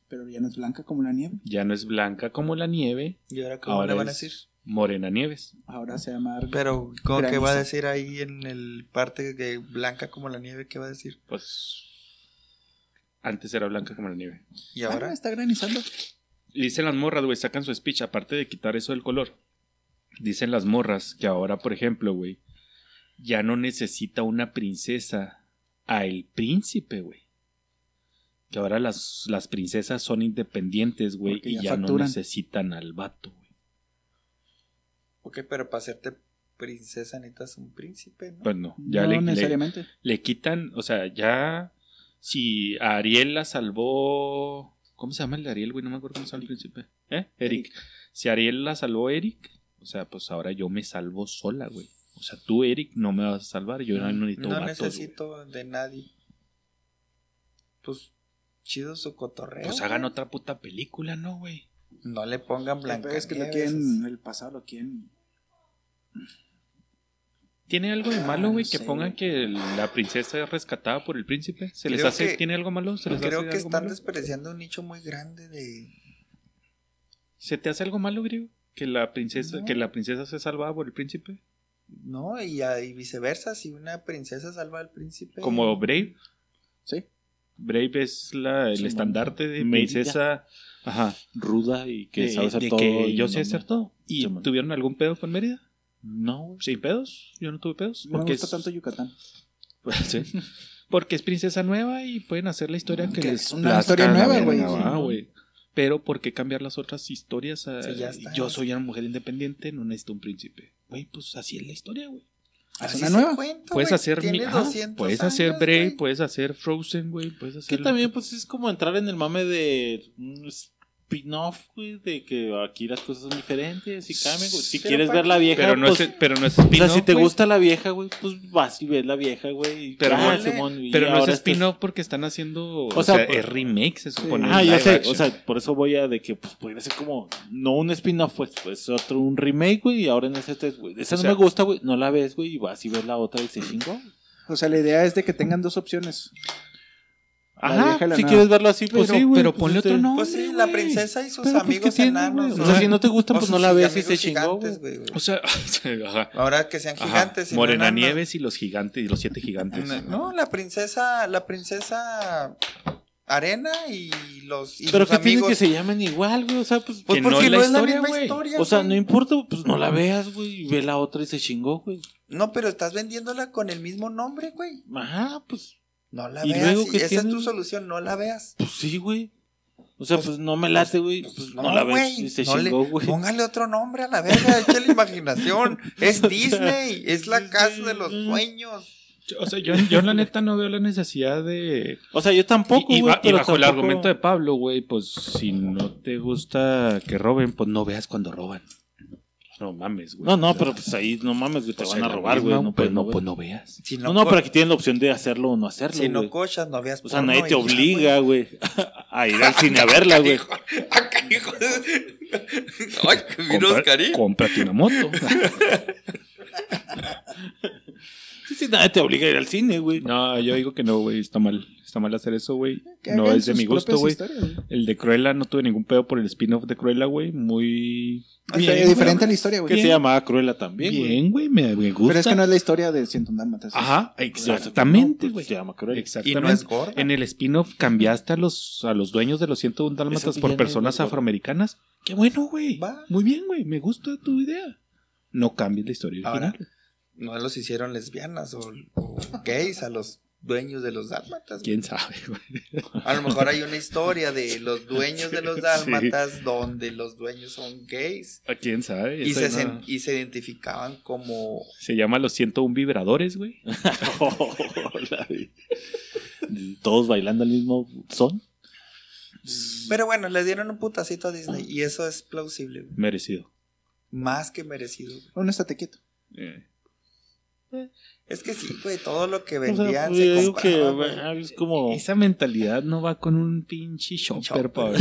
[SPEAKER 2] Pero ya no es blanca como la nieve.
[SPEAKER 5] Ya no es blanca como la nieve.
[SPEAKER 4] ¿Y ahora cómo le van a
[SPEAKER 5] es
[SPEAKER 4] decir?
[SPEAKER 5] Morena Nieves.
[SPEAKER 2] Ahora se llama.
[SPEAKER 4] Pero, ¿cómo que va
[SPEAKER 2] granizo.
[SPEAKER 4] a decir ahí en el parte de blanca como la nieve? ¿Qué va a decir?
[SPEAKER 5] Pues. Antes era blanca como la nieve.
[SPEAKER 4] ¿Y ahora?
[SPEAKER 2] Ah, está granizando.
[SPEAKER 5] Dicen las morras, güey, sacan su speech, aparte de quitar eso del color. Dicen las morras que ahora, por ejemplo, güey, ya no necesita una princesa a el príncipe, güey. Que ahora las, las princesas son independientes, güey,
[SPEAKER 4] Porque
[SPEAKER 5] y
[SPEAKER 4] ya
[SPEAKER 5] ya no
[SPEAKER 4] facturan.
[SPEAKER 5] necesitan al vato. güey.
[SPEAKER 4] Ok, pero para hacerte princesa necesitas un príncipe, ¿no?
[SPEAKER 5] Pues no, ya
[SPEAKER 4] No
[SPEAKER 5] le, le-
[SPEAKER 4] necesariamente.
[SPEAKER 5] le quitan, o sea, ya si a Ariel la salvó, ¿cómo se llama el de Ariel, güey? No me acuerdo cómo se llama el príncipe. ¿Eh? Eric. Si Ariel la salvó Eric, o sea, pues ahora yo me salvo sola, güey. O sea, tú, Eric, no me vas a salvar, yo no necesito
[SPEAKER 4] No
[SPEAKER 5] vatos, güey.
[SPEAKER 4] necesito de nadie. Pues chido su cotorreo.
[SPEAKER 5] Pues hagan otra puta película, ¿no, güey?
[SPEAKER 4] No le pongan blanca.
[SPEAKER 2] Pero es que lo quieren, el pasado lo quieren.
[SPEAKER 5] ¿Tiene algo de malo,
[SPEAKER 2] Ah,
[SPEAKER 5] güey,
[SPEAKER 2] no
[SPEAKER 5] que
[SPEAKER 2] sé,
[SPEAKER 5] pongan que la princesa es rescatada por el príncipe? ¿Se les
[SPEAKER 4] Creo
[SPEAKER 5] hace,
[SPEAKER 4] que-
[SPEAKER 5] tiene algo malo? ¿Se les
[SPEAKER 4] creo que
[SPEAKER 5] hace pues algo
[SPEAKER 4] están
[SPEAKER 5] malo?
[SPEAKER 4] despreciando un nicho muy grande de
[SPEAKER 5] ¿Se te hace algo malo, griego? ¿Que la princesa, que la princesa sea salvada por el príncipe?
[SPEAKER 4] no y, a- y viceversa si una princesa salva al príncipe
[SPEAKER 5] Como Brave.
[SPEAKER 2] Sí.
[SPEAKER 5] Brave es la, el
[SPEAKER 3] Simón.
[SPEAKER 5] estandarte de
[SPEAKER 3] Mérida.
[SPEAKER 5] princesa ajá,
[SPEAKER 3] Ruda y que
[SPEAKER 5] de-
[SPEAKER 3] sabe hacer
[SPEAKER 5] de
[SPEAKER 3] todo.
[SPEAKER 5] que
[SPEAKER 3] y
[SPEAKER 5] yo
[SPEAKER 3] no
[SPEAKER 5] sé hacer
[SPEAKER 3] me-
[SPEAKER 5] todo. ¿Y
[SPEAKER 3] Simón.
[SPEAKER 5] tuvieron algún pedo con Mérida?
[SPEAKER 3] No, güey.
[SPEAKER 5] ¿Sin pedos? Yo no tuve pedos.
[SPEAKER 2] No me
[SPEAKER 5] Porque
[SPEAKER 2] gusta
[SPEAKER 5] es, pues,
[SPEAKER 2] tanto Yucatán.
[SPEAKER 5] sí, porque es princesa nueva y pueden hacer la historia que
[SPEAKER 2] Que
[SPEAKER 5] les
[SPEAKER 2] es una historia
[SPEAKER 5] plazca, la
[SPEAKER 2] nueva, güey.
[SPEAKER 5] verga,
[SPEAKER 2] Sí,
[SPEAKER 5] va,
[SPEAKER 2] ¿no?
[SPEAKER 5] güey. Pero ¿por qué cambiar las otras historias? a-
[SPEAKER 4] Sí, ya está.
[SPEAKER 5] yo soy una mujer independiente, no necesito un príncipe. Güey, pues así es la historia, güey.
[SPEAKER 4] Haz
[SPEAKER 2] una
[SPEAKER 4] se
[SPEAKER 2] nueva.
[SPEAKER 4] cuenta,
[SPEAKER 5] Puedes
[SPEAKER 4] güey,
[SPEAKER 5] hacer, mi-
[SPEAKER 4] tiene
[SPEAKER 5] ajá,
[SPEAKER 4] 200
[SPEAKER 5] puedes hacer
[SPEAKER 4] años,
[SPEAKER 5] Brave,
[SPEAKER 4] güey.
[SPEAKER 5] puedes hacer Frozen, güey, puedes
[SPEAKER 3] Que
[SPEAKER 5] hacer...
[SPEAKER 3] también, pues, es como entrar en el mame de un spin-off, güey, de que aquí las cosas son diferentes y cambian, güey. Si
[SPEAKER 5] Pero
[SPEAKER 3] quieres
[SPEAKER 5] para-
[SPEAKER 3] ver la vieja,
[SPEAKER 5] Pero no
[SPEAKER 3] pues,
[SPEAKER 5] es, e, pero no es
[SPEAKER 3] o sea,
[SPEAKER 5] spin-off,
[SPEAKER 3] si te
[SPEAKER 5] güey.
[SPEAKER 3] gusta la vieja, güey, pues vas y ves la vieja, güey. y
[SPEAKER 5] Pero,
[SPEAKER 3] ya,
[SPEAKER 5] no,
[SPEAKER 3] Simón, y
[SPEAKER 5] pero no
[SPEAKER 3] ahora
[SPEAKER 5] es
[SPEAKER 3] estás-
[SPEAKER 5] spin-off porque están haciendo. O,
[SPEAKER 3] O
[SPEAKER 5] sea, pues,
[SPEAKER 3] sea,
[SPEAKER 5] es remake, se supone.
[SPEAKER 3] Ah, ya
[SPEAKER 5] live
[SPEAKER 3] sé,
[SPEAKER 5] action.
[SPEAKER 3] o sea, por eso voy a de que pues podría ser como no un spin-off, pues, pues otro un remake, güey, y ahora en ese test, güey. Esa
[SPEAKER 5] O
[SPEAKER 3] no
[SPEAKER 5] sea-
[SPEAKER 3] me gusta, güey, no la ves, güey, y vas y ves la otra y se chingó.
[SPEAKER 2] O sea, la idea es de que tengan dos opciones. La
[SPEAKER 3] Ajá,
[SPEAKER 2] vieja y la
[SPEAKER 3] si
[SPEAKER 2] nueva.
[SPEAKER 3] quieres verlo así, pues
[SPEAKER 5] Pero-
[SPEAKER 3] sí, güey.
[SPEAKER 5] pero
[SPEAKER 3] pues,
[SPEAKER 5] ponle otro
[SPEAKER 3] este-
[SPEAKER 5] nombre.
[SPEAKER 4] pues sí la princesa y sus
[SPEAKER 3] Pero, pues, ¿qué
[SPEAKER 4] amigos
[SPEAKER 3] tiene,
[SPEAKER 4] enanos
[SPEAKER 3] güey? O sea, si no te gusta,
[SPEAKER 4] o
[SPEAKER 3] pues,
[SPEAKER 4] sus
[SPEAKER 3] no la veas y
[SPEAKER 4] amigos
[SPEAKER 3] se chingó,
[SPEAKER 4] gigantes, güey, güey.
[SPEAKER 5] O sea, ajá.
[SPEAKER 4] ahora que sean
[SPEAKER 5] Ajá.
[SPEAKER 4] gigantes y no
[SPEAKER 5] Morena
[SPEAKER 4] enanos.
[SPEAKER 5] Nieves y los gigantes y los siete gigantes.
[SPEAKER 4] no la princesa la princesa arena y los y
[SPEAKER 3] Pero
[SPEAKER 4] sus
[SPEAKER 3] que tiene
[SPEAKER 4] amigos
[SPEAKER 3] que se llamen igual, güey, o sea, pues,
[SPEAKER 4] pues
[SPEAKER 5] que no
[SPEAKER 4] porque
[SPEAKER 5] es la
[SPEAKER 4] no es la
[SPEAKER 5] historia,
[SPEAKER 4] misma
[SPEAKER 5] güey.
[SPEAKER 4] historia
[SPEAKER 3] o sea,
[SPEAKER 4] güey.
[SPEAKER 3] no importa, pues no la veas, güey, y ve la otra y se chingó, güey.
[SPEAKER 4] No, pero estás vendiéndola con el mismo nombre, güey.
[SPEAKER 3] Ajá, pues,
[SPEAKER 4] No la
[SPEAKER 3] ¿Y
[SPEAKER 4] veas.
[SPEAKER 3] luego qué
[SPEAKER 4] esa
[SPEAKER 3] tiene?
[SPEAKER 4] es tu solución, no la veas.
[SPEAKER 3] pues sí, güey. O sea, pues, no me late, güey, pues, no, la ves
[SPEAKER 4] güey,
[SPEAKER 3] y se
[SPEAKER 4] no le-
[SPEAKER 3] chingó, güey.
[SPEAKER 4] Póngale otro nombre a la verga, échale imaginación. Es Disney, es la casa de los dueños.
[SPEAKER 5] O sea, yo, yo la neta no veo la necesidad de.
[SPEAKER 3] O sea, yo tampoco,
[SPEAKER 5] Y, y
[SPEAKER 3] güey,
[SPEAKER 5] ba- y
[SPEAKER 3] pero
[SPEAKER 5] bajo el
[SPEAKER 3] tampoco-
[SPEAKER 5] argumento de Pablo, güey, pues si no te gusta que roben, pues no veas cuando roban. No mames, güey.
[SPEAKER 3] No, no,
[SPEAKER 5] O sea,
[SPEAKER 3] pero pues ahí no mames, güey, te
[SPEAKER 5] pues,
[SPEAKER 3] van a
[SPEAKER 5] es la
[SPEAKER 3] robar,
[SPEAKER 5] misma,
[SPEAKER 3] güey. No,
[SPEAKER 5] pues
[SPEAKER 3] puedes
[SPEAKER 5] no,
[SPEAKER 3] ver.
[SPEAKER 5] pues no veas.
[SPEAKER 4] Si
[SPEAKER 3] No, no, pero
[SPEAKER 4] co-
[SPEAKER 3] aquí tienes la opción de hacerlo o no hacerlo,
[SPEAKER 4] si no
[SPEAKER 3] güey.
[SPEAKER 4] cochas, no veas
[SPEAKER 3] O sea,
[SPEAKER 4] porno
[SPEAKER 3] nadie
[SPEAKER 4] y
[SPEAKER 3] te
[SPEAKER 4] ya,
[SPEAKER 3] obliga, güey, a ir al cine a verla, güey.
[SPEAKER 4] güey. Ah, canijo. Ay, que vino
[SPEAKER 5] Compra-
[SPEAKER 4] Oscarín.
[SPEAKER 5] cómprate una moto.
[SPEAKER 3] Sí, sí, nadie te obliga a ir al cine, güey.
[SPEAKER 5] No, yo digo que no, güey. Está mal. Está mal hacer eso, güey.
[SPEAKER 2] Que
[SPEAKER 5] No
[SPEAKER 2] hagan
[SPEAKER 5] es de
[SPEAKER 2] sus
[SPEAKER 5] mi gusto,
[SPEAKER 2] propias
[SPEAKER 5] güey.
[SPEAKER 2] historias, güey.
[SPEAKER 5] El de Cruella no tuve ningún pedo por el spin-off de Cruella, güey. Muy.
[SPEAKER 2] Ah,
[SPEAKER 5] bien,
[SPEAKER 2] está
[SPEAKER 5] güey.
[SPEAKER 2] diferente a la historia, güey.
[SPEAKER 3] Que se llamaba Cruella también, güey.
[SPEAKER 5] Bien, güey. Me, me gusta.
[SPEAKER 2] Pero es que no es la historia de 101 Dálmatas.
[SPEAKER 5] Ajá,
[SPEAKER 3] No,
[SPEAKER 5] exactamente,
[SPEAKER 3] pues,
[SPEAKER 5] güey.
[SPEAKER 3] se llama Cruella.
[SPEAKER 4] Y
[SPEAKER 5] Exactamente.
[SPEAKER 4] no es gorda.
[SPEAKER 5] En el spin-off cambiaste a los, a los dueños de los 101 dálmatas
[SPEAKER 3] Esa
[SPEAKER 5] por
[SPEAKER 3] villana
[SPEAKER 5] personas
[SPEAKER 3] es gorda.
[SPEAKER 5] afroamericanas. Qué bueno, güey.
[SPEAKER 4] Va.
[SPEAKER 5] Muy bien, güey. Me gusta tu idea. No cambies la historia
[SPEAKER 4] Ahora,
[SPEAKER 5] original.
[SPEAKER 4] no los hicieron lesbianas o, o gays a los dueños de los dálmatas. güey.
[SPEAKER 5] ¿Quién sabe, güey?
[SPEAKER 4] A lo mejor hay una historia de los dueños de los dálmatas donde los dueños son gays.
[SPEAKER 5] ¿A Ah, quién sabe?
[SPEAKER 4] Y
[SPEAKER 5] Eso
[SPEAKER 4] se,
[SPEAKER 5] no-
[SPEAKER 4] sen- y se identificaban como
[SPEAKER 5] se llama los 101 vibradores, güey. Oh,
[SPEAKER 3] Hola, güey. Todos bailando al mismo son.
[SPEAKER 4] Pero bueno, le dieron un putacito a Disney y eso es plausible, güey.
[SPEAKER 5] Merecido.
[SPEAKER 4] más que merecido. güey.
[SPEAKER 2] No, no, estate quieto.
[SPEAKER 5] Eh.
[SPEAKER 4] Es que sí, güey, todo lo que
[SPEAKER 3] O sea,
[SPEAKER 4] vendían
[SPEAKER 3] güey, yo
[SPEAKER 4] se
[SPEAKER 3] digo
[SPEAKER 4] compraba,
[SPEAKER 3] que,
[SPEAKER 4] güey.
[SPEAKER 3] güey, es como...
[SPEAKER 5] Esa mentalidad no va con un pinche shopper,
[SPEAKER 4] shopper.
[SPEAKER 5] Pablo.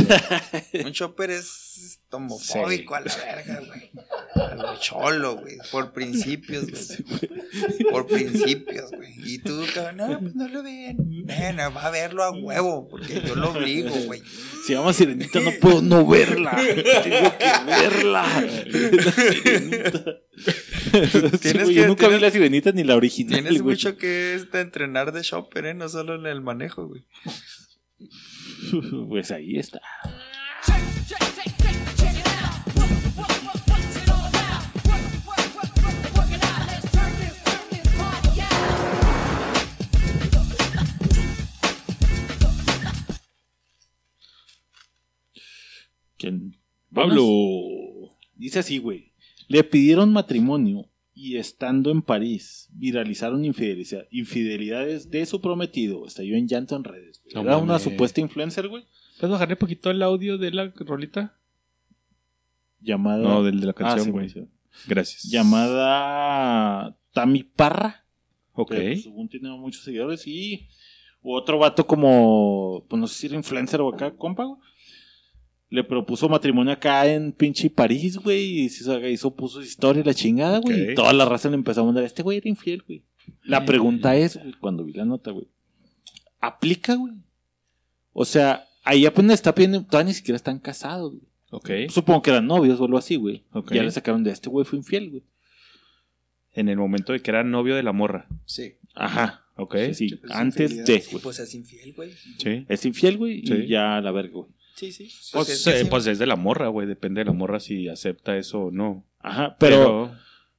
[SPEAKER 4] Un shopper es homofóbico a la verga, güey. A lo cholo, güey. Por principios, güey. Por principios, güey. Y tú, cabrón, no, pues no lo ven. Bueno, va a verlo a huevo, porque yo lo obligo, güey.
[SPEAKER 3] Si llama Sirenita, no puedo no verla. Tengo que verla. La Sirenita. Sí, güey, yo
[SPEAKER 4] que-
[SPEAKER 3] nunca vi
[SPEAKER 4] tienes-
[SPEAKER 3] la Sirenita ni la original.
[SPEAKER 4] Tienes
[SPEAKER 3] güey.
[SPEAKER 4] mucho que este, entrenar de shopper, ¿eh? No solo en el manejo, güey.
[SPEAKER 3] Pues ahí está. ¿Quién? Pablo. Dice así, güey. Le pidieron matrimonio y estando en París, viralizaron infideliza- infidelidades de su prometido. Estalló en llanto en redes. güey.
[SPEAKER 1] No
[SPEAKER 3] Era una
[SPEAKER 1] mames.
[SPEAKER 3] supuesta influencer, güey.
[SPEAKER 5] ¿Puedes bajarle poquito el audio de la rolita?
[SPEAKER 3] Llamada.
[SPEAKER 5] No, del de la
[SPEAKER 3] Ah,
[SPEAKER 5] canción,
[SPEAKER 3] sí,
[SPEAKER 5] güey.
[SPEAKER 3] sí.
[SPEAKER 5] Gracias.
[SPEAKER 3] Llamada Tami Parra.
[SPEAKER 5] Ok.
[SPEAKER 3] que, pues, según tiene muchos seguidores y otro vato como, pues no sé si era influencer o acá, compa, güey, Le propuso matrimonio acá en pinche París, güey, y se hizo, hizo- puso historia y la chingada, güey.
[SPEAKER 5] Ok.
[SPEAKER 3] Y toda la raza le empezó a mandar, este güey era infiel, güey. La pregunta es, güey, cuando vi la nota, güey, ¿aplica, güey? O sea, ahí apenas está pidiendo, todavía ni siquiera están casados, güey.
[SPEAKER 5] Ok.
[SPEAKER 3] Supongo que eran novios o algo así, güey.
[SPEAKER 5] Ok.
[SPEAKER 3] Ya le sacaron de este güey fue infiel, güey.
[SPEAKER 5] En el momento de que era novio de la morra.
[SPEAKER 2] Sí.
[SPEAKER 3] Ajá.
[SPEAKER 5] Ok.
[SPEAKER 3] Sí, sí, Sí, pues, antes de,
[SPEAKER 4] Sí, pues es infiel, güey.
[SPEAKER 5] Sí.
[SPEAKER 3] Es infiel, güey,
[SPEAKER 5] Sí.
[SPEAKER 3] y ya la verga, güey.
[SPEAKER 4] Sí, sí.
[SPEAKER 5] Pues,
[SPEAKER 4] es
[SPEAKER 5] eh,
[SPEAKER 4] que sí.
[SPEAKER 5] pues es de la morra, güey. Depende de la morra si acepta eso o no.
[SPEAKER 3] Ajá, Ah, pero-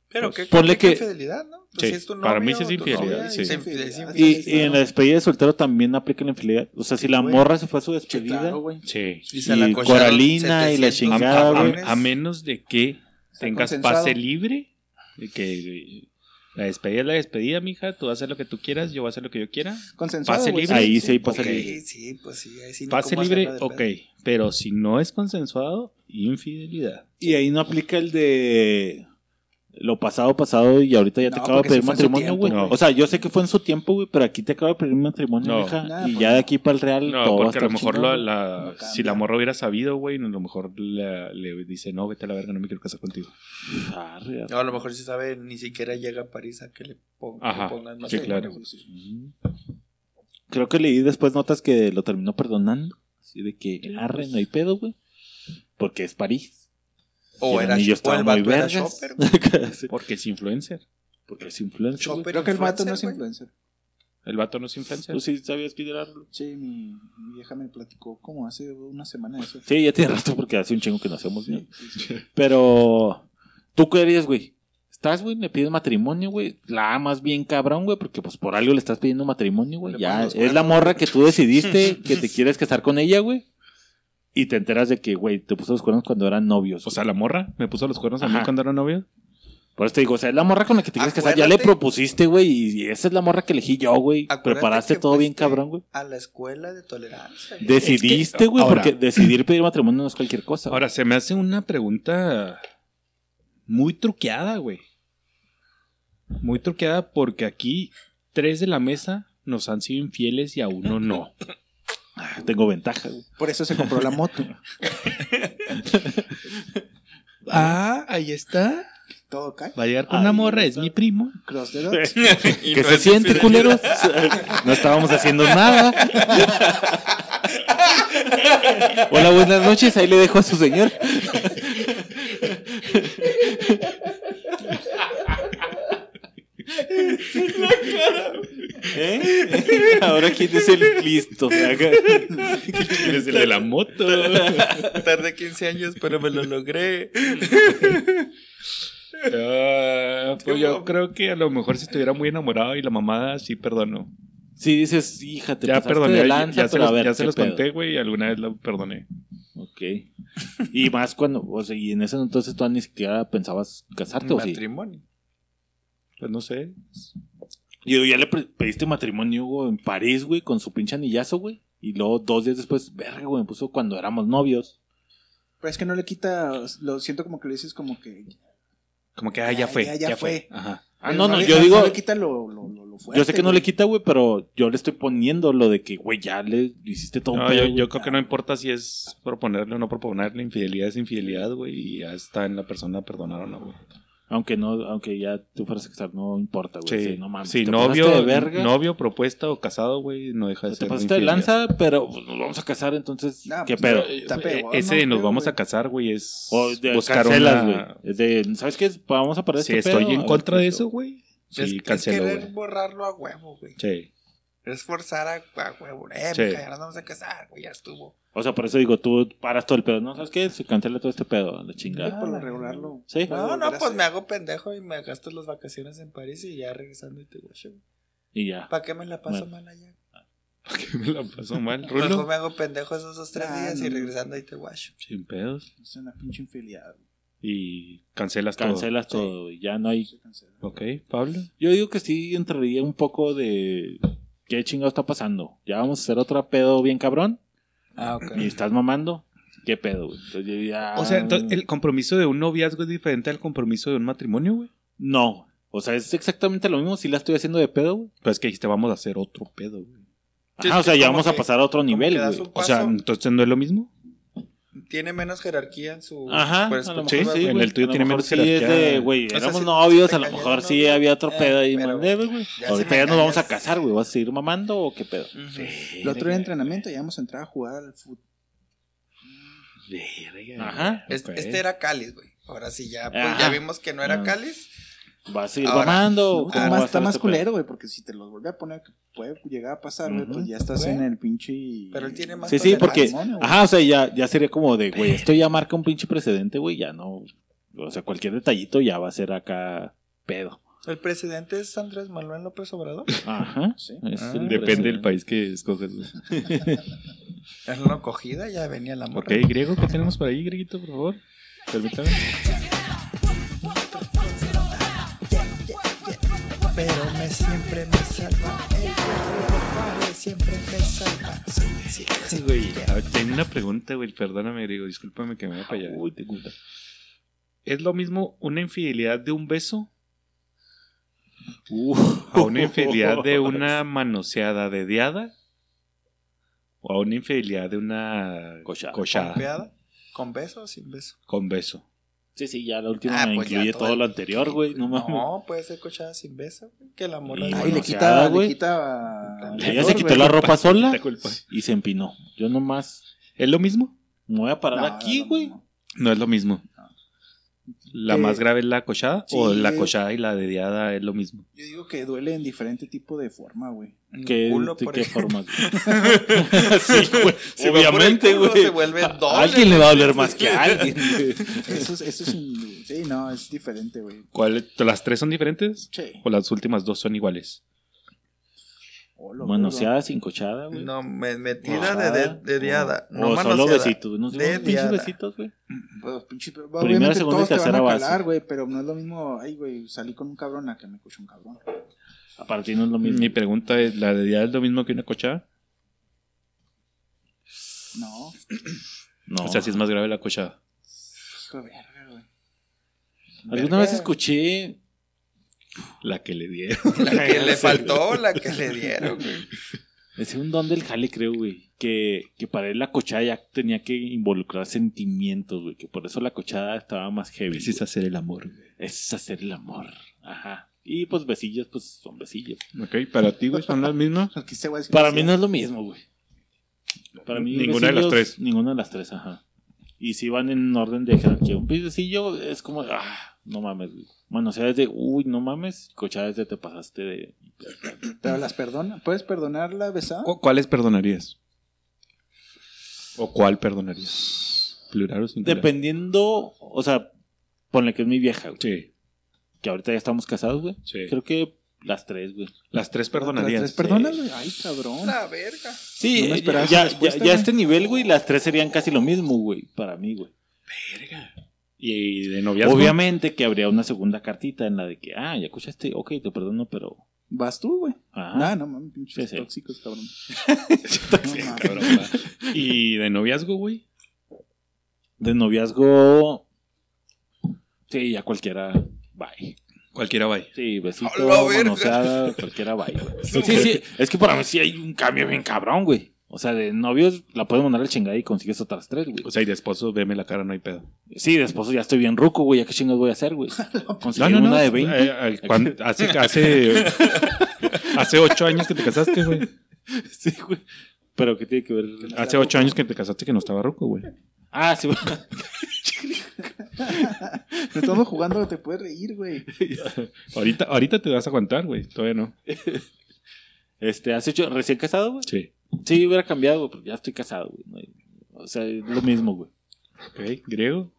[SPEAKER 4] Pero qué
[SPEAKER 5] pues,
[SPEAKER 4] qué-
[SPEAKER 5] ponle
[SPEAKER 4] qué
[SPEAKER 5] que-
[SPEAKER 4] infidelidad, ¿no? Pues
[SPEAKER 5] Sí,
[SPEAKER 4] si es tu
[SPEAKER 5] para mí
[SPEAKER 4] novio
[SPEAKER 5] sí es
[SPEAKER 4] o tu
[SPEAKER 5] infidelidad,
[SPEAKER 4] novia,
[SPEAKER 5] sí.
[SPEAKER 4] es infide- es
[SPEAKER 3] Y,
[SPEAKER 4] infidelidad.
[SPEAKER 3] y en la despedida de soltero también aplica la infidelidad. O sea, si la morra se fue a su despedida.
[SPEAKER 5] Sí.
[SPEAKER 3] Y, Coralina y la chingada,
[SPEAKER 5] A- a-
[SPEAKER 3] güey.
[SPEAKER 5] A, menos de que tengas
[SPEAKER 3] consensuado.
[SPEAKER 5] pase libre. De que eh, la despedida es la despedida, mija. Tú vas a hacer lo que tú quieras, yo voy a hacer lo que yo quiera.
[SPEAKER 4] Consensuado,
[SPEAKER 5] Pase
[SPEAKER 4] güey,
[SPEAKER 5] libre.
[SPEAKER 4] sí, Ahí
[SPEAKER 3] sí, pase
[SPEAKER 5] Ok.
[SPEAKER 4] Sí, sí, pues sí. ahí sí no
[SPEAKER 5] Pase
[SPEAKER 4] cómo
[SPEAKER 5] libre,
[SPEAKER 4] hacerla de
[SPEAKER 5] ok.
[SPEAKER 4] pedo.
[SPEAKER 5] Pero si no es consensuado, infidelidad.
[SPEAKER 3] Y ahí no aplica el de lo pasado, pasado y ahorita ya te
[SPEAKER 5] No,
[SPEAKER 3] acabo de
[SPEAKER 5] porque sí
[SPEAKER 3] pedir
[SPEAKER 5] fue en su
[SPEAKER 3] matrimonio,
[SPEAKER 5] tiempo,
[SPEAKER 3] güey.
[SPEAKER 5] güey.
[SPEAKER 3] O sea, yo sé que fue en su tiempo, güey, pero aquí te acabo de pedir matrimonio,
[SPEAKER 5] No.
[SPEAKER 3] hija.
[SPEAKER 5] Nada,
[SPEAKER 3] y
[SPEAKER 5] pues
[SPEAKER 3] ya
[SPEAKER 5] no.
[SPEAKER 3] de aquí para el real todo va
[SPEAKER 5] No,
[SPEAKER 3] a
[SPEAKER 5] porque a
[SPEAKER 3] estar
[SPEAKER 5] lo mejor
[SPEAKER 3] chingón,
[SPEAKER 5] la,
[SPEAKER 3] güey.
[SPEAKER 5] la- si la morra hubiera sabido, güey, a lo mejor la- le dice, no, vete a la verga, no me quiero casar contigo.
[SPEAKER 3] Arre,
[SPEAKER 4] No, a lo mejor si sabe, ni siquiera llega a París a que le, pon-
[SPEAKER 5] Ajá,
[SPEAKER 4] le pongan más
[SPEAKER 5] sí,
[SPEAKER 4] dinero,
[SPEAKER 5] claro.
[SPEAKER 4] güey, sí.
[SPEAKER 3] Creo que leí después notas que lo terminó perdonando. Así de que, arre,
[SPEAKER 5] pues.
[SPEAKER 3] no hay pedo, güey. Porque es París.
[SPEAKER 4] O
[SPEAKER 3] Y el
[SPEAKER 4] era
[SPEAKER 3] anillo
[SPEAKER 4] o
[SPEAKER 3] estaba
[SPEAKER 4] el
[SPEAKER 3] muy
[SPEAKER 4] vato era
[SPEAKER 3] vergas.
[SPEAKER 4] shopper,
[SPEAKER 5] Porque es influencer.
[SPEAKER 3] Porque es influencer.
[SPEAKER 4] Shopper
[SPEAKER 2] Creo que el vato no es
[SPEAKER 4] influencer,
[SPEAKER 2] influencer.
[SPEAKER 5] El vato no es influencer.
[SPEAKER 3] ¿Tú Pues sí sabías piderarlo?
[SPEAKER 2] Sí, mi, mi vieja me platicó como hace una semana eso.
[SPEAKER 3] Sí, ya tiene rato porque hace un chingo que no hacemos bien. Pero, ¿tú qué harías, güey? Estás, güey, le pides matrimonio, güey. La amas bien cabrón, güey, porque pues por algo le estás pidiendo matrimonio, güey. Ya,
[SPEAKER 5] pones los
[SPEAKER 3] es la morra que tú decidiste que te quieres casar con ella, güey. Y te enteras de que, güey, te puso los cuernos cuando eran novios. O
[SPEAKER 5] sea, la morra me puso los cuernos
[SPEAKER 3] a mí cuando
[SPEAKER 5] era novio.
[SPEAKER 3] Por eso te digo, o sea, es la morra con la que te quieres casar. Ya le
[SPEAKER 4] Acuérdate-
[SPEAKER 3] propusiste, güey, y esa es la morra que elegí yo, güey. Preparaste
[SPEAKER 4] que
[SPEAKER 3] todo
[SPEAKER 5] pues,
[SPEAKER 3] bien
[SPEAKER 4] fuiste
[SPEAKER 3] cabrón, güey.
[SPEAKER 4] A la escuela de tolerancia. güey.
[SPEAKER 3] Decidiste, güey,
[SPEAKER 5] ahora-
[SPEAKER 3] porque decidir pedir matrimonio no es cualquier cosa.
[SPEAKER 5] Ahora, se me hace una pregunta muy truqueada, güey. Muy truqueada porque aquí tres de la mesa nos han sido infieles y a uno no.
[SPEAKER 3] Tengo ventaja, güey.
[SPEAKER 2] Por eso se compró la moto.
[SPEAKER 5] Ah, ahí está.
[SPEAKER 2] Todo cae.
[SPEAKER 5] Va a llegar con una morra, es mi primo.
[SPEAKER 2] Cross the dots.
[SPEAKER 5] Y
[SPEAKER 3] ¿Qué
[SPEAKER 5] no
[SPEAKER 3] se
[SPEAKER 5] es
[SPEAKER 3] siente,
[SPEAKER 5] infidelidad.
[SPEAKER 3] culeros? No estábamos haciendo nada. Hola, buenas noches. Ahí le dejo a su señor. ¿Eh? Ahora quién es el listo. ¿Quién
[SPEAKER 5] es el de la moto?
[SPEAKER 4] Tardé 15 años, pero me lo logré.
[SPEAKER 5] Ah, pues yo creo que a lo mejor si estuviera muy enamorado y la mamada sí perdono.
[SPEAKER 3] Si dices, hija, te
[SPEAKER 5] ya
[SPEAKER 3] pasaste
[SPEAKER 5] perdoné,
[SPEAKER 3] de
[SPEAKER 5] ya-
[SPEAKER 3] lanza,
[SPEAKER 5] ya se
[SPEAKER 3] pero
[SPEAKER 5] los,
[SPEAKER 3] a ver,
[SPEAKER 5] ya se
[SPEAKER 3] ¿qué
[SPEAKER 5] los
[SPEAKER 3] pedo?
[SPEAKER 5] conté, güey, y alguna vez la perdoné.
[SPEAKER 3] Ok. Y más cuando, o sea, y en ese entonces tú ni siquiera pensabas casarte, ¿o sí?
[SPEAKER 4] Matrimonio.
[SPEAKER 5] Pues no sé.
[SPEAKER 3] Yo ya le pre- pediste matrimonio güey, en París, güey, con su pinche anillazo, güey. Y luego dos días después, verga, güey, me puso cuando éramos novios.
[SPEAKER 2] Pero es que no le quita, lo siento como que lo dices como que...
[SPEAKER 5] Como que, ah, ya fue.
[SPEAKER 2] ya, ya fue.
[SPEAKER 5] Ajá.
[SPEAKER 3] Ah,
[SPEAKER 2] Pero
[SPEAKER 3] no, no,
[SPEAKER 2] le-
[SPEAKER 3] yo digo-
[SPEAKER 2] No le quita lo, lo, lo- lo
[SPEAKER 3] yo sé que no le quita, güey, pero yo le estoy poniendo lo de que, güey, ya le hiciste todo un
[SPEAKER 5] No,
[SPEAKER 3] pedo,
[SPEAKER 5] yo,
[SPEAKER 3] güey.
[SPEAKER 5] yo creo que no importa si es proponerle o no proponerle, infidelidad es infidelidad, güey, y ya está en la persona perdonar o no, güey.
[SPEAKER 3] Aunque no, aunque ya tú fueras a estar, no importa, güey.
[SPEAKER 5] Sí,
[SPEAKER 3] Pues Sí, no mames.
[SPEAKER 5] sí,
[SPEAKER 3] te
[SPEAKER 5] novio,
[SPEAKER 3] pasaste de verga, Pues
[SPEAKER 5] novio, propuesta o casado, güey, no deja de
[SPEAKER 3] te
[SPEAKER 5] ser
[SPEAKER 3] pasaste de
[SPEAKER 5] infidelidad.
[SPEAKER 3] lanza, pero pues, nos vamos a casar, entonces,
[SPEAKER 2] Nah,
[SPEAKER 3] ¿qué
[SPEAKER 5] pues,
[SPEAKER 3] pedo?
[SPEAKER 5] eh, eh, ese de nos vamos a casar, güey, es
[SPEAKER 3] O de
[SPEAKER 5] Pues, buscar
[SPEAKER 3] cancelas, güey.
[SPEAKER 5] una...
[SPEAKER 3] Es de, ¿sabes qué? Vamos a parar
[SPEAKER 5] Si
[SPEAKER 3] este
[SPEAKER 5] estoy
[SPEAKER 3] pedo,
[SPEAKER 5] en
[SPEAKER 3] a
[SPEAKER 5] contra
[SPEAKER 3] ver
[SPEAKER 5] de
[SPEAKER 3] qué
[SPEAKER 5] eso,
[SPEAKER 3] pedo.
[SPEAKER 5] güey,
[SPEAKER 4] Es-
[SPEAKER 5] sí,
[SPEAKER 4] es,
[SPEAKER 5] cancelo,
[SPEAKER 4] querer
[SPEAKER 5] güey.
[SPEAKER 4] borrarlo a huevo, güey.
[SPEAKER 5] Sí.
[SPEAKER 4] Es forzar a, a huevo. Eh,
[SPEAKER 3] Sí.
[SPEAKER 4] mija, ya nos vamos a casar, güey, ya estuvo.
[SPEAKER 3] O sea, por eso digo, tú paras todo el pedo. No, ¿sabes qué? Se cancela todo este pedo, la
[SPEAKER 4] Ay, por lo
[SPEAKER 3] chingada.
[SPEAKER 4] regularlo.
[SPEAKER 3] Sí.
[SPEAKER 4] No, no, pues me hago pendejo y me gasto las vacaciones en París y ya regresando y te guacho.
[SPEAKER 3] Y ya.
[SPEAKER 4] ¿Para qué me la paso
[SPEAKER 3] Bueno.
[SPEAKER 4] mal allá?
[SPEAKER 5] ¿Para qué me la paso mal,
[SPEAKER 4] Mejor
[SPEAKER 5] Rulo?
[SPEAKER 4] me hago pendejo esos dos tres
[SPEAKER 2] Ah,
[SPEAKER 4] días y
[SPEAKER 2] no.
[SPEAKER 4] regresando ahí te guacho.
[SPEAKER 5] Sin pedos.
[SPEAKER 2] Es una pinche infidelidad.
[SPEAKER 5] Y cancelas todo.
[SPEAKER 3] Cancelas todo, güey. Ya no hay.
[SPEAKER 5] Ok, Pablo.
[SPEAKER 3] Yo digo que sí entraría un poco de. ¿Qué chingado está pasando? Ya vamos a hacer otro pedo bien cabrón.
[SPEAKER 2] Ah,
[SPEAKER 3] Y estás mamando. ¿Qué pedo, güey? Entonces yo diría,
[SPEAKER 5] O sea, entonces, ¿el compromiso de un noviazgo es diferente al compromiso de un matrimonio, güey?
[SPEAKER 3] No. O sea, es exactamente lo mismo si la estoy haciendo de pedo, güey.
[SPEAKER 5] Pues es que dijiste, vamos a hacer otro pedo, güey.
[SPEAKER 3] Ajá, o sea, ya vamos a pasar a otro nivel,
[SPEAKER 4] que das
[SPEAKER 3] güey.
[SPEAKER 4] un
[SPEAKER 5] O sea,
[SPEAKER 4] paso.
[SPEAKER 5] entonces no es lo mismo.
[SPEAKER 4] Tiene menos jerarquía en su.
[SPEAKER 3] Ajá,
[SPEAKER 4] pues,
[SPEAKER 3] a lo
[SPEAKER 4] como-
[SPEAKER 3] mejor
[SPEAKER 5] sí,
[SPEAKER 3] sí,
[SPEAKER 5] en
[SPEAKER 3] güey.
[SPEAKER 5] el tuyo
[SPEAKER 3] A lo
[SPEAKER 5] tiene
[SPEAKER 3] mejor
[SPEAKER 5] menos
[SPEAKER 3] sí es de,
[SPEAKER 5] jerarquía.
[SPEAKER 3] güey,
[SPEAKER 4] O sea,
[SPEAKER 3] éramos
[SPEAKER 4] si-
[SPEAKER 3] novios,
[SPEAKER 4] si
[SPEAKER 3] a
[SPEAKER 4] te
[SPEAKER 3] lo
[SPEAKER 4] cayó
[SPEAKER 3] mejor
[SPEAKER 4] el
[SPEAKER 3] sí
[SPEAKER 4] novio,
[SPEAKER 3] había otro
[SPEAKER 4] eh,
[SPEAKER 3] pedo ahí,
[SPEAKER 4] pero-
[SPEAKER 3] mandé, güey.
[SPEAKER 4] Ya se
[SPEAKER 3] Ahorita
[SPEAKER 4] me
[SPEAKER 3] ya nos vamos a
[SPEAKER 4] callas.
[SPEAKER 3] casar, güey. ¿Vas a seguir mamando o qué pedo?
[SPEAKER 2] El otro día de entrenamiento ya hemos entrado a jugar al fútbol.
[SPEAKER 3] Ajá. pues,
[SPEAKER 4] Es-
[SPEAKER 3] ok.
[SPEAKER 4] Este era cáliz, güey. Ahora sí ya, pues,
[SPEAKER 3] Ajá.
[SPEAKER 4] ya vimos que no era
[SPEAKER 3] Ah.
[SPEAKER 4] cáliz.
[SPEAKER 3] ¿Vas a seguir
[SPEAKER 4] Ahora,
[SPEAKER 3] mamando?
[SPEAKER 4] no,
[SPEAKER 3] ¿Cómo
[SPEAKER 2] Está
[SPEAKER 3] va a
[SPEAKER 2] más,
[SPEAKER 3] ser
[SPEAKER 2] está más
[SPEAKER 3] este
[SPEAKER 2] culero, güey, porque si te los vuelve a poner, que puede llegar a pasar, güey, pues ya estás en el pinche.
[SPEAKER 4] Pero él tiene más.
[SPEAKER 3] Sí, sí, porque.
[SPEAKER 4] tolerancia.
[SPEAKER 3] Ajá, o sea, ya, ya sería como de, güey, esto ya marca un pinche precedente, güey, ya no. O sea, cualquier detallito ya va a ser acá pedo.
[SPEAKER 4] El presidente es Andrés Manuel López Obrador.
[SPEAKER 3] Ajá.
[SPEAKER 2] Sí.
[SPEAKER 3] es
[SPEAKER 4] Ah.
[SPEAKER 3] el
[SPEAKER 5] Depende del
[SPEAKER 3] precedente.
[SPEAKER 5] país que escoges. güey.
[SPEAKER 4] En una cogida ya venía la
[SPEAKER 5] ok,
[SPEAKER 4] morra.
[SPEAKER 5] griego, ¿qué tenemos por ahí, grieguito, por favor? Permítame.
[SPEAKER 4] Pero me siempre me salva. El padre siempre me salva. Sí, sí, sí.
[SPEAKER 5] Güey, a ver, tengo una pregunta, güey. Perdóname, griego, discúlpame que me vaya para allá.
[SPEAKER 3] Uy, te gusta.
[SPEAKER 5] ¿Es lo mismo una infidelidad de un beso
[SPEAKER 3] Uf.
[SPEAKER 5] a una infidelidad de una manoseada dediada? ¿O a una infidelidad de una
[SPEAKER 3] Cochada.
[SPEAKER 5] cochada
[SPEAKER 4] Golpeada, ¿Con beso o sin beso?
[SPEAKER 5] con beso?
[SPEAKER 3] Sí, sí, ya la última
[SPEAKER 4] Ah, pues ya
[SPEAKER 3] incluye
[SPEAKER 4] todo
[SPEAKER 3] todo,
[SPEAKER 4] el-
[SPEAKER 3] lo anterior, güey. No mames.
[SPEAKER 4] No, puede ser cochada sin beso. güey, Que la morra.
[SPEAKER 3] Y
[SPEAKER 2] Ahí le
[SPEAKER 3] manoseada,
[SPEAKER 2] quita, le
[SPEAKER 3] güey.
[SPEAKER 2] quita.
[SPEAKER 3] Ella se quitó la ropa sola y se empinó. Yo nomás
[SPEAKER 5] ¿Es lo mismo?
[SPEAKER 3] me voy a parar
[SPEAKER 2] No,
[SPEAKER 3] aquí,
[SPEAKER 2] no, no,
[SPEAKER 3] güey.
[SPEAKER 2] no.
[SPEAKER 5] No es lo mismo. ¿La
[SPEAKER 2] Eh,
[SPEAKER 5] más grave es la cochada? ¿O
[SPEAKER 2] sí,
[SPEAKER 5] la
[SPEAKER 2] eh.
[SPEAKER 5] cochada y la dediada es lo mismo?
[SPEAKER 2] Yo digo que duele en diferente tipo de forma, güey.
[SPEAKER 3] ¿Qué,
[SPEAKER 4] culo,
[SPEAKER 3] de
[SPEAKER 4] por
[SPEAKER 3] qué
[SPEAKER 4] ejemplo.
[SPEAKER 3] forma? sí, güey.
[SPEAKER 4] Si va por el
[SPEAKER 3] Obviamente,
[SPEAKER 4] culo,
[SPEAKER 3] güey.
[SPEAKER 4] se vuelve
[SPEAKER 3] A-
[SPEAKER 4] doble,
[SPEAKER 3] a alguien le va a doler más que a alguien. güey.
[SPEAKER 2] Eso es, eso es un- sí, no, es diferente, güey.
[SPEAKER 5] ¿Cuál, ¿Las tres son diferentes?
[SPEAKER 2] Che.
[SPEAKER 5] ¿O las últimas dos son iguales?
[SPEAKER 2] hola,
[SPEAKER 3] Manoseada sin cochada, güey.
[SPEAKER 4] No, me, metida
[SPEAKER 3] Ajá.
[SPEAKER 4] de, de, de diada. No
[SPEAKER 3] o solo
[SPEAKER 4] manoseada.
[SPEAKER 3] besitos, güey. No sé,
[SPEAKER 4] De
[SPEAKER 3] unos pinches
[SPEAKER 4] diada.
[SPEAKER 3] besitos, güey.
[SPEAKER 2] Pues, pinche-
[SPEAKER 3] Primera,
[SPEAKER 2] obviamente
[SPEAKER 3] segunda
[SPEAKER 2] todos
[SPEAKER 3] y
[SPEAKER 2] te van
[SPEAKER 3] tercera
[SPEAKER 2] a
[SPEAKER 3] base.
[SPEAKER 2] calar, güey, pero no es lo mismo, ay, güey, salí con un cabrón a que me escuchó un cabrón.
[SPEAKER 3] Aparte no es lo mismo.
[SPEAKER 5] Mi pregunta es, ¿la dediada es lo mismo que una cochada?
[SPEAKER 2] No,
[SPEAKER 3] No.
[SPEAKER 5] O sea, si es más grave la cochada.
[SPEAKER 2] hijo de verga, güey.
[SPEAKER 3] Alguna vez escuché
[SPEAKER 5] La que le dieron.
[SPEAKER 4] La que le faltó, la que le dieron, güey.
[SPEAKER 3] Es un don del jale, creo, güey. Que, que para él la cochada ya tenía que involucrar sentimientos, güey. Que por eso la cochada estaba más heavy.
[SPEAKER 5] Es hacer el amor.
[SPEAKER 3] güey. Es hacer el amor. Ajá. Y pues besillos, pues son besillos.
[SPEAKER 5] Ok, para ti, güey, son las mismas.
[SPEAKER 2] Aquí este güey es
[SPEAKER 3] Para mí
[SPEAKER 2] gracia.
[SPEAKER 3] no es lo mismo, güey. Para mí
[SPEAKER 5] Ninguna de las
[SPEAKER 3] besillos,
[SPEAKER 5] tres.
[SPEAKER 3] Ninguna de las tres, ajá. Y si van en orden de jerarquía. Un besillo es como, ah, no mames, güey. Bueno, o sea, es de, uy, no mames. Cochada es de, te pasaste de...
[SPEAKER 2] Pero las perdona, ¿puedes perdonar la besada?
[SPEAKER 5] ¿Cu- ¿Cuáles perdonarías? ¿O cuál perdonarías? ¿Plural o singular?
[SPEAKER 3] Dependiendo, o sea, ponle que es mi vieja, güey.
[SPEAKER 5] Sí,
[SPEAKER 3] Que ahorita ya estamos casados, güey.
[SPEAKER 5] sí.
[SPEAKER 3] Creo que las tres, güey.
[SPEAKER 5] Las tres
[SPEAKER 2] ¿Las
[SPEAKER 5] perdonarías.
[SPEAKER 2] tres perdonas, güey? Ay, cabrón.
[SPEAKER 4] La verga.
[SPEAKER 3] Sí,
[SPEAKER 2] No me
[SPEAKER 3] ya,
[SPEAKER 2] esperaba esa
[SPEAKER 3] ya,
[SPEAKER 2] respuesta,
[SPEAKER 3] ya
[SPEAKER 2] güey.
[SPEAKER 3] a este nivel, güey, las tres serían casi lo mismo, güey, para mí, güey.
[SPEAKER 5] ¿Y de noviazgo?
[SPEAKER 3] Obviamente que habría una segunda cartita en la de que, ah, ya escuchaste, ok, te perdono, pero...
[SPEAKER 2] ¿Vas tú, güey?
[SPEAKER 3] Ajá.
[SPEAKER 2] Nah, no mames, pinches
[SPEAKER 3] Ah. Sí, sí.
[SPEAKER 2] tóxicos, cabrón. No mames.
[SPEAKER 5] Cabrón, va. ¿Y de noviazgo, güey?
[SPEAKER 3] De noviazgo... Sí, ya cualquiera, bye.
[SPEAKER 5] Cualquiera va.
[SPEAKER 3] Sí, besito,
[SPEAKER 5] A la verga.
[SPEAKER 3] manoseada, cualquiera va. güey.
[SPEAKER 5] Sí,
[SPEAKER 3] Sí,
[SPEAKER 5] güey.
[SPEAKER 3] sí, es que para mí sí hay un cambio bien cabrón, güey. O sea, de novios la puedes mandar al chingada y consigues otras tres, güey.
[SPEAKER 5] O sea, y de esposo, veme la cara, no hay pedo.
[SPEAKER 3] Sí, de esposo ya estoy bien ruco, güey. ¿Ya qué chingas voy a hacer, güey? Conseguir
[SPEAKER 5] No, no, no.
[SPEAKER 3] una de 20.
[SPEAKER 5] Eh, eh, cuan- hace- hace- Hace ocho años que te casaste, güey.
[SPEAKER 3] Sí, güey. Pero ¿qué tiene que ver?
[SPEAKER 5] Hace ocho años que te casaste que no estaba ruco, güey.
[SPEAKER 3] Ah, sí, güey.
[SPEAKER 2] Pero estamos jugando, te puedes reír, güey.
[SPEAKER 5] Ahorita, ahorita te vas a aguantar, güey. Todavía no.
[SPEAKER 3] Este, ¿has hecho recién casado, güey?
[SPEAKER 5] Sí.
[SPEAKER 3] Sí, hubiera cambiado, güey, porque ya estoy casado, güey. No hay- O sea, es lo mismo, güey.
[SPEAKER 5] Ok, griego.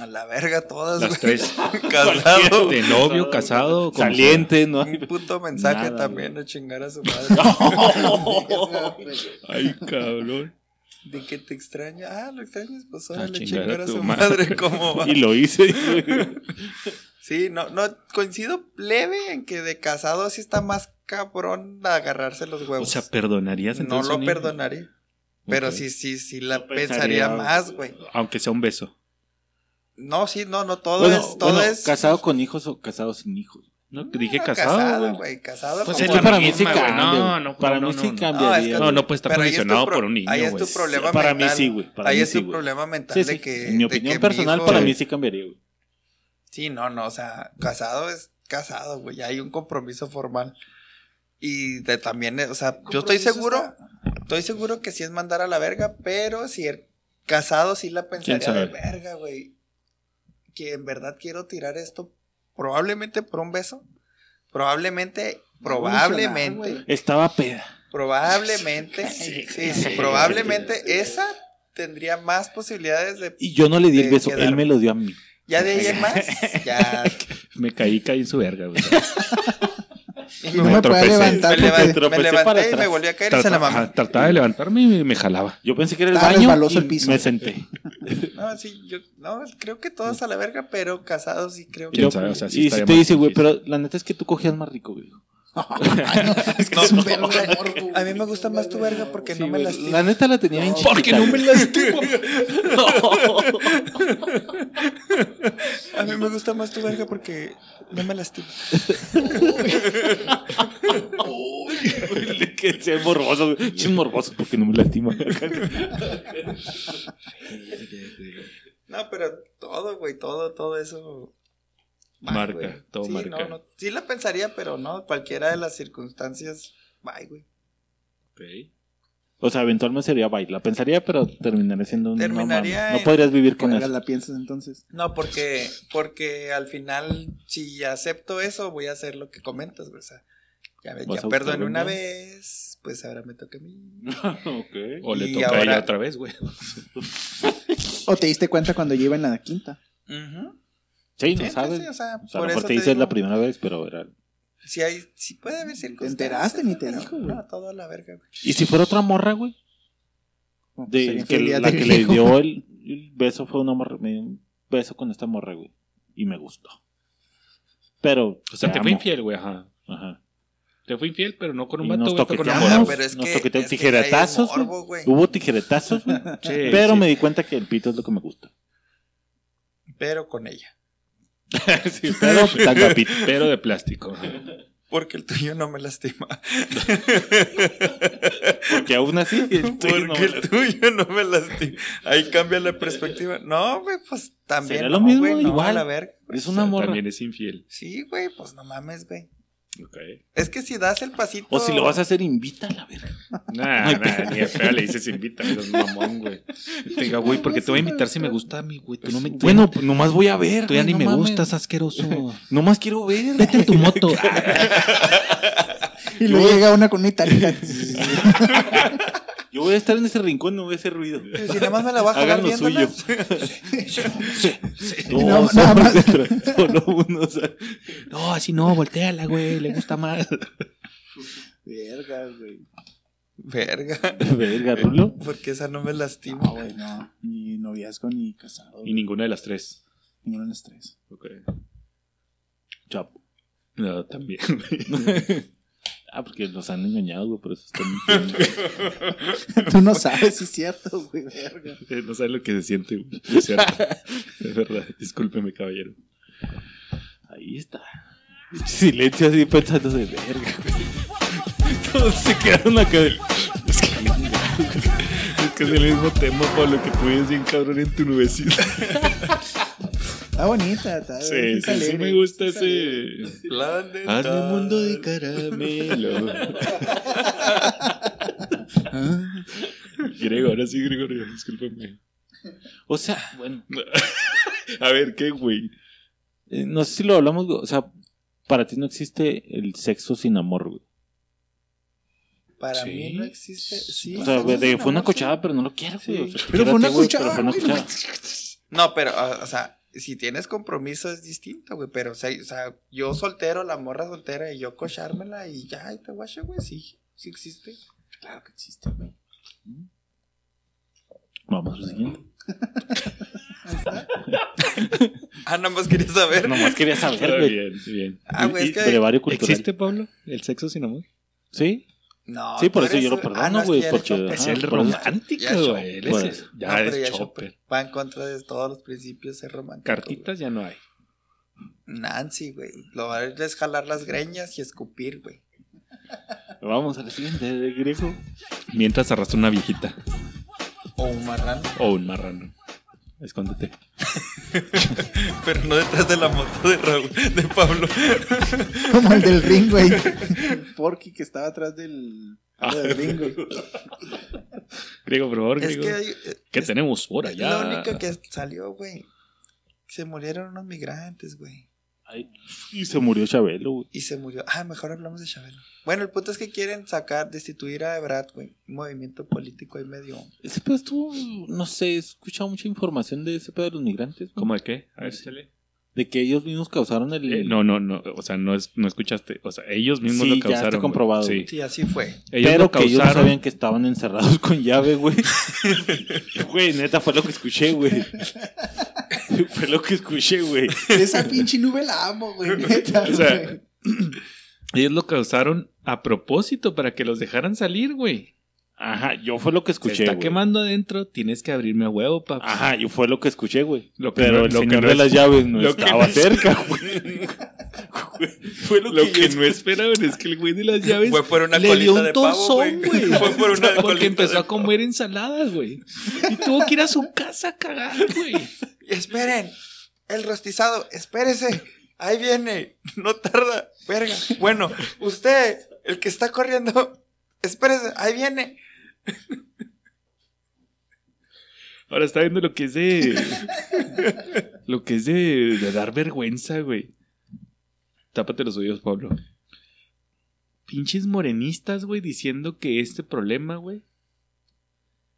[SPEAKER 4] A la verga todas,
[SPEAKER 5] Las
[SPEAKER 4] güey.
[SPEAKER 5] tres.
[SPEAKER 4] Casado.
[SPEAKER 5] De novio, casado, como
[SPEAKER 3] Saliente, ¿no?
[SPEAKER 4] Un puto mensaje
[SPEAKER 3] Nada,
[SPEAKER 4] también a chingar a su madre.
[SPEAKER 5] Ay, cabrón.
[SPEAKER 4] De que te extraña. Ah, lo extrañas, pues
[SPEAKER 5] A
[SPEAKER 4] órale,
[SPEAKER 5] chingar a
[SPEAKER 4] chingar a
[SPEAKER 5] tu
[SPEAKER 4] su
[SPEAKER 5] madre.
[SPEAKER 4] madre. ¿Cómo va?
[SPEAKER 3] Y lo hice.
[SPEAKER 4] sí, no, no, coincido leve en que de casado sí está más cabrón a agarrarse los
[SPEAKER 5] O
[SPEAKER 4] huevos.
[SPEAKER 5] sea, ¿perdonarías
[SPEAKER 4] no
[SPEAKER 5] entonces
[SPEAKER 4] lo
[SPEAKER 5] un-
[SPEAKER 4] perdonaría. Pero
[SPEAKER 5] Ok.
[SPEAKER 4] sí, sí, sí la
[SPEAKER 3] pensaría.
[SPEAKER 4] pensaría más, güey.
[SPEAKER 5] Aunque sea un beso.
[SPEAKER 4] No, sí, no, no, todo
[SPEAKER 3] Bueno,
[SPEAKER 4] es, todo
[SPEAKER 3] bueno,
[SPEAKER 4] es
[SPEAKER 3] ¿Casado con hijos o casado sin hijos?
[SPEAKER 5] No, dije
[SPEAKER 4] Ah,
[SPEAKER 5] casado.
[SPEAKER 4] casado,
[SPEAKER 5] güey.
[SPEAKER 4] güey, casado
[SPEAKER 5] Pues
[SPEAKER 4] con-
[SPEAKER 5] es la
[SPEAKER 3] Para mí
[SPEAKER 5] misma,
[SPEAKER 3] sí
[SPEAKER 5] güey.
[SPEAKER 3] cambia,
[SPEAKER 5] No,
[SPEAKER 3] güey.
[SPEAKER 5] no,
[SPEAKER 3] Para
[SPEAKER 5] no,
[SPEAKER 3] mí
[SPEAKER 5] no,
[SPEAKER 3] sí
[SPEAKER 5] no.
[SPEAKER 3] cambia.
[SPEAKER 4] No, es que-
[SPEAKER 5] No, no
[SPEAKER 3] pues,
[SPEAKER 5] puede estar
[SPEAKER 4] pero ahí es tu
[SPEAKER 5] condicionado
[SPEAKER 4] pro-
[SPEAKER 5] por un niño,
[SPEAKER 4] Ahí es
[SPEAKER 5] güey.
[SPEAKER 4] tu problema
[SPEAKER 3] Para mí
[SPEAKER 4] mental.
[SPEAKER 3] sí, güey. Para
[SPEAKER 4] ahí
[SPEAKER 3] mí
[SPEAKER 4] es
[SPEAKER 3] sí,
[SPEAKER 4] tu
[SPEAKER 3] güey.
[SPEAKER 4] problema mental
[SPEAKER 3] Sí, sí.
[SPEAKER 4] de que.
[SPEAKER 3] En mi
[SPEAKER 4] de que
[SPEAKER 3] opinión
[SPEAKER 4] mi
[SPEAKER 3] personal,
[SPEAKER 4] hijo-
[SPEAKER 3] para mí sí cambiaría, güey.
[SPEAKER 4] Sí, no, no, o sea, casado es casado, güey, hay un compromiso formal. Y de- también, eh, o sea, yo estoy
[SPEAKER 2] Compromiso
[SPEAKER 4] seguro,
[SPEAKER 2] está-
[SPEAKER 4] estoy seguro que sí es mandar a la verga, pero si el casado sí la pensaría
[SPEAKER 5] sabe?
[SPEAKER 4] de verga, güey. Que en verdad quiero tirar esto probablemente por un beso. Probablemente, probablemente.
[SPEAKER 3] Estaba peda.
[SPEAKER 4] Probablemente, sí, sí, probablemente esa tendría más posibilidades de
[SPEAKER 3] Y yo no le di el
[SPEAKER 4] de
[SPEAKER 3] beso, él
[SPEAKER 4] quedarme.
[SPEAKER 3] me lo dio a mí.
[SPEAKER 4] Ya de ahí en más, ya
[SPEAKER 5] Me caí, caí en su verga, güey.
[SPEAKER 2] No me puedo levantar.
[SPEAKER 4] me, levan- me
[SPEAKER 3] tropecé para
[SPEAKER 4] levanté y
[SPEAKER 3] atrás.
[SPEAKER 4] me volví a caer y se
[SPEAKER 5] Trata-
[SPEAKER 4] la
[SPEAKER 5] ajá,
[SPEAKER 4] mamá.
[SPEAKER 5] Trataba de levantarme y me jalaba.
[SPEAKER 3] Yo pensé que era el
[SPEAKER 2] Estaba
[SPEAKER 3] baño
[SPEAKER 2] resbaloso
[SPEAKER 3] y
[SPEAKER 2] el piso.
[SPEAKER 3] me senté.
[SPEAKER 4] No, sí, yo, no, creo que todos a la verga, pero casados sí creo que.
[SPEAKER 5] ¿Quién
[SPEAKER 3] Yo-
[SPEAKER 5] sabe? O sea, sí
[SPEAKER 3] y si
[SPEAKER 5] estaría
[SPEAKER 3] te
[SPEAKER 5] más
[SPEAKER 3] dice, güey,
[SPEAKER 5] difícil.
[SPEAKER 3] pero la neta es que tú cogías más rico, güey.
[SPEAKER 2] Es que es un verbo de amor, güey.
[SPEAKER 4] A mí me gusta más tu verga porque
[SPEAKER 3] Sí,
[SPEAKER 4] no me
[SPEAKER 3] güey,
[SPEAKER 4] lastima.
[SPEAKER 3] La neta la tenía bien chiquita.
[SPEAKER 5] Porque no me
[SPEAKER 3] güey.
[SPEAKER 5] lastimo.
[SPEAKER 4] A mí me gusta más tu verga porque no me lastima.
[SPEAKER 3] Uy, que sea morboso, güey. Chis morboso porque no me lastima.
[SPEAKER 4] No, pero todo, güey, todo, todo eso. Bye,
[SPEAKER 5] Marca,
[SPEAKER 4] güey.
[SPEAKER 5] todo
[SPEAKER 4] sí,
[SPEAKER 5] marca.
[SPEAKER 4] No, no, sí la pensaría, pero no, cualquiera de las circunstancias, bye, güey.
[SPEAKER 3] O sea, eventualmente sería baila. Pensaría, pero terminaría siendo un. no
[SPEAKER 4] Terminaría
[SPEAKER 3] mames, No,
[SPEAKER 4] en-
[SPEAKER 3] podrías vivir con
[SPEAKER 2] Verga,
[SPEAKER 3] eso.
[SPEAKER 2] la piensas entonces.
[SPEAKER 4] No, porque, porque al final, si acepto eso, voy a hacer lo que comentas, güey. O sea, ya, me-
[SPEAKER 3] Vas
[SPEAKER 4] ya
[SPEAKER 3] a buscar
[SPEAKER 4] perdoné una
[SPEAKER 3] venganza.
[SPEAKER 4] vez, pues ahora me toca a mí.
[SPEAKER 3] ok.
[SPEAKER 5] O le
[SPEAKER 4] Y
[SPEAKER 5] toca a
[SPEAKER 4] ahora-
[SPEAKER 5] ella otra vez, güey.
[SPEAKER 2] O te diste cuenta cuando lleva en la quinta.
[SPEAKER 4] Ujú.
[SPEAKER 3] Sí,
[SPEAKER 4] Sí,
[SPEAKER 3] no
[SPEAKER 4] sí,
[SPEAKER 3] sabes.
[SPEAKER 4] sí, o sea,
[SPEAKER 3] O sea, a
[SPEAKER 4] por
[SPEAKER 3] lo mejor
[SPEAKER 4] eso
[SPEAKER 3] te
[SPEAKER 4] te
[SPEAKER 3] dices
[SPEAKER 4] digo.
[SPEAKER 3] la primera vez, pero era.
[SPEAKER 4] Si hay, si puede haber circunstancias.
[SPEAKER 2] enteraste ni te
[SPEAKER 4] no,
[SPEAKER 2] dijo, güey.
[SPEAKER 4] No, todo a la verga, güey.
[SPEAKER 3] ¿Y si fuera otra morra, güey?
[SPEAKER 2] No, pues,
[SPEAKER 3] De,
[SPEAKER 2] sería
[SPEAKER 3] que
[SPEAKER 2] infidelidad
[SPEAKER 3] la
[SPEAKER 2] de
[SPEAKER 3] que le
[SPEAKER 2] viejo.
[SPEAKER 3] dio el, el beso fue una morra. Me dio un beso con esta morra, güey. Y me gustó. Pero.
[SPEAKER 5] O sea, te fue
[SPEAKER 3] amo.
[SPEAKER 5] infiel, güey. Ajá.
[SPEAKER 3] Ajá.
[SPEAKER 5] Te fue infiel, pero no con un
[SPEAKER 3] Y
[SPEAKER 5] vato,
[SPEAKER 3] nos
[SPEAKER 5] güey, fue con una
[SPEAKER 3] toqueteamos.
[SPEAKER 5] morra.
[SPEAKER 4] pero es
[SPEAKER 3] nos
[SPEAKER 4] que-
[SPEAKER 3] toqueteó
[SPEAKER 4] es que
[SPEAKER 3] tijeretazos,
[SPEAKER 4] ahí hay morbo, güey.
[SPEAKER 3] Hubo tijeretazos, güey.
[SPEAKER 5] Sí,
[SPEAKER 3] pero
[SPEAKER 5] sí.
[SPEAKER 3] me di cuenta que el pito es lo que me gusta.
[SPEAKER 4] Pero con ella.
[SPEAKER 5] Sí, pero, tan guapito, pero de plástico. ajá.
[SPEAKER 4] Porque el tuyo no me lastima.
[SPEAKER 3] Porque aún así. el tuyo
[SPEAKER 4] Porque
[SPEAKER 3] no me
[SPEAKER 4] el tuyo no me lastima. Ahí cambia la perspectiva. No, güey, pues también.
[SPEAKER 3] Sería lo
[SPEAKER 4] no,
[SPEAKER 3] mismo,
[SPEAKER 4] güey, no,
[SPEAKER 3] igual.
[SPEAKER 4] a la verga.
[SPEAKER 3] Es
[SPEAKER 5] O
[SPEAKER 3] una
[SPEAKER 5] sea,
[SPEAKER 3] morra.
[SPEAKER 5] También es infiel.
[SPEAKER 4] Sí, güey, pues no mames, güey.
[SPEAKER 5] Ok.
[SPEAKER 4] Es que si das el pasito.
[SPEAKER 3] O si lo vas a hacer, invítala, verga.
[SPEAKER 5] Nah, nah, ni de feo le dices invítame, eres mamón, güey. Te diga, güey, porque te voy a invitar si me gusta a mí, güey. Tú no me
[SPEAKER 3] Bueno, pues nomás voy a ver.
[SPEAKER 5] tú ya
[SPEAKER 3] güey,
[SPEAKER 5] ni
[SPEAKER 3] no
[SPEAKER 5] me
[SPEAKER 3] mames.
[SPEAKER 5] gustas, asqueroso.
[SPEAKER 3] Nomás quiero ver.
[SPEAKER 5] Vete en tu moto.
[SPEAKER 2] Y luego llega una con una itálica.
[SPEAKER 3] Yo voy a estar en ese rincón, no voy a hacer ruido.
[SPEAKER 4] Pero Si nada más me la vas a jalar
[SPEAKER 3] Hagan lo
[SPEAKER 4] viéndola.
[SPEAKER 3] suyo. No,
[SPEAKER 2] Nada más-
[SPEAKER 3] solo,
[SPEAKER 2] nada más.
[SPEAKER 3] dentro, solo uno. o sea,
[SPEAKER 5] no, así no, volteala, güey. Le gusta más.
[SPEAKER 2] Verga, güey.
[SPEAKER 4] Verga.
[SPEAKER 3] Verga, Rulo.
[SPEAKER 4] Porque esa no me lastima.
[SPEAKER 2] No, güey, no. Ni noviazgo ni casado.
[SPEAKER 5] Y
[SPEAKER 2] güey.
[SPEAKER 5] ninguna de las tres.
[SPEAKER 2] Ninguno de los tres.
[SPEAKER 5] Ok.
[SPEAKER 3] Chapo.
[SPEAKER 5] No, también.
[SPEAKER 3] Ah, porque los han engañado, güey, por eso están mintiendo.
[SPEAKER 2] Tú no sabes si es cierto, güey. Verga.
[SPEAKER 5] Eh, No sabe lo que se siente, güey. Es cierto. Es verdad. Discúlpeme, caballero.
[SPEAKER 3] Ay, Ahí está.
[SPEAKER 5] Silencio así pensando de verga, güey. Todos se quedaron acá. de- Es que, es que es el mismo tema, Pablo, que tú vienes bien cabrón en tu nubecita.
[SPEAKER 2] Está bonita, está
[SPEAKER 5] Sí,
[SPEAKER 2] está
[SPEAKER 5] sí, sí
[SPEAKER 2] alegre.
[SPEAKER 5] me gusta ese. Hazme un mundo de caramelo. Grego, ahora sí, Gregorio, discúlpame. O sea, bueno. A ver, ¿qué, güey?
[SPEAKER 3] Eh, No sé si lo hablamos, güey. o sea, para ti no existe el sexo sin amor, güey.
[SPEAKER 4] Para mí no existe. Sí,
[SPEAKER 3] O sea,
[SPEAKER 4] sí,
[SPEAKER 3] güey,
[SPEAKER 4] sí,
[SPEAKER 3] de- fue una
[SPEAKER 4] amor, sí.
[SPEAKER 3] cochada, pero no lo quiero, güey. O sea,
[SPEAKER 4] Pero fue
[SPEAKER 3] quiérate,
[SPEAKER 4] una
[SPEAKER 3] güey,
[SPEAKER 4] cochada,
[SPEAKER 3] Pero fue una
[SPEAKER 4] güey.
[SPEAKER 3] cochada.
[SPEAKER 4] No, pero, ah, o, o sea, si tienes compromiso es distinto, güey. Pero, o sea, o sea, yo soltero, la morra soltera, y yo cochármela y ya, y te guacho, güey. Sí, sí existe. Claro que existe, güey.
[SPEAKER 3] Vamos al siguiente.
[SPEAKER 4] Ah, nomás quería saber.
[SPEAKER 3] Nomás quería saber, güey.
[SPEAKER 4] Ah, güey, es que-
[SPEAKER 3] Brevario cultural.
[SPEAKER 5] ¿Existe, Pablo, el sexo sin amor?
[SPEAKER 3] ¿Sí?
[SPEAKER 4] No,
[SPEAKER 3] Sí, por
[SPEAKER 4] tú
[SPEAKER 3] eso
[SPEAKER 4] eres-
[SPEAKER 3] yo lo
[SPEAKER 4] Ah, no,
[SPEAKER 3] perdono,
[SPEAKER 4] es
[SPEAKER 3] güey.
[SPEAKER 4] que ya eres
[SPEAKER 3] porque
[SPEAKER 4] chopper.
[SPEAKER 3] ajá,
[SPEAKER 5] Es el
[SPEAKER 3] por eso-
[SPEAKER 5] romántico,
[SPEAKER 4] Ya es
[SPEAKER 5] güey. Él
[SPEAKER 3] Por
[SPEAKER 5] es
[SPEAKER 3] eso.
[SPEAKER 5] el-
[SPEAKER 4] No,
[SPEAKER 5] Ya
[SPEAKER 4] pero
[SPEAKER 5] es
[SPEAKER 4] ya
[SPEAKER 5] chopper.
[SPEAKER 4] Va en contra de todos los principios ser romántico.
[SPEAKER 5] Cartitas ya no hay.
[SPEAKER 4] Nancy, güey. Lo va a es jalar las greñas y escupir, güey.
[SPEAKER 3] Vamos al siguiente, de Grego.
[SPEAKER 5] Mientras arrastra una viejita
[SPEAKER 4] O un marrano.
[SPEAKER 5] o un marrano. Escóndete.
[SPEAKER 4] Pero no detrás de la moto de Raúl, de Pablo.
[SPEAKER 2] Como el del ring, güey. Porky que estaba atrás del.
[SPEAKER 5] Ah.
[SPEAKER 2] del ring, güey.
[SPEAKER 5] Griego, por favor,
[SPEAKER 4] Es
[SPEAKER 5] Griego.
[SPEAKER 4] que hay- eh,
[SPEAKER 5] ¿Qué
[SPEAKER 4] es-
[SPEAKER 5] tenemos ahora ya?
[SPEAKER 4] Lo único que salió, güey. Se murieron unos migrantes, güey.
[SPEAKER 3] Y se murió Chabelo, güey.
[SPEAKER 4] Y se murió. Ah, mejor hablamos de Chabelo. Bueno, el punto es que quieren sacar, destituir a Ebrard, güey. Un movimiento político ahí medio.
[SPEAKER 3] Ese pedo estuvo, no sé, he escuchado mucha información de ese pedo de los migrantes.
[SPEAKER 5] ¿Cómo de qué? A ver, échale.
[SPEAKER 3] De que ellos mismos causaron el...
[SPEAKER 5] Eh, no, no, no. O sea, no, es, no escuchaste. O sea, ellos mismos
[SPEAKER 3] Sí,
[SPEAKER 5] lo
[SPEAKER 3] ya está
[SPEAKER 5] causaron. güey.
[SPEAKER 3] comprobado,
[SPEAKER 5] Sí.
[SPEAKER 3] güey.
[SPEAKER 4] Sí, así fue.
[SPEAKER 5] Ellos
[SPEAKER 3] pero
[SPEAKER 5] lo
[SPEAKER 3] que ellos no
[SPEAKER 5] causaron.
[SPEAKER 3] sabían que estaban encerrados con llave, güey. Güey, neta, fue lo que escuché, güey. Fue lo que escuché, güey.
[SPEAKER 2] Esa pinche nube la amo, güey. Neta,
[SPEAKER 5] O sea,
[SPEAKER 2] güey.
[SPEAKER 5] Ellos lo causaron a propósito para que los dejaran salir, güey.
[SPEAKER 3] Ajá, yo fue lo que escuché,
[SPEAKER 5] Se está
[SPEAKER 3] güey.
[SPEAKER 5] quemando adentro, tienes que abrirme a huevo, papá.
[SPEAKER 3] Ajá, yo fue lo que escuché, güey.
[SPEAKER 5] Lo que
[SPEAKER 3] Pero
[SPEAKER 5] no-
[SPEAKER 3] el
[SPEAKER 5] lo que
[SPEAKER 3] señor
[SPEAKER 5] no
[SPEAKER 3] de
[SPEAKER 5] es-
[SPEAKER 3] las llaves no
[SPEAKER 5] lo que
[SPEAKER 3] estaba
[SPEAKER 5] no es-
[SPEAKER 3] cerca, güey. Fue lo,
[SPEAKER 5] Lo
[SPEAKER 3] que,
[SPEAKER 5] que
[SPEAKER 3] yo
[SPEAKER 5] no esperaban es que el güey de las llaves
[SPEAKER 4] Fue por una
[SPEAKER 5] le
[SPEAKER 4] colita
[SPEAKER 5] dio un
[SPEAKER 4] de pavo, güey.
[SPEAKER 5] torzón, güey.
[SPEAKER 4] Fue por una colita
[SPEAKER 5] Porque empezó
[SPEAKER 4] de
[SPEAKER 5] a comer ensaladas, güey. Y tuvo que ir a su casa a cagar, güey.
[SPEAKER 4] Esperen, el rostizado, espérese, ahí viene, no tarda, verga. Bueno, usted, el que está corriendo, espérese, ahí viene.
[SPEAKER 5] Ahora está viendo lo que es de. lo que es de, de dar vergüenza, güey. Tápate los oídos, Pablo. Pinches morenistas, güey, diciendo que este problema, güey,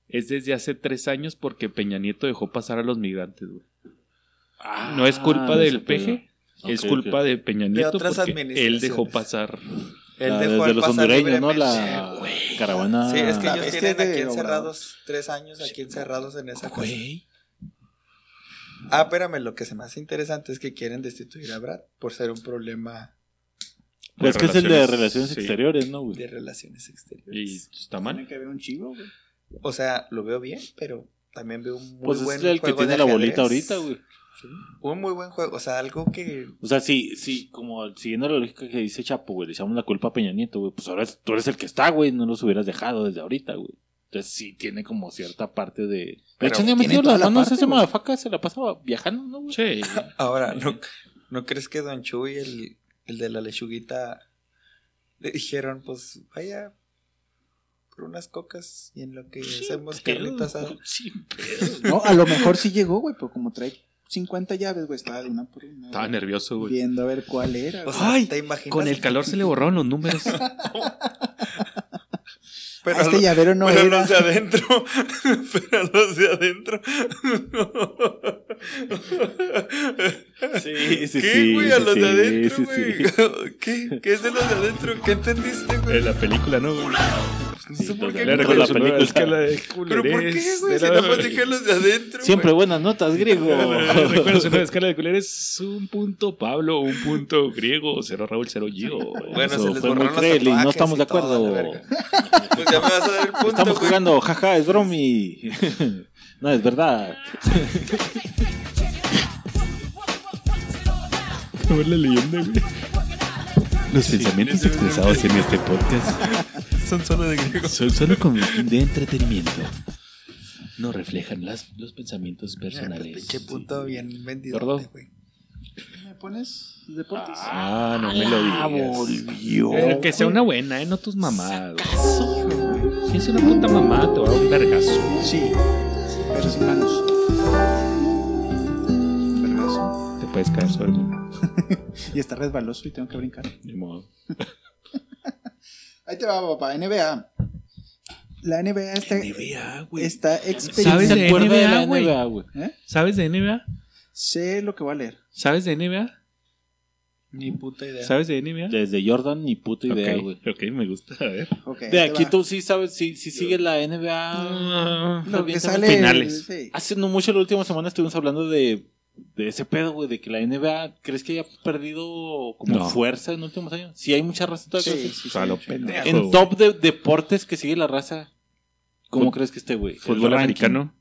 [SPEAKER 5] es desde hace tres años porque Peña Nieto dejó pasar a los migrantes, güey. no es culpa
[SPEAKER 3] Ah,
[SPEAKER 5] del
[SPEAKER 3] ese pedo.
[SPEAKER 5] PG, es
[SPEAKER 3] Ok,
[SPEAKER 5] culpa
[SPEAKER 3] ok.
[SPEAKER 5] de Peña
[SPEAKER 4] De
[SPEAKER 5] Nieto
[SPEAKER 4] otras
[SPEAKER 5] porque él
[SPEAKER 4] administraciones.
[SPEAKER 5] dejó pasar.
[SPEAKER 4] Él
[SPEAKER 3] La
[SPEAKER 4] dejó
[SPEAKER 3] Ah, desde
[SPEAKER 4] al
[SPEAKER 3] los
[SPEAKER 4] pasar
[SPEAKER 3] hondureños, ¿no? La
[SPEAKER 4] libremente.
[SPEAKER 3] caravana.
[SPEAKER 4] Sí, es que
[SPEAKER 2] Ah,
[SPEAKER 4] ellos
[SPEAKER 2] este
[SPEAKER 4] tienen
[SPEAKER 2] de
[SPEAKER 4] aquí
[SPEAKER 2] Obrador.
[SPEAKER 4] encerrados tres años, aquí encerrados en esa cosa.
[SPEAKER 5] Güey,
[SPEAKER 4] Ah, espérame, lo que se me hace interesante es que quieren destituir a Brad por ser un problema
[SPEAKER 3] Es que es el de
[SPEAKER 5] Relaciones-
[SPEAKER 3] relaciones
[SPEAKER 5] sí.
[SPEAKER 3] exteriores, ¿no, güey?
[SPEAKER 4] de relaciones exteriores.
[SPEAKER 5] Y está mal.
[SPEAKER 2] Tiene que haber un chivo, güey.
[SPEAKER 4] O sea, lo veo bien, pero también veo un muy
[SPEAKER 3] Pues
[SPEAKER 4] buen
[SPEAKER 3] es el que
[SPEAKER 4] juego
[SPEAKER 3] tiene
[SPEAKER 4] de
[SPEAKER 3] la bolita
[SPEAKER 4] ajedrez.
[SPEAKER 3] ahorita, güey.
[SPEAKER 4] Un muy buen juego, o sea, algo que
[SPEAKER 3] O sea, sí, sí, como siguiendo la lógica que dice Chapo, güey, le echamos la culpa a Peña Nieto, güey. Pues ahora es- tú eres el que está, güey, no los hubieras dejado desde ahorita, güey. Entonces sí tiene como cierta parte de. De
[SPEAKER 4] Pero
[SPEAKER 3] hecho, ni ha
[SPEAKER 4] tiene
[SPEAKER 3] metido
[SPEAKER 4] toda
[SPEAKER 3] las
[SPEAKER 4] la
[SPEAKER 3] manos
[SPEAKER 4] parte,
[SPEAKER 3] ese
[SPEAKER 4] güey.
[SPEAKER 3] madafaca, se la pasaba viajando, ¿no, güey?
[SPEAKER 5] Sí.
[SPEAKER 4] Ahora, ¿no, ¿no crees que Don Chuy, el, el de la lechuguita, le dijeron, pues vaya por unas cocas y en lo que hacemos
[SPEAKER 3] pues,
[SPEAKER 4] carnitas ¿ah? asada?
[SPEAKER 2] No, a lo mejor sí llegó, güey, pero como trae 50 llaves, güey, estaba de una por una.
[SPEAKER 5] Estaba
[SPEAKER 2] güey,
[SPEAKER 5] nervioso, güey.
[SPEAKER 2] Viendo a ver cuál era.
[SPEAKER 4] O
[SPEAKER 2] güey.
[SPEAKER 4] sea,
[SPEAKER 5] Ay,
[SPEAKER 4] ¿te imaginas?
[SPEAKER 5] Con el calor se le borraron los números.
[SPEAKER 4] Pero
[SPEAKER 2] Ah, este
[SPEAKER 4] lo-
[SPEAKER 2] llavero no
[SPEAKER 4] pero
[SPEAKER 2] era.
[SPEAKER 4] los de adentro, pero los de adentro.
[SPEAKER 3] Sí, sí,
[SPEAKER 4] ¿Qué,
[SPEAKER 3] sí,
[SPEAKER 4] güey? A
[SPEAKER 3] sí,
[SPEAKER 4] los de
[SPEAKER 3] sí,
[SPEAKER 4] adentro,
[SPEAKER 3] sí,
[SPEAKER 4] güey. ¿Qué? ¿Qué es de los de adentro? ¿Qué entendiste, güey?
[SPEAKER 5] En la película, ¿no? güey?
[SPEAKER 4] No sé por
[SPEAKER 3] los de
[SPEAKER 4] qué.
[SPEAKER 5] Le
[SPEAKER 3] adentro de
[SPEAKER 4] güey.
[SPEAKER 3] la
[SPEAKER 5] reconozco, ¿no?
[SPEAKER 3] película.
[SPEAKER 5] Es que la de
[SPEAKER 4] ¿Pero por qué,
[SPEAKER 5] culeres
[SPEAKER 4] güey? Si
[SPEAKER 5] era-
[SPEAKER 4] nada más dejé los de adentro.
[SPEAKER 3] Siempre
[SPEAKER 4] güey.
[SPEAKER 3] buenas notas, griego.
[SPEAKER 5] Recuerdos en una escala de culeres, un punto Pablo, un punto griego, cero Raúl, cero yo.
[SPEAKER 4] Bueno,
[SPEAKER 3] Eso
[SPEAKER 4] se les
[SPEAKER 3] fue muy
[SPEAKER 4] borraron los
[SPEAKER 3] cruel y no
[SPEAKER 4] tatuajes
[SPEAKER 3] estamos
[SPEAKER 4] y
[SPEAKER 3] de
[SPEAKER 4] todo,
[SPEAKER 3] acuerdo.
[SPEAKER 4] la verga. Pues ya me vas a dar el punto,
[SPEAKER 3] Estamos
[SPEAKER 4] güey.
[SPEAKER 3] jugando, jaja, es bromi. no, es verdad.
[SPEAKER 5] a ver la leyenda, güey.
[SPEAKER 1] Los pensamientos expresados en este podcast
[SPEAKER 4] Son solo de griego.
[SPEAKER 1] son solo con el fin de entretenimiento. No reflejan las, los pensamientos personales.
[SPEAKER 4] Pinche punto bien vendido.
[SPEAKER 1] Gordo.
[SPEAKER 2] ¿Me pones deportes?
[SPEAKER 1] Ah, no me lo digas.
[SPEAKER 5] Pero que sea una buena, ¿eh? No tus mamadas. Si es una puta mamada, te va a dar un vergazo.
[SPEAKER 2] Sí, pero sin manos. Vergazo.
[SPEAKER 1] Te puedes caer solo.
[SPEAKER 2] Y está resbaloso y tengo que brincar.
[SPEAKER 1] Ni modo.
[SPEAKER 2] Ahí te va, papá. NBA. La NBA está, está
[SPEAKER 5] ¿Sabes
[SPEAKER 2] experimentando.
[SPEAKER 5] de NBA, güey?
[SPEAKER 2] ¿Eh?
[SPEAKER 5] ¿Sabes de NBA?
[SPEAKER 2] Sé lo que va a leer.
[SPEAKER 5] ¿Sabes de NBA?
[SPEAKER 2] Ni puta idea.
[SPEAKER 5] ¿Sabes de NBA?
[SPEAKER 3] Desde Jordan, ni puta idea,
[SPEAKER 5] Ok,
[SPEAKER 3] güey.
[SPEAKER 5] ok, me gusta. A ver.
[SPEAKER 2] Ok, ahí
[SPEAKER 3] De
[SPEAKER 2] te
[SPEAKER 3] aquí
[SPEAKER 2] va.
[SPEAKER 3] tú sí sabes, sí, sí sigues la
[SPEAKER 5] Ah.
[SPEAKER 3] NBA.
[SPEAKER 2] Lo que
[SPEAKER 3] Aviéntame.
[SPEAKER 2] sale.
[SPEAKER 5] finales.
[SPEAKER 2] sí.
[SPEAKER 3] Hace no mucho, la última semana estuvimos hablando de, de ese pedo, güey, de que la NBA, ¿crees que haya perdido como
[SPEAKER 1] No.
[SPEAKER 3] fuerza en los últimos años? Sí, hay mucha raza todavía.
[SPEAKER 2] Sí,
[SPEAKER 3] que-
[SPEAKER 2] sí, sí.
[SPEAKER 1] A lo
[SPEAKER 2] pendejo,
[SPEAKER 3] En top de deportes que sigue la raza, ¿cómo
[SPEAKER 5] Fut-
[SPEAKER 3] crees que esté, güey?
[SPEAKER 5] Fútbol
[SPEAKER 3] El
[SPEAKER 5] americano.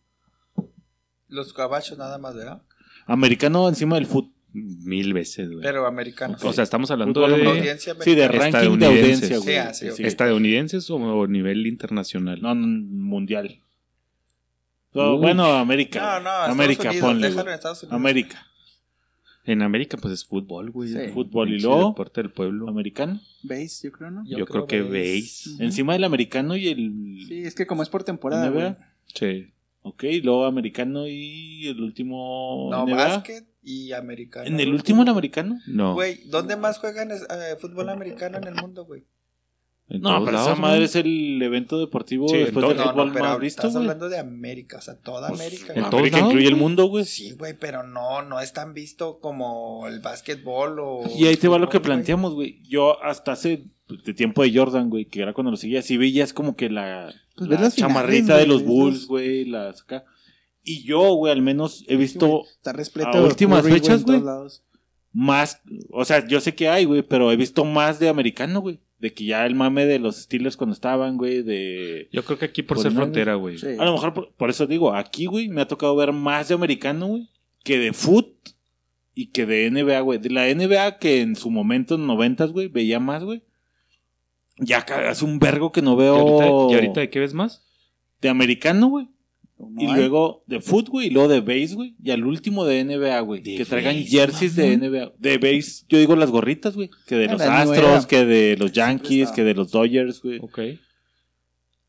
[SPEAKER 4] Los cabachos nada más, ¿verdad?
[SPEAKER 3] ranking. Americano encima del fútbol.
[SPEAKER 1] Mil veces, güey.
[SPEAKER 4] Pero americanos.
[SPEAKER 5] O sea, estamos hablando
[SPEAKER 3] Fútbol
[SPEAKER 5] de
[SPEAKER 3] americano.
[SPEAKER 4] audiencia
[SPEAKER 3] Sí, de
[SPEAKER 4] americana.
[SPEAKER 3] ranking de
[SPEAKER 5] Estadounidenses.
[SPEAKER 3] audiencia, güey.
[SPEAKER 4] Sí, ah, sí, ok.
[SPEAKER 3] Sí.
[SPEAKER 5] estadounidenses o nivel internacional.
[SPEAKER 3] No, no, mundial. No,
[SPEAKER 5] Uy.
[SPEAKER 3] bueno, América.
[SPEAKER 4] No, no, Estados
[SPEAKER 3] América,
[SPEAKER 4] Unidos,
[SPEAKER 3] ponle.
[SPEAKER 4] déjalo
[SPEAKER 3] güey.
[SPEAKER 4] en Estados Unidos.
[SPEAKER 3] América.
[SPEAKER 5] En América, pues es fútbol, güey.
[SPEAKER 2] Sí.
[SPEAKER 3] Fútbol y
[SPEAKER 5] Pinche
[SPEAKER 3] luego-
[SPEAKER 5] deporte del pueblo.
[SPEAKER 3] Americano.
[SPEAKER 2] ¿Veis? Yo creo, ¿no?
[SPEAKER 5] Yo, creo, que veis.
[SPEAKER 2] Ujú.
[SPEAKER 3] Encima del americano y el.
[SPEAKER 2] Sí, es que como es por temporada. güey.
[SPEAKER 3] NBA.
[SPEAKER 5] Sí.
[SPEAKER 3] Ok, luego americano y el último.
[SPEAKER 4] No,
[SPEAKER 3] NBA.
[SPEAKER 4] básquet y americano.
[SPEAKER 3] En el último en americano.
[SPEAKER 5] No.
[SPEAKER 4] Güey, ¿dónde más juegan es- eh, fútbol americano en el mundo, güey?
[SPEAKER 5] en
[SPEAKER 3] No,
[SPEAKER 5] todos
[SPEAKER 3] pero esa
[SPEAKER 5] lados,
[SPEAKER 3] madre
[SPEAKER 5] güey.
[SPEAKER 3] es el evento deportivo
[SPEAKER 5] Sí, en
[SPEAKER 3] después
[SPEAKER 5] todo-
[SPEAKER 3] del
[SPEAKER 5] no, no,
[SPEAKER 3] fútbol
[SPEAKER 4] pero
[SPEAKER 3] más
[SPEAKER 4] ahorita
[SPEAKER 3] visto,
[SPEAKER 4] estás
[SPEAKER 3] güey. Pues,
[SPEAKER 4] hablando de América, o sea, toda América.
[SPEAKER 5] en
[SPEAKER 4] güey.
[SPEAKER 5] todos
[SPEAKER 3] América
[SPEAKER 5] lados,
[SPEAKER 3] incluye el
[SPEAKER 5] güey.
[SPEAKER 3] mundo, güey.
[SPEAKER 4] Sí, güey, pero no, no es tan visto como el básquetbol o...
[SPEAKER 3] Y ahí te va lo que
[SPEAKER 4] fútbol, güey.
[SPEAKER 3] planteamos, güey. Yo hasta hace pues, de tiempo de Jordan, güey, que era cuando lo seguía, sí veías como que la,
[SPEAKER 2] Pues
[SPEAKER 3] la
[SPEAKER 2] ves las finales,
[SPEAKER 3] chamarrita
[SPEAKER 2] güey,
[SPEAKER 3] de los
[SPEAKER 2] ves las-
[SPEAKER 3] Bulls, güey, las acá. Y yo, güey, al menos he visto
[SPEAKER 2] Está repleto.
[SPEAKER 3] A últimas
[SPEAKER 2] Curry,
[SPEAKER 3] fechas,
[SPEAKER 2] en todos
[SPEAKER 3] güey.
[SPEAKER 2] lados.
[SPEAKER 3] más, o sea, yo sé que hay, güey, pero he visto más de americano, güey. De que ya el mame de los Steelers cuando estaban, güey, de...
[SPEAKER 5] Yo creo que aquí por
[SPEAKER 3] Por
[SPEAKER 5] ser
[SPEAKER 3] nada.
[SPEAKER 5] frontera, güey.
[SPEAKER 2] Sí.
[SPEAKER 3] A lo mejor por, por eso digo, aquí, güey, me ha tocado ver más de americano, güey, que de foot y que de NBA, güey. De la NBA que en su momento, en noventas, güey, veía más, güey. Ya ca- hace un vergo que no
[SPEAKER 5] ¿Y
[SPEAKER 3] veo
[SPEAKER 5] ahorita, ¿Y ahorita de qué ves más?
[SPEAKER 3] de americano, güey.
[SPEAKER 2] No
[SPEAKER 3] y
[SPEAKER 2] hay.
[SPEAKER 3] luego de foot, güey, y luego de base, güey. Y al último de NBA, güey.
[SPEAKER 1] De
[SPEAKER 3] Que traigan
[SPEAKER 1] base,
[SPEAKER 3] jerseys de NBA. De base, yo digo las gorritas, güey. Que de
[SPEAKER 2] Ah,
[SPEAKER 3] los
[SPEAKER 2] la
[SPEAKER 3] Astros,
[SPEAKER 2] nueva.
[SPEAKER 3] que de los Yankees,
[SPEAKER 2] estaba.
[SPEAKER 3] que de los Dodgers, güey.
[SPEAKER 5] Ok.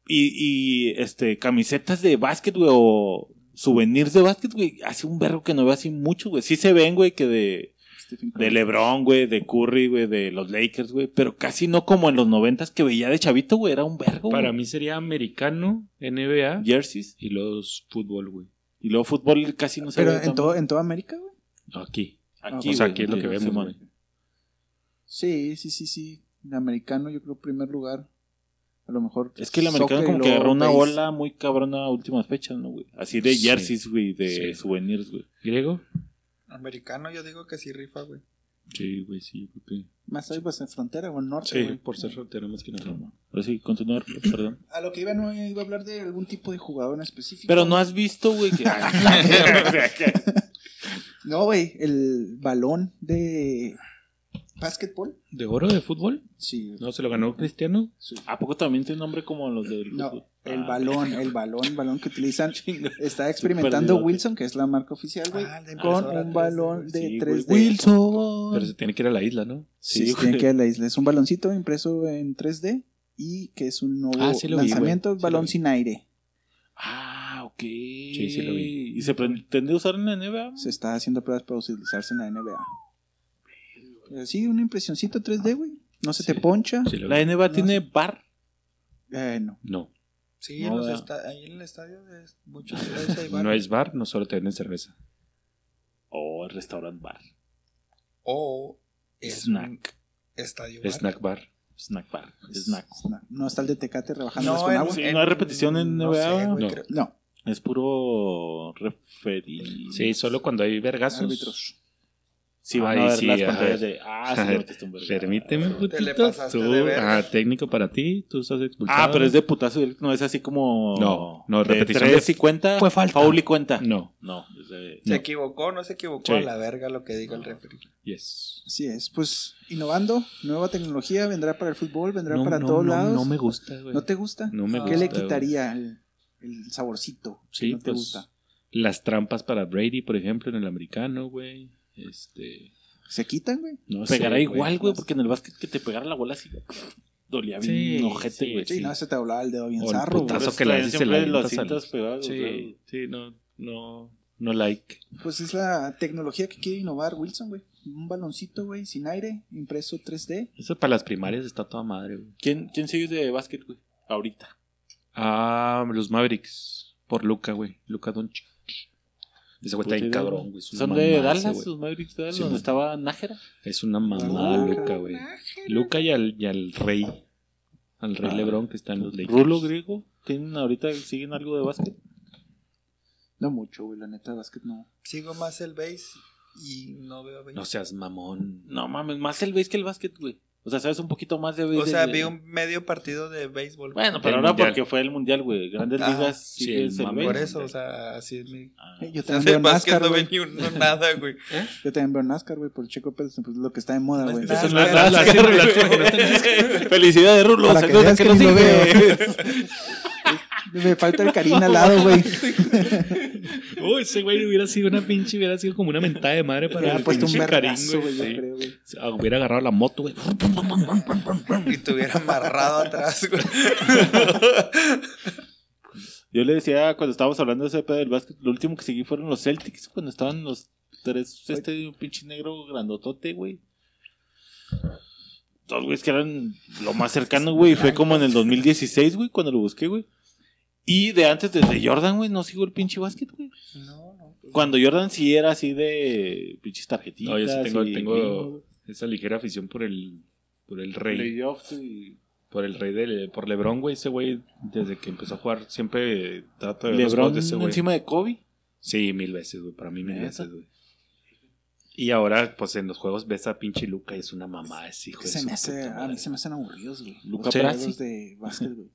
[SPEAKER 3] Y, y este, camisetas de básquet, güey, o souvenirs de básquet, güey. Hace un verbo que no veo así mucho, güey. Sí se ven, güey, que de,
[SPEAKER 2] Stephen Curry.
[SPEAKER 3] de LeBron, güey, de Curry, güey, de los Lakers, güey. Pero casi no como en los noventas que veía de chavito, güey. Era un vergo.
[SPEAKER 5] Para
[SPEAKER 3] güey.
[SPEAKER 5] mí sería americano, NBA
[SPEAKER 3] Jerseys.
[SPEAKER 5] y los fútbol, güey.
[SPEAKER 3] Y luego fútbol casi no se
[SPEAKER 2] Pero
[SPEAKER 3] ve
[SPEAKER 2] en,
[SPEAKER 3] tan-
[SPEAKER 2] todo, en toda América, güey.
[SPEAKER 5] Aquí.
[SPEAKER 3] Aquí,
[SPEAKER 5] o sea,
[SPEAKER 3] güey,
[SPEAKER 5] Ah, pues aquí es lo que vemos,
[SPEAKER 3] Simón.
[SPEAKER 5] güey.
[SPEAKER 2] Sí, sí, sí, sí. El americano, yo creo, primer lugar. A lo mejor.
[SPEAKER 3] Es que el americano
[SPEAKER 2] soccer y
[SPEAKER 3] como que
[SPEAKER 2] luego
[SPEAKER 3] agarró una
[SPEAKER 2] base.
[SPEAKER 3] ola muy cabrona a últimas fechas, ¿no, güey? Así de
[SPEAKER 5] Sí.
[SPEAKER 3] jerseys, güey, de
[SPEAKER 5] Sí.
[SPEAKER 3] souvenirs, güey.
[SPEAKER 5] ¿Griego?
[SPEAKER 4] Americano yo digo que sí rifa, güey.
[SPEAKER 5] Sí, güey, sí, yo creo que.
[SPEAKER 2] Más ahí, pues en frontera o en norte, güey.
[SPEAKER 5] por ser frontera más que nada.
[SPEAKER 3] Pero sí, continuar, perdón.
[SPEAKER 2] A lo que iba, no iba a hablar de algún tipo de jugador en específico.
[SPEAKER 3] Pero no has visto, güey, que... Ay,
[SPEAKER 2] No, güey. El balón de. ¿Básquetbol?
[SPEAKER 5] ¿De oro de fútbol?
[SPEAKER 2] Sí.
[SPEAKER 5] No, se lo ganó Cristiano.
[SPEAKER 2] sí.
[SPEAKER 3] ¿A poco también tiene nombre como los del...
[SPEAKER 2] No, el
[SPEAKER 3] Ah,
[SPEAKER 2] balón, el balón, el balón que utilizan. Está experimentando
[SPEAKER 3] perdidote.
[SPEAKER 2] Wilson, que es la marca oficial, güey,
[SPEAKER 4] Ah, de
[SPEAKER 2] con
[SPEAKER 4] impresora
[SPEAKER 2] un
[SPEAKER 4] 3D,
[SPEAKER 2] balón de
[SPEAKER 3] sí, güey.
[SPEAKER 2] 3D.
[SPEAKER 3] Wilson.
[SPEAKER 5] Pero se tiene que ir a la isla, ¿no?
[SPEAKER 2] Sí,
[SPEAKER 3] Sí,
[SPEAKER 2] se
[SPEAKER 3] güey.
[SPEAKER 2] tiene que ir a la isla. Es un baloncito impreso en 3D y que es un nuevo
[SPEAKER 5] Ah, sí lo vi, güey.
[SPEAKER 2] lanzamiento,
[SPEAKER 5] Sí lo
[SPEAKER 2] balón
[SPEAKER 5] vi.
[SPEAKER 2] sin aire.
[SPEAKER 3] Ah, ok.
[SPEAKER 5] Sí, sí lo vi.
[SPEAKER 3] ¿Y se pretende usar en la NBA?
[SPEAKER 2] Se está haciendo pruebas para utilizarse en la NBA. Pero Eh, sí, una impresioncito 3D, güey. No se
[SPEAKER 5] Sí.
[SPEAKER 2] te poncha.
[SPEAKER 5] Sí, lo
[SPEAKER 3] ¿La
[SPEAKER 5] vi.
[SPEAKER 3] NBA
[SPEAKER 2] No
[SPEAKER 3] tiene bar?
[SPEAKER 2] Eh, no.
[SPEAKER 5] No.
[SPEAKER 4] Sí,
[SPEAKER 3] No,
[SPEAKER 4] en los
[SPEAKER 3] ¿verdad?
[SPEAKER 4] esta- ahí en el estadio de muchos ciudades hay
[SPEAKER 5] No
[SPEAKER 4] bares.
[SPEAKER 5] es bar, no solo te venden cerveza.
[SPEAKER 3] O el restaurant bar.
[SPEAKER 4] O es un
[SPEAKER 3] Snack.
[SPEAKER 4] estadio bar.
[SPEAKER 5] Snack bar.
[SPEAKER 3] Snack bar.
[SPEAKER 2] Es-
[SPEAKER 3] Snack.
[SPEAKER 2] No, no está el de Tecate rebajando
[SPEAKER 4] Ah, No,
[SPEAKER 2] con
[SPEAKER 4] en-
[SPEAKER 2] agua.
[SPEAKER 3] Sí, no hay repetición en
[SPEAKER 4] no
[SPEAKER 3] NBA,
[SPEAKER 4] sé, güey,
[SPEAKER 5] no.
[SPEAKER 4] creo-
[SPEAKER 2] No,
[SPEAKER 3] Es puro referido.
[SPEAKER 5] Sí, solo cuando hay vergazos.
[SPEAKER 2] árbitros.
[SPEAKER 3] Sí, van a
[SPEAKER 5] Ay,
[SPEAKER 3] ver
[SPEAKER 5] sí,
[SPEAKER 3] las
[SPEAKER 5] a
[SPEAKER 3] pantallas
[SPEAKER 5] ver.
[SPEAKER 3] de. Ah, sí, metiste un verga.
[SPEAKER 5] Permíteme, putito.
[SPEAKER 3] le pasaste
[SPEAKER 5] tú,
[SPEAKER 3] de verga.
[SPEAKER 5] ah, técnico para ti, tú estás expulsado.
[SPEAKER 3] Ah, pero es de putazo directo, no es así como.
[SPEAKER 5] No, no,
[SPEAKER 3] de
[SPEAKER 5] repetición
[SPEAKER 3] tres
[SPEAKER 5] de-
[SPEAKER 3] y cuenta.
[SPEAKER 5] Fue falta.
[SPEAKER 3] Foul y cuenta.
[SPEAKER 5] No.
[SPEAKER 3] No. es de-
[SPEAKER 4] Se equivocó, no se equivocó
[SPEAKER 3] Sí.
[SPEAKER 4] a la verga lo que diga el referee.
[SPEAKER 5] Yes.
[SPEAKER 2] Así es, pues innovando, nueva tecnología vendrá para el fútbol, vendrá
[SPEAKER 5] No,
[SPEAKER 2] para
[SPEAKER 5] no,
[SPEAKER 2] todos
[SPEAKER 5] no,
[SPEAKER 2] lados.
[SPEAKER 5] no me gusta, güey.
[SPEAKER 2] ¿No te gusta?
[SPEAKER 5] No me
[SPEAKER 2] ¿Qué le
[SPEAKER 5] gusta, güey.
[SPEAKER 2] quitaría el, el saborcito? que
[SPEAKER 5] Sí,
[SPEAKER 2] no te
[SPEAKER 5] pues,
[SPEAKER 2] gusta.
[SPEAKER 5] Las trampas para Brady, por ejemplo, en el americano, güey. Este.
[SPEAKER 2] ¿Se quitan, güey?
[SPEAKER 5] No sé,
[SPEAKER 3] Pegará igual, güey,
[SPEAKER 5] no
[SPEAKER 3] porque en el básquet que te pegara la bola así. Dolía bien,
[SPEAKER 5] Sí,
[SPEAKER 3] ojete,
[SPEAKER 5] sí,
[SPEAKER 3] güey.
[SPEAKER 2] Sí, no, se te doblaba el dedo bien
[SPEAKER 5] O el
[SPEAKER 2] zarro. güey.
[SPEAKER 5] putazo que le haces y se la
[SPEAKER 3] Siempre los
[SPEAKER 5] avientas al-
[SPEAKER 3] cintas pegadas,
[SPEAKER 5] Sí,
[SPEAKER 3] o sea.
[SPEAKER 5] sí, no, no, no like.
[SPEAKER 2] Pues es la tecnología que quiere innovar Wilson, güey. Un baloncito, güey, sin aire, impreso 3D.
[SPEAKER 5] Eso para las primarias está toda madre, güey.
[SPEAKER 3] ¿Quién, ¿Quién sigues de básquet, güey? Ahorita.
[SPEAKER 5] Ah, los Mavericks. Por Luca, güey. Luca Doncic. Ese güey está bien
[SPEAKER 3] Puta idea,
[SPEAKER 5] cabrón, güey. es una
[SPEAKER 3] Pues Son de
[SPEAKER 5] mamá ese,
[SPEAKER 3] Dallas,
[SPEAKER 5] güey.
[SPEAKER 3] los Mavericks de Dallas,
[SPEAKER 5] Sí,
[SPEAKER 3] donde
[SPEAKER 5] man.
[SPEAKER 3] estaba Nájera.
[SPEAKER 5] Es una mamada,
[SPEAKER 3] Luka.
[SPEAKER 5] Luca, güey. Luca y al, y al rey. Al rey
[SPEAKER 3] Ah.
[SPEAKER 5] Lebron que está en los Lakers.
[SPEAKER 3] Rulo griego. ¿Tienen ahorita, siguen algo de básquet?
[SPEAKER 2] No mucho, güey, la neta, básquet no.
[SPEAKER 4] Sigo más el base y no veo base.
[SPEAKER 5] No seas mamón.
[SPEAKER 3] No mames, más el base que el básquet, güey. O sea, sabes un poquito más de base.
[SPEAKER 4] o sea, vi un medio partido de béisbol.
[SPEAKER 3] Bueno, pero
[SPEAKER 5] Del
[SPEAKER 3] ahora
[SPEAKER 5] mundial.
[SPEAKER 3] porque fue el mundial, güey. Grandes
[SPEAKER 2] Ah,
[SPEAKER 4] Ajá.
[SPEAKER 3] ligas sí,
[SPEAKER 5] Sí,
[SPEAKER 3] es el Ah,
[SPEAKER 5] mames.
[SPEAKER 4] Por
[SPEAKER 3] base.
[SPEAKER 4] eso, o sea, así es mi.
[SPEAKER 2] Eh, Yo
[SPEAKER 4] O sea,
[SPEAKER 2] también veo
[SPEAKER 4] el básquet
[SPEAKER 2] NASCAR,
[SPEAKER 4] no
[SPEAKER 2] güey.
[SPEAKER 4] ve ni uno, nada, güey.
[SPEAKER 2] Yo también veo NASCAR, güey, por Checo Pérez, pues lo que está de moda, güey.
[SPEAKER 4] Eso
[SPEAKER 3] no es NASCAR, güey. Felicidades, Rulo.
[SPEAKER 2] Para que
[SPEAKER 3] saludos
[SPEAKER 2] veas
[SPEAKER 3] a
[SPEAKER 2] que ni lo
[SPEAKER 3] sigue.
[SPEAKER 2] Me falta el Karina al lado, güey.
[SPEAKER 5] Oh, ese güey hubiera sido una pinche, hubiera sido como una mentada de madre para
[SPEAKER 2] Hubiera
[SPEAKER 5] el
[SPEAKER 2] puesto un
[SPEAKER 5] pinche
[SPEAKER 2] vergazo,
[SPEAKER 5] Karim,
[SPEAKER 2] pues, güey, yo
[SPEAKER 5] sí.
[SPEAKER 2] creo, güey.
[SPEAKER 5] Ah, Hubiera agarrado la moto, güey.
[SPEAKER 4] Y tuviera amarrado atrás, güey.
[SPEAKER 3] Yo le decía cuando estábamos hablando de ese pedo del básquet, lo último que seguí fueron los Celtics, cuando estaban los tres, este pinche negro grandotote, güey. Dos güeyes que eran lo más cercano, güey. y Fue como en el 2016, güey, cuando lo busqué, güey. Y de antes, desde Jordan, güey, no sigo el pinche básquet, güey.
[SPEAKER 4] No, no. pues.
[SPEAKER 3] Cuando Jordan sí era así de pinches tarjetitas.
[SPEAKER 5] No, yo sí tengo,
[SPEAKER 3] y gringos, güey.
[SPEAKER 5] tengo esa ligera afición por el, por el rey.
[SPEAKER 3] Playoffs y-
[SPEAKER 5] Por el rey del, por Lebron, güey, ese güey, desde que empezó a jugar, siempre trato de ver los
[SPEAKER 3] LeBron
[SPEAKER 5] juegos de ese güey.
[SPEAKER 3] encima de Kobe.
[SPEAKER 5] Sí, mil veces, güey, para mí mil
[SPEAKER 3] ¿Neta?
[SPEAKER 5] veces, güey. Y ahora, pues en los juegos ves a pinche Luca y es una mamá, es hijo de
[SPEAKER 2] Se
[SPEAKER 5] su
[SPEAKER 2] me hace,
[SPEAKER 5] puta
[SPEAKER 2] a mí
[SPEAKER 5] madre.
[SPEAKER 2] se me hacen aburridos, güey.
[SPEAKER 5] Luca
[SPEAKER 2] Los juegos
[SPEAKER 5] Brasi.
[SPEAKER 2] de básquet, güey.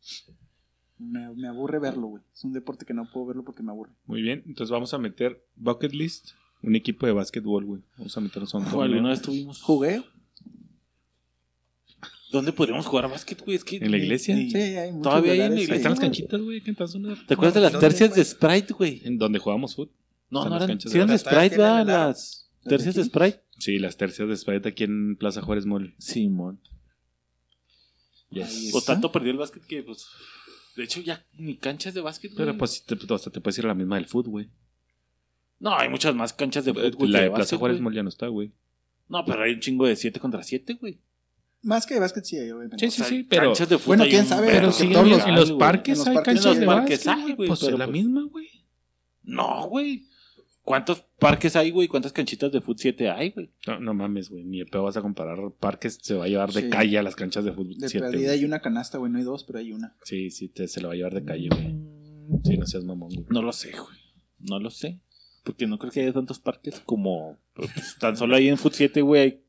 [SPEAKER 2] Me, me aburre verlo, güey. Es un deporte que no puedo verlo porque me aburre.
[SPEAKER 5] Muy bien, entonces vamos a meter Bucket List, un equipo de básquetbol, güey. Vamos a meternos a un
[SPEAKER 3] O alguna
[SPEAKER 5] torneo.
[SPEAKER 3] vez tuvimos.
[SPEAKER 2] ¿Jugué?
[SPEAKER 3] ¿Dónde podríamos jugar básquet, güey? Es que
[SPEAKER 5] ¿En la
[SPEAKER 3] ni-
[SPEAKER 5] iglesia?
[SPEAKER 3] ni-
[SPEAKER 2] Sí, hay muchos
[SPEAKER 3] Todavía hay en
[SPEAKER 2] lugares
[SPEAKER 3] la
[SPEAKER 5] Ahí
[SPEAKER 3] iglesia.
[SPEAKER 5] están las
[SPEAKER 2] güey.
[SPEAKER 5] canchitas, güey, que en tan zona-
[SPEAKER 3] ¿Te acuerdas de las
[SPEAKER 4] ¿Dónde,
[SPEAKER 3] tercias de
[SPEAKER 4] güey?
[SPEAKER 3] Sprite, güey?
[SPEAKER 5] En donde jugábamos fútbol.
[SPEAKER 3] No,
[SPEAKER 5] Están
[SPEAKER 3] no
[SPEAKER 5] las
[SPEAKER 3] eran.
[SPEAKER 5] canchas
[SPEAKER 3] Sí eran
[SPEAKER 5] de-
[SPEAKER 3] de
[SPEAKER 4] Las todavía
[SPEAKER 3] Sprite, ¿verdad?
[SPEAKER 4] tienen el aro.
[SPEAKER 3] Las tercias de
[SPEAKER 2] aquí?
[SPEAKER 3] Sprite.
[SPEAKER 5] Sí, las tercias de Spaghetti aquí en Plaza Juárez Mall.
[SPEAKER 3] Simón.
[SPEAKER 5] Yes.
[SPEAKER 3] O tanto perdió el básquet que, pues. De hecho, ya ni canchas de básquet, güey.
[SPEAKER 5] Pero pues sí te- hasta te puedes ir a la misma del fútbol, güey.
[SPEAKER 3] No, hay muchas más canchas de fútbol.
[SPEAKER 5] La
[SPEAKER 3] que
[SPEAKER 5] de Plaza
[SPEAKER 3] básquet,
[SPEAKER 5] Juárez
[SPEAKER 3] güey.
[SPEAKER 5] Mall ya no está, güey.
[SPEAKER 3] No, pero hay un chingo de 7 contra 7, güey.
[SPEAKER 2] Más que de básquet, sí hay, obviamente.
[SPEAKER 5] Sí,
[SPEAKER 3] O
[SPEAKER 5] sí,
[SPEAKER 3] sea,
[SPEAKER 5] sí, pero.
[SPEAKER 3] canchas de fútbol
[SPEAKER 2] bueno,
[SPEAKER 3] hay
[SPEAKER 2] quién
[SPEAKER 3] un
[SPEAKER 2] sabe,
[SPEAKER 3] vergo
[SPEAKER 5] Pero
[SPEAKER 2] porque
[SPEAKER 3] que
[SPEAKER 5] sí,
[SPEAKER 2] todos
[SPEAKER 5] en,
[SPEAKER 2] los-
[SPEAKER 5] en los
[SPEAKER 3] güey.
[SPEAKER 5] parques
[SPEAKER 2] en los
[SPEAKER 5] hay
[SPEAKER 2] parques
[SPEAKER 5] canchas
[SPEAKER 2] hay
[SPEAKER 5] de
[SPEAKER 3] parques,
[SPEAKER 5] básquet,
[SPEAKER 3] hay, güey,
[SPEAKER 5] güey. Pues
[SPEAKER 3] pero,
[SPEAKER 5] es la
[SPEAKER 3] pues,
[SPEAKER 5] misma, güey.
[SPEAKER 3] No, güey. ¿Cuántos parques hay, güey? ¿Cuántas canchitas de fútbol 7 hay, güey?
[SPEAKER 5] No, no mames, güey. Ni el pedo vas a comparar parques. Se va a llevar de
[SPEAKER 2] Sí.
[SPEAKER 5] calle a las canchas de fútbol.
[SPEAKER 2] De
[SPEAKER 5] siete,
[SPEAKER 2] perdida
[SPEAKER 5] güey.
[SPEAKER 2] hay una canasta, güey. No hay dos, pero hay una.
[SPEAKER 5] Sí, sí, te- se lo va a llevar de calle, güey. Sí, no seas mamón, güey.
[SPEAKER 3] No lo sé, güey. No lo sé. Porque no creo que haya tantos parques como. pero, pues, tan solo ahí en Foot 7, güey, hay.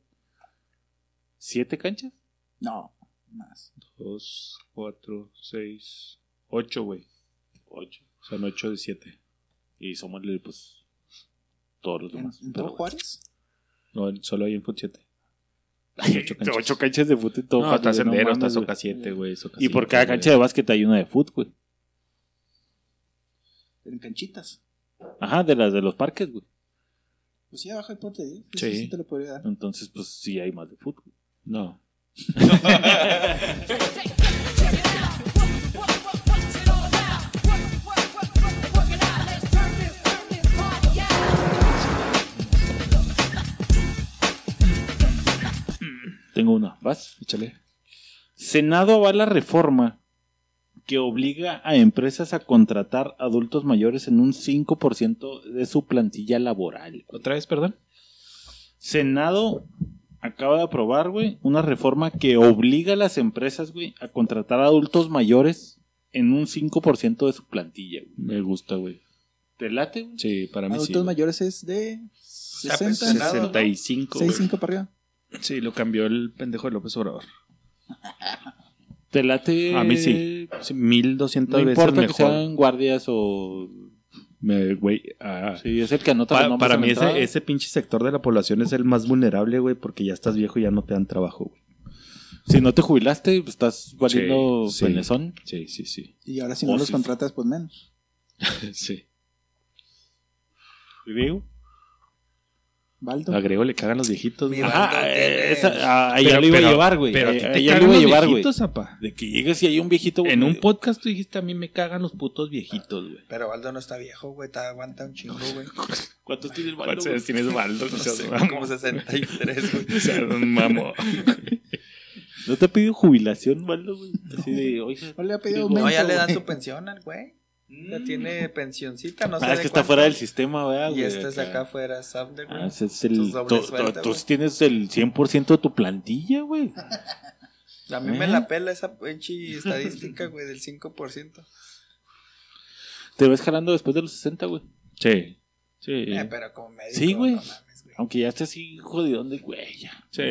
[SPEAKER 3] ¿Siete canchas?
[SPEAKER 2] No, más.
[SPEAKER 5] Dos, cuatro, seis, ocho, güey.
[SPEAKER 3] Ocho.
[SPEAKER 5] Son ocho de siete.
[SPEAKER 3] Y somos, pues. Todos los
[SPEAKER 2] ¿En,
[SPEAKER 3] demás.
[SPEAKER 2] en
[SPEAKER 3] Pero,
[SPEAKER 2] todo Juárez?
[SPEAKER 5] No, solo hay en fut 7.
[SPEAKER 3] güey.
[SPEAKER 5] ocho canchas.
[SPEAKER 3] Ocho canchas de fútbol en todo
[SPEAKER 5] No,
[SPEAKER 3] Juárez,
[SPEAKER 5] está
[SPEAKER 3] güey, no
[SPEAKER 5] sendero, está
[SPEAKER 3] mames, güey.
[SPEAKER 5] soca 7, güey. Soca
[SPEAKER 3] Y por
[SPEAKER 5] cinco,
[SPEAKER 3] cada
[SPEAKER 5] güey.
[SPEAKER 3] cancha de básquet hay una de fútbol, güey.
[SPEAKER 2] En canchitas.
[SPEAKER 3] Ajá, de las de los parques, güey.
[SPEAKER 2] Pues sí, abajo el porte de 10.
[SPEAKER 5] Sí.
[SPEAKER 2] Sí. sí te lo podría dar.
[SPEAKER 3] Entonces, pues sí hay más de fútbol.
[SPEAKER 5] No.
[SPEAKER 3] Tengo una. ¿Vas?
[SPEAKER 5] Échale.
[SPEAKER 3] Senado avala reforma que obliga a empresas a contratar adultos mayores en un 5% de su plantilla laboral.
[SPEAKER 5] ¿Otra vez, perdón?
[SPEAKER 3] Senado acaba de aprobar, güey, una reforma que obliga a las empresas, güey, a contratar adultos mayores en un 5% de su plantilla, güey.
[SPEAKER 5] Me gusta, güey.
[SPEAKER 3] ¿Te late? güey?
[SPEAKER 5] Sí, para mí sí.
[SPEAKER 2] Adultos mayores es de 60,
[SPEAKER 5] 65.
[SPEAKER 2] 65 para arriba.
[SPEAKER 5] Sí, lo cambió el pendejo de López Obrador.
[SPEAKER 3] ¿Te late?
[SPEAKER 5] A mí sí. Sí, 1200
[SPEAKER 3] No
[SPEAKER 5] veces
[SPEAKER 3] importa que
[SPEAKER 5] mejor.
[SPEAKER 3] sean guardias o...
[SPEAKER 5] Me- güey, ah.
[SPEAKER 3] Sí, es el que anota
[SPEAKER 5] Pa-
[SPEAKER 3] los nombres
[SPEAKER 5] para
[SPEAKER 3] en la
[SPEAKER 5] mí
[SPEAKER 3] entrada.
[SPEAKER 5] ese, ese pinche sector de la población es el más vulnerable, güey, porque ya estás viejo y ya no te dan trabajo, güey.
[SPEAKER 3] Si no te jubilaste, pues, estás valiendo
[SPEAKER 5] Sí, sí.
[SPEAKER 3] penezón.
[SPEAKER 5] Sí, sí, sí.
[SPEAKER 2] Y ahora si no
[SPEAKER 3] Oh,
[SPEAKER 2] los
[SPEAKER 3] sí.
[SPEAKER 2] contratas, pues menos.
[SPEAKER 5] sí.
[SPEAKER 3] Griego.
[SPEAKER 2] Baldo.
[SPEAKER 5] A Grego le cagan los viejitos, güey.
[SPEAKER 3] Ajá, eh, esa, a- ahí
[SPEAKER 5] Pero-
[SPEAKER 3] ya lo iba
[SPEAKER 5] pero-
[SPEAKER 3] a llevar, güey.
[SPEAKER 5] pero a ti
[SPEAKER 3] Eh,
[SPEAKER 5] te
[SPEAKER 3] ahí ya lo iba
[SPEAKER 5] cagan
[SPEAKER 3] a
[SPEAKER 5] los
[SPEAKER 3] llevar, güey.
[SPEAKER 5] viejitos, apa.
[SPEAKER 3] De que llegues y hay un viejito.
[SPEAKER 5] En un podcast tú dijiste, a mí me cagan los putos viejitos, güey.
[SPEAKER 4] Pero Baldo no está viejo, güey. Te aguanta un chingo, güey.
[SPEAKER 3] ¿Cuántos tiene el
[SPEAKER 5] ¿Cuántos años tienes, Baldo? No
[SPEAKER 4] No
[SPEAKER 5] seas
[SPEAKER 4] sé,
[SPEAKER 5] mamón.
[SPEAKER 4] como 63, güey.
[SPEAKER 5] O sea, un mamón.
[SPEAKER 3] ¿No te ha pedido jubilación, Valdo, güey? Así de, oye,
[SPEAKER 2] No le ha pedido
[SPEAKER 4] No, ya
[SPEAKER 2] aumento,
[SPEAKER 4] le dan
[SPEAKER 2] güey.
[SPEAKER 4] su pensión al güey. Ya tiene pensioncita, no sé.
[SPEAKER 3] ah, es
[SPEAKER 4] de
[SPEAKER 3] que está
[SPEAKER 4] cuánto.
[SPEAKER 3] fuera del sistema, ¿verdad, güey?
[SPEAKER 4] Y este es acá afuera, Subde, güey.
[SPEAKER 3] Ah, ese es el-
[SPEAKER 4] Sus
[SPEAKER 3] to-
[SPEAKER 4] dobles
[SPEAKER 3] to-
[SPEAKER 4] sueltas,
[SPEAKER 3] tú
[SPEAKER 4] güey.
[SPEAKER 3] tienes el 100% de tu plantilla, güey.
[SPEAKER 4] A mí
[SPEAKER 3] ¿Eh?
[SPEAKER 4] me la pela esa pinche estadística, güey, del 5%.
[SPEAKER 3] Te ves jalando después de los 60, güey.
[SPEAKER 5] Sí. Sí.
[SPEAKER 4] Eh, pero como médico.
[SPEAKER 3] Sí, güey.
[SPEAKER 4] no mames,
[SPEAKER 3] Aunque ya estés así jodidón de güey, ya.
[SPEAKER 5] Sí.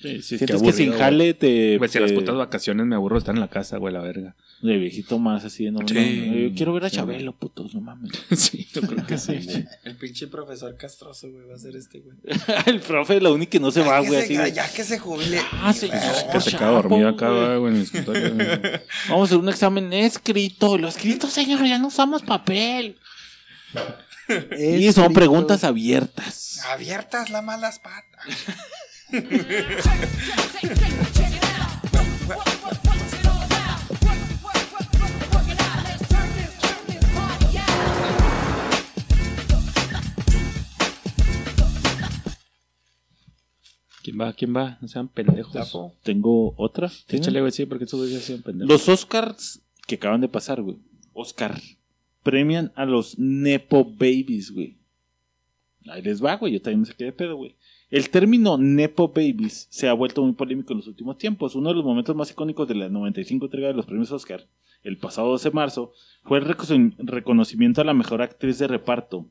[SPEAKER 5] Sí, sí,
[SPEAKER 3] Sientes
[SPEAKER 5] qué
[SPEAKER 3] que
[SPEAKER 5] aburrido,
[SPEAKER 3] sin
[SPEAKER 5] güey.
[SPEAKER 3] jale te...
[SPEAKER 5] Güey, si
[SPEAKER 3] te-
[SPEAKER 5] las putas vacaciones me aburro de estar en la casa, güey, la verga.
[SPEAKER 3] De viejito más así, no,
[SPEAKER 5] Sí.
[SPEAKER 3] no, no, Yo quiero ver a
[SPEAKER 5] Sí.
[SPEAKER 3] Chabelo, putos, no mames.
[SPEAKER 5] sí, yo creo que sí.
[SPEAKER 4] güey. El pinche profesor castroso, güey, va a ser este, güey.
[SPEAKER 3] el profe es la única que no se va,
[SPEAKER 4] Que
[SPEAKER 3] güey.
[SPEAKER 4] se-
[SPEAKER 3] Así de,
[SPEAKER 4] ya que se jubile.
[SPEAKER 3] Ah, señor.
[SPEAKER 5] Que se queda dormido acá, güey, en el escritorio. güey.
[SPEAKER 3] Vamos a hacer un examen escrito. Lo escrito, señor, ya no usamos papel. Y son
[SPEAKER 2] Escrito.
[SPEAKER 3] preguntas abiertas.
[SPEAKER 4] Abiertas las malas patas.
[SPEAKER 5] ¿Quién va? ¿Quién va? No sean pendejos.
[SPEAKER 4] Tapo.
[SPEAKER 3] Tengo otra. ¿Tienen?
[SPEAKER 5] Échale, güey, sí, porque estos güeyes ya sean pendejos.
[SPEAKER 3] Los Oscars que acaban de pasar, güey. Oscar. Premian a los Nepo Babies, güey. Ahí les va, güey. Yo también me saqué de pedo, güey. El término Nepo Babies se ha vuelto muy polémico en los últimos tiempos. Uno de los momentos más icónicos de la 95 entrega de los premios Oscar, el pasado 12 de marzo, fue el reco- reconocimiento a la mejor actriz de reparto.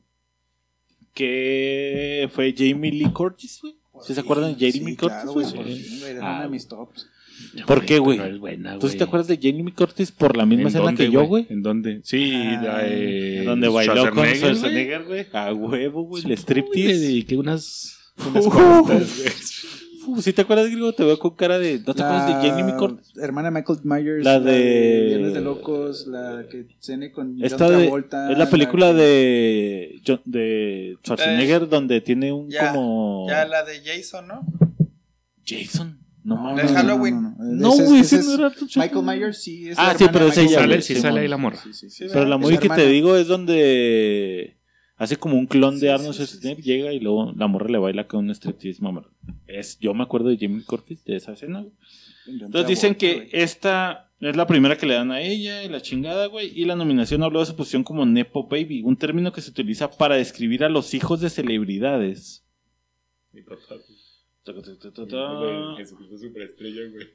[SPEAKER 3] Que fue Jamie Lee Curtis, güey. ¿Sí ¿Se acuerdan de Jamie
[SPEAKER 2] Sí,
[SPEAKER 3] Lee Curtis?
[SPEAKER 2] claro,
[SPEAKER 3] güey?
[SPEAKER 2] güey, por fin, güey, era
[SPEAKER 3] Ah,
[SPEAKER 2] una de mis tops.
[SPEAKER 3] ¿Por qué, güey?
[SPEAKER 5] No es buena,
[SPEAKER 3] ¿Tú sí
[SPEAKER 5] güey.
[SPEAKER 3] te acuerdas de Jamie Curtis por la misma
[SPEAKER 5] ¿En
[SPEAKER 3] escena
[SPEAKER 5] dónde,
[SPEAKER 3] que yo, güey?
[SPEAKER 5] ¿En dónde? Sí, la de-
[SPEAKER 3] Donde bailó con
[SPEAKER 5] Schwarzenegger, güey.
[SPEAKER 3] Schwarzenegger, güey. A huevo, güey. El
[SPEAKER 5] Le
[SPEAKER 3] striptease.
[SPEAKER 5] dediqué unas. unas cuantas, güey.
[SPEAKER 3] Uh, si te acuerdas, Griego, te veo con cara de. ¿No te acuerdas de Jamie Curtis?
[SPEAKER 2] Hermana Michael Myers.
[SPEAKER 3] La de-
[SPEAKER 2] Viernes de Locos, la que cene con John
[SPEAKER 3] Esta de-
[SPEAKER 2] Travolta,
[SPEAKER 3] es la película de, John- de Schwarzenegger donde tiene un
[SPEAKER 4] ya,
[SPEAKER 3] como.
[SPEAKER 4] Ya la de Jason, ¿no?
[SPEAKER 3] Jason. No
[SPEAKER 2] No,
[SPEAKER 3] mames.
[SPEAKER 4] De
[SPEAKER 2] no, no,
[SPEAKER 4] Halloween.
[SPEAKER 2] no, no,
[SPEAKER 3] No,
[SPEAKER 2] ese es-
[SPEAKER 3] güey,
[SPEAKER 2] ese
[SPEAKER 3] ese
[SPEAKER 2] es-
[SPEAKER 3] no era.
[SPEAKER 2] Michael Myers sí es.
[SPEAKER 3] Ah,
[SPEAKER 2] la
[SPEAKER 3] sí,
[SPEAKER 2] hermana
[SPEAKER 3] pero
[SPEAKER 2] de
[SPEAKER 3] ese
[SPEAKER 2] Michael
[SPEAKER 3] ya,
[SPEAKER 5] Sale,
[SPEAKER 3] güey,
[SPEAKER 2] Myers.
[SPEAKER 5] sí
[SPEAKER 3] Simón.
[SPEAKER 5] sale ahí la morra.
[SPEAKER 2] Sí, sí, sí.
[SPEAKER 3] Pero la
[SPEAKER 2] Es
[SPEAKER 3] movie que te
[SPEAKER 2] hermana.
[SPEAKER 3] digo es donde hace como un clon de Arnold
[SPEAKER 2] sí, sí,
[SPEAKER 3] Schwarzenegger, llega y luego la morra le baila con un striptease mamá. Es, yo me acuerdo de Jimmy Curtis de esa escena. güey.
[SPEAKER 2] John
[SPEAKER 3] Entonces dicen
[SPEAKER 2] Travolta,
[SPEAKER 3] que esta es la primera que le dan a ella y la chingada, güey. Y la nominación habló de su posición como Nepo Baby, un término que se utiliza para describir a los hijos de celebridades. Ta- ta- ta- ta- ta.
[SPEAKER 2] güey,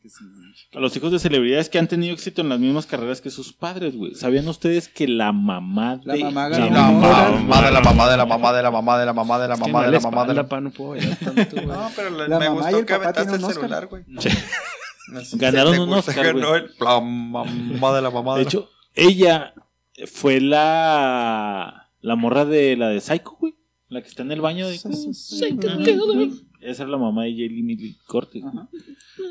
[SPEAKER 2] que sí, no.
[SPEAKER 3] A los hijos de celebridades que han tenido éxito en las mismas carreras que sus padres, güey. ¿Sabían ustedes que la mamá de...
[SPEAKER 2] La mamá
[SPEAKER 3] la
[SPEAKER 2] ganó
[SPEAKER 4] La
[SPEAKER 2] un
[SPEAKER 3] mamá-
[SPEAKER 2] Oscar.
[SPEAKER 4] mamá de la mamá de la mamá de la mamá de la mamá de la
[SPEAKER 5] Es que
[SPEAKER 4] mamá
[SPEAKER 5] no
[SPEAKER 4] de la mamá de
[SPEAKER 5] le espalda,
[SPEAKER 4] la
[SPEAKER 5] pa, no puedo bailar tanto, güey.
[SPEAKER 4] No, pero la-
[SPEAKER 2] La mamá
[SPEAKER 4] me
[SPEAKER 2] y
[SPEAKER 4] gustó
[SPEAKER 2] el
[SPEAKER 4] que
[SPEAKER 2] papá
[SPEAKER 4] aventaste el
[SPEAKER 2] tienen un
[SPEAKER 4] celular, güey. No sé si
[SPEAKER 3] Ganaron
[SPEAKER 4] te
[SPEAKER 3] un
[SPEAKER 4] gusta,
[SPEAKER 3] Oscar,
[SPEAKER 4] ganó
[SPEAKER 3] güey.
[SPEAKER 4] el- La mamá de la mamá
[SPEAKER 3] De
[SPEAKER 4] de la
[SPEAKER 3] hecho, ella fue la la morra de la de Psycho, güey. La que está en el baño de... Esa es la mamá de Jamie Lee Curtis.
[SPEAKER 2] Ajá.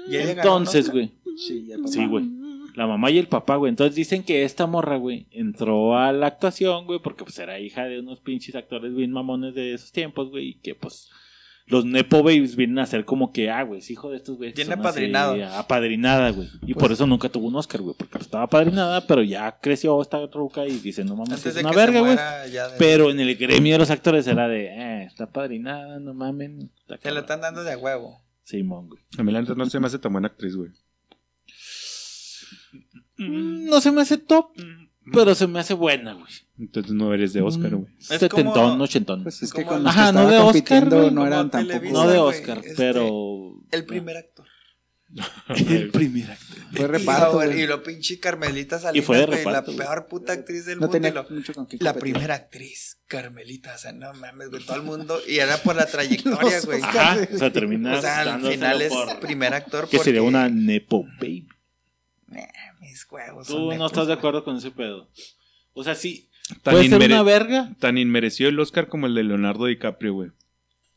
[SPEAKER 4] Y ella ganó un
[SPEAKER 3] Entonces,
[SPEAKER 4] Oscar.
[SPEAKER 3] güey.
[SPEAKER 2] Sí, ya
[SPEAKER 3] Sí, güey. La mamá y el papá, güey. Entonces dicen que esta morra, güey, entró a la actuación, güey, porque pues era hija de unos pinches actores bien mamones de esos tiempos, güey, y que pues los Nepo Babies vienen a ser como que, ah, güey, es hijo de estos güeyes. que
[SPEAKER 4] Viene
[SPEAKER 3] son así, ah,
[SPEAKER 4] apadrinado.
[SPEAKER 3] Apadrinada, güey. Y por eso nunca tuvo un Oscar, güey, porque pues, estaba apadrinada, pero ya creció esta ruca y dice, no mames,
[SPEAKER 4] Antes
[SPEAKER 3] es
[SPEAKER 4] de
[SPEAKER 3] una
[SPEAKER 4] que se
[SPEAKER 3] verga, güey.
[SPEAKER 4] muera, ya de-
[SPEAKER 3] Pero en el gremio de los actores era de, eh, está apadrinada, no mamen. está
[SPEAKER 4] Se lo
[SPEAKER 3] cabrón".
[SPEAKER 4] están dando de a huevo.
[SPEAKER 3] Simón, güey.
[SPEAKER 5] A mí la neta no se me hace tan buena actriz, güey.
[SPEAKER 3] Mm, No se me hace top, pero se me hace buena, güey.
[SPEAKER 5] Entonces no eres
[SPEAKER 2] Mm.
[SPEAKER 5] de Oscar, güey.
[SPEAKER 4] Es
[SPEAKER 3] Setentón,
[SPEAKER 4] como-
[SPEAKER 3] ochentón.
[SPEAKER 2] Pues es que
[SPEAKER 4] Como
[SPEAKER 2] con
[SPEAKER 4] la-
[SPEAKER 2] los que
[SPEAKER 3] Ajá, no
[SPEAKER 2] estaba
[SPEAKER 3] de Oscar,
[SPEAKER 2] compitiendo
[SPEAKER 3] güey,
[SPEAKER 2] no
[SPEAKER 4] como
[SPEAKER 2] eran tampoco.
[SPEAKER 4] Televisa,
[SPEAKER 3] no de
[SPEAKER 4] güey,
[SPEAKER 3] Oscar,
[SPEAKER 4] este,
[SPEAKER 3] pero.
[SPEAKER 4] El este, primer actor.
[SPEAKER 2] El primer acto. Fue
[SPEAKER 4] y,
[SPEAKER 2] reparto.
[SPEAKER 4] güey,
[SPEAKER 2] güey.
[SPEAKER 4] y lo pinche Carmelita Salinas,
[SPEAKER 2] Y fue de
[SPEAKER 4] güey,
[SPEAKER 2] reparto,
[SPEAKER 4] la
[SPEAKER 2] güey.
[SPEAKER 4] peor puta actriz del
[SPEAKER 2] No
[SPEAKER 4] mundo. y
[SPEAKER 2] tenía
[SPEAKER 4] lo-
[SPEAKER 2] mucho con qué
[SPEAKER 4] la
[SPEAKER 2] competir.
[SPEAKER 4] primera actriz, Carmelita, o sea, no mames, güey, todo el mundo. Y era por la trayectoria,
[SPEAKER 3] Los
[SPEAKER 4] güey.
[SPEAKER 3] Ajá, o sea, termina
[SPEAKER 4] O sea, al
[SPEAKER 3] dándoselo
[SPEAKER 4] final es
[SPEAKER 3] por-
[SPEAKER 4] primer actor
[SPEAKER 3] Que sería
[SPEAKER 4] porque-
[SPEAKER 3] una Nepo Baby.
[SPEAKER 4] Mis huevos son
[SPEAKER 3] Tú no
[SPEAKER 4] nepos,
[SPEAKER 3] estás de
[SPEAKER 4] güey.
[SPEAKER 3] acuerdo con ese pedo. O sea, sí.
[SPEAKER 5] Tan
[SPEAKER 3] Puede ser
[SPEAKER 5] inmere-
[SPEAKER 3] una verga.
[SPEAKER 5] Tan inmerecido el Oscar como el de Leonardo DiCaprio, güey.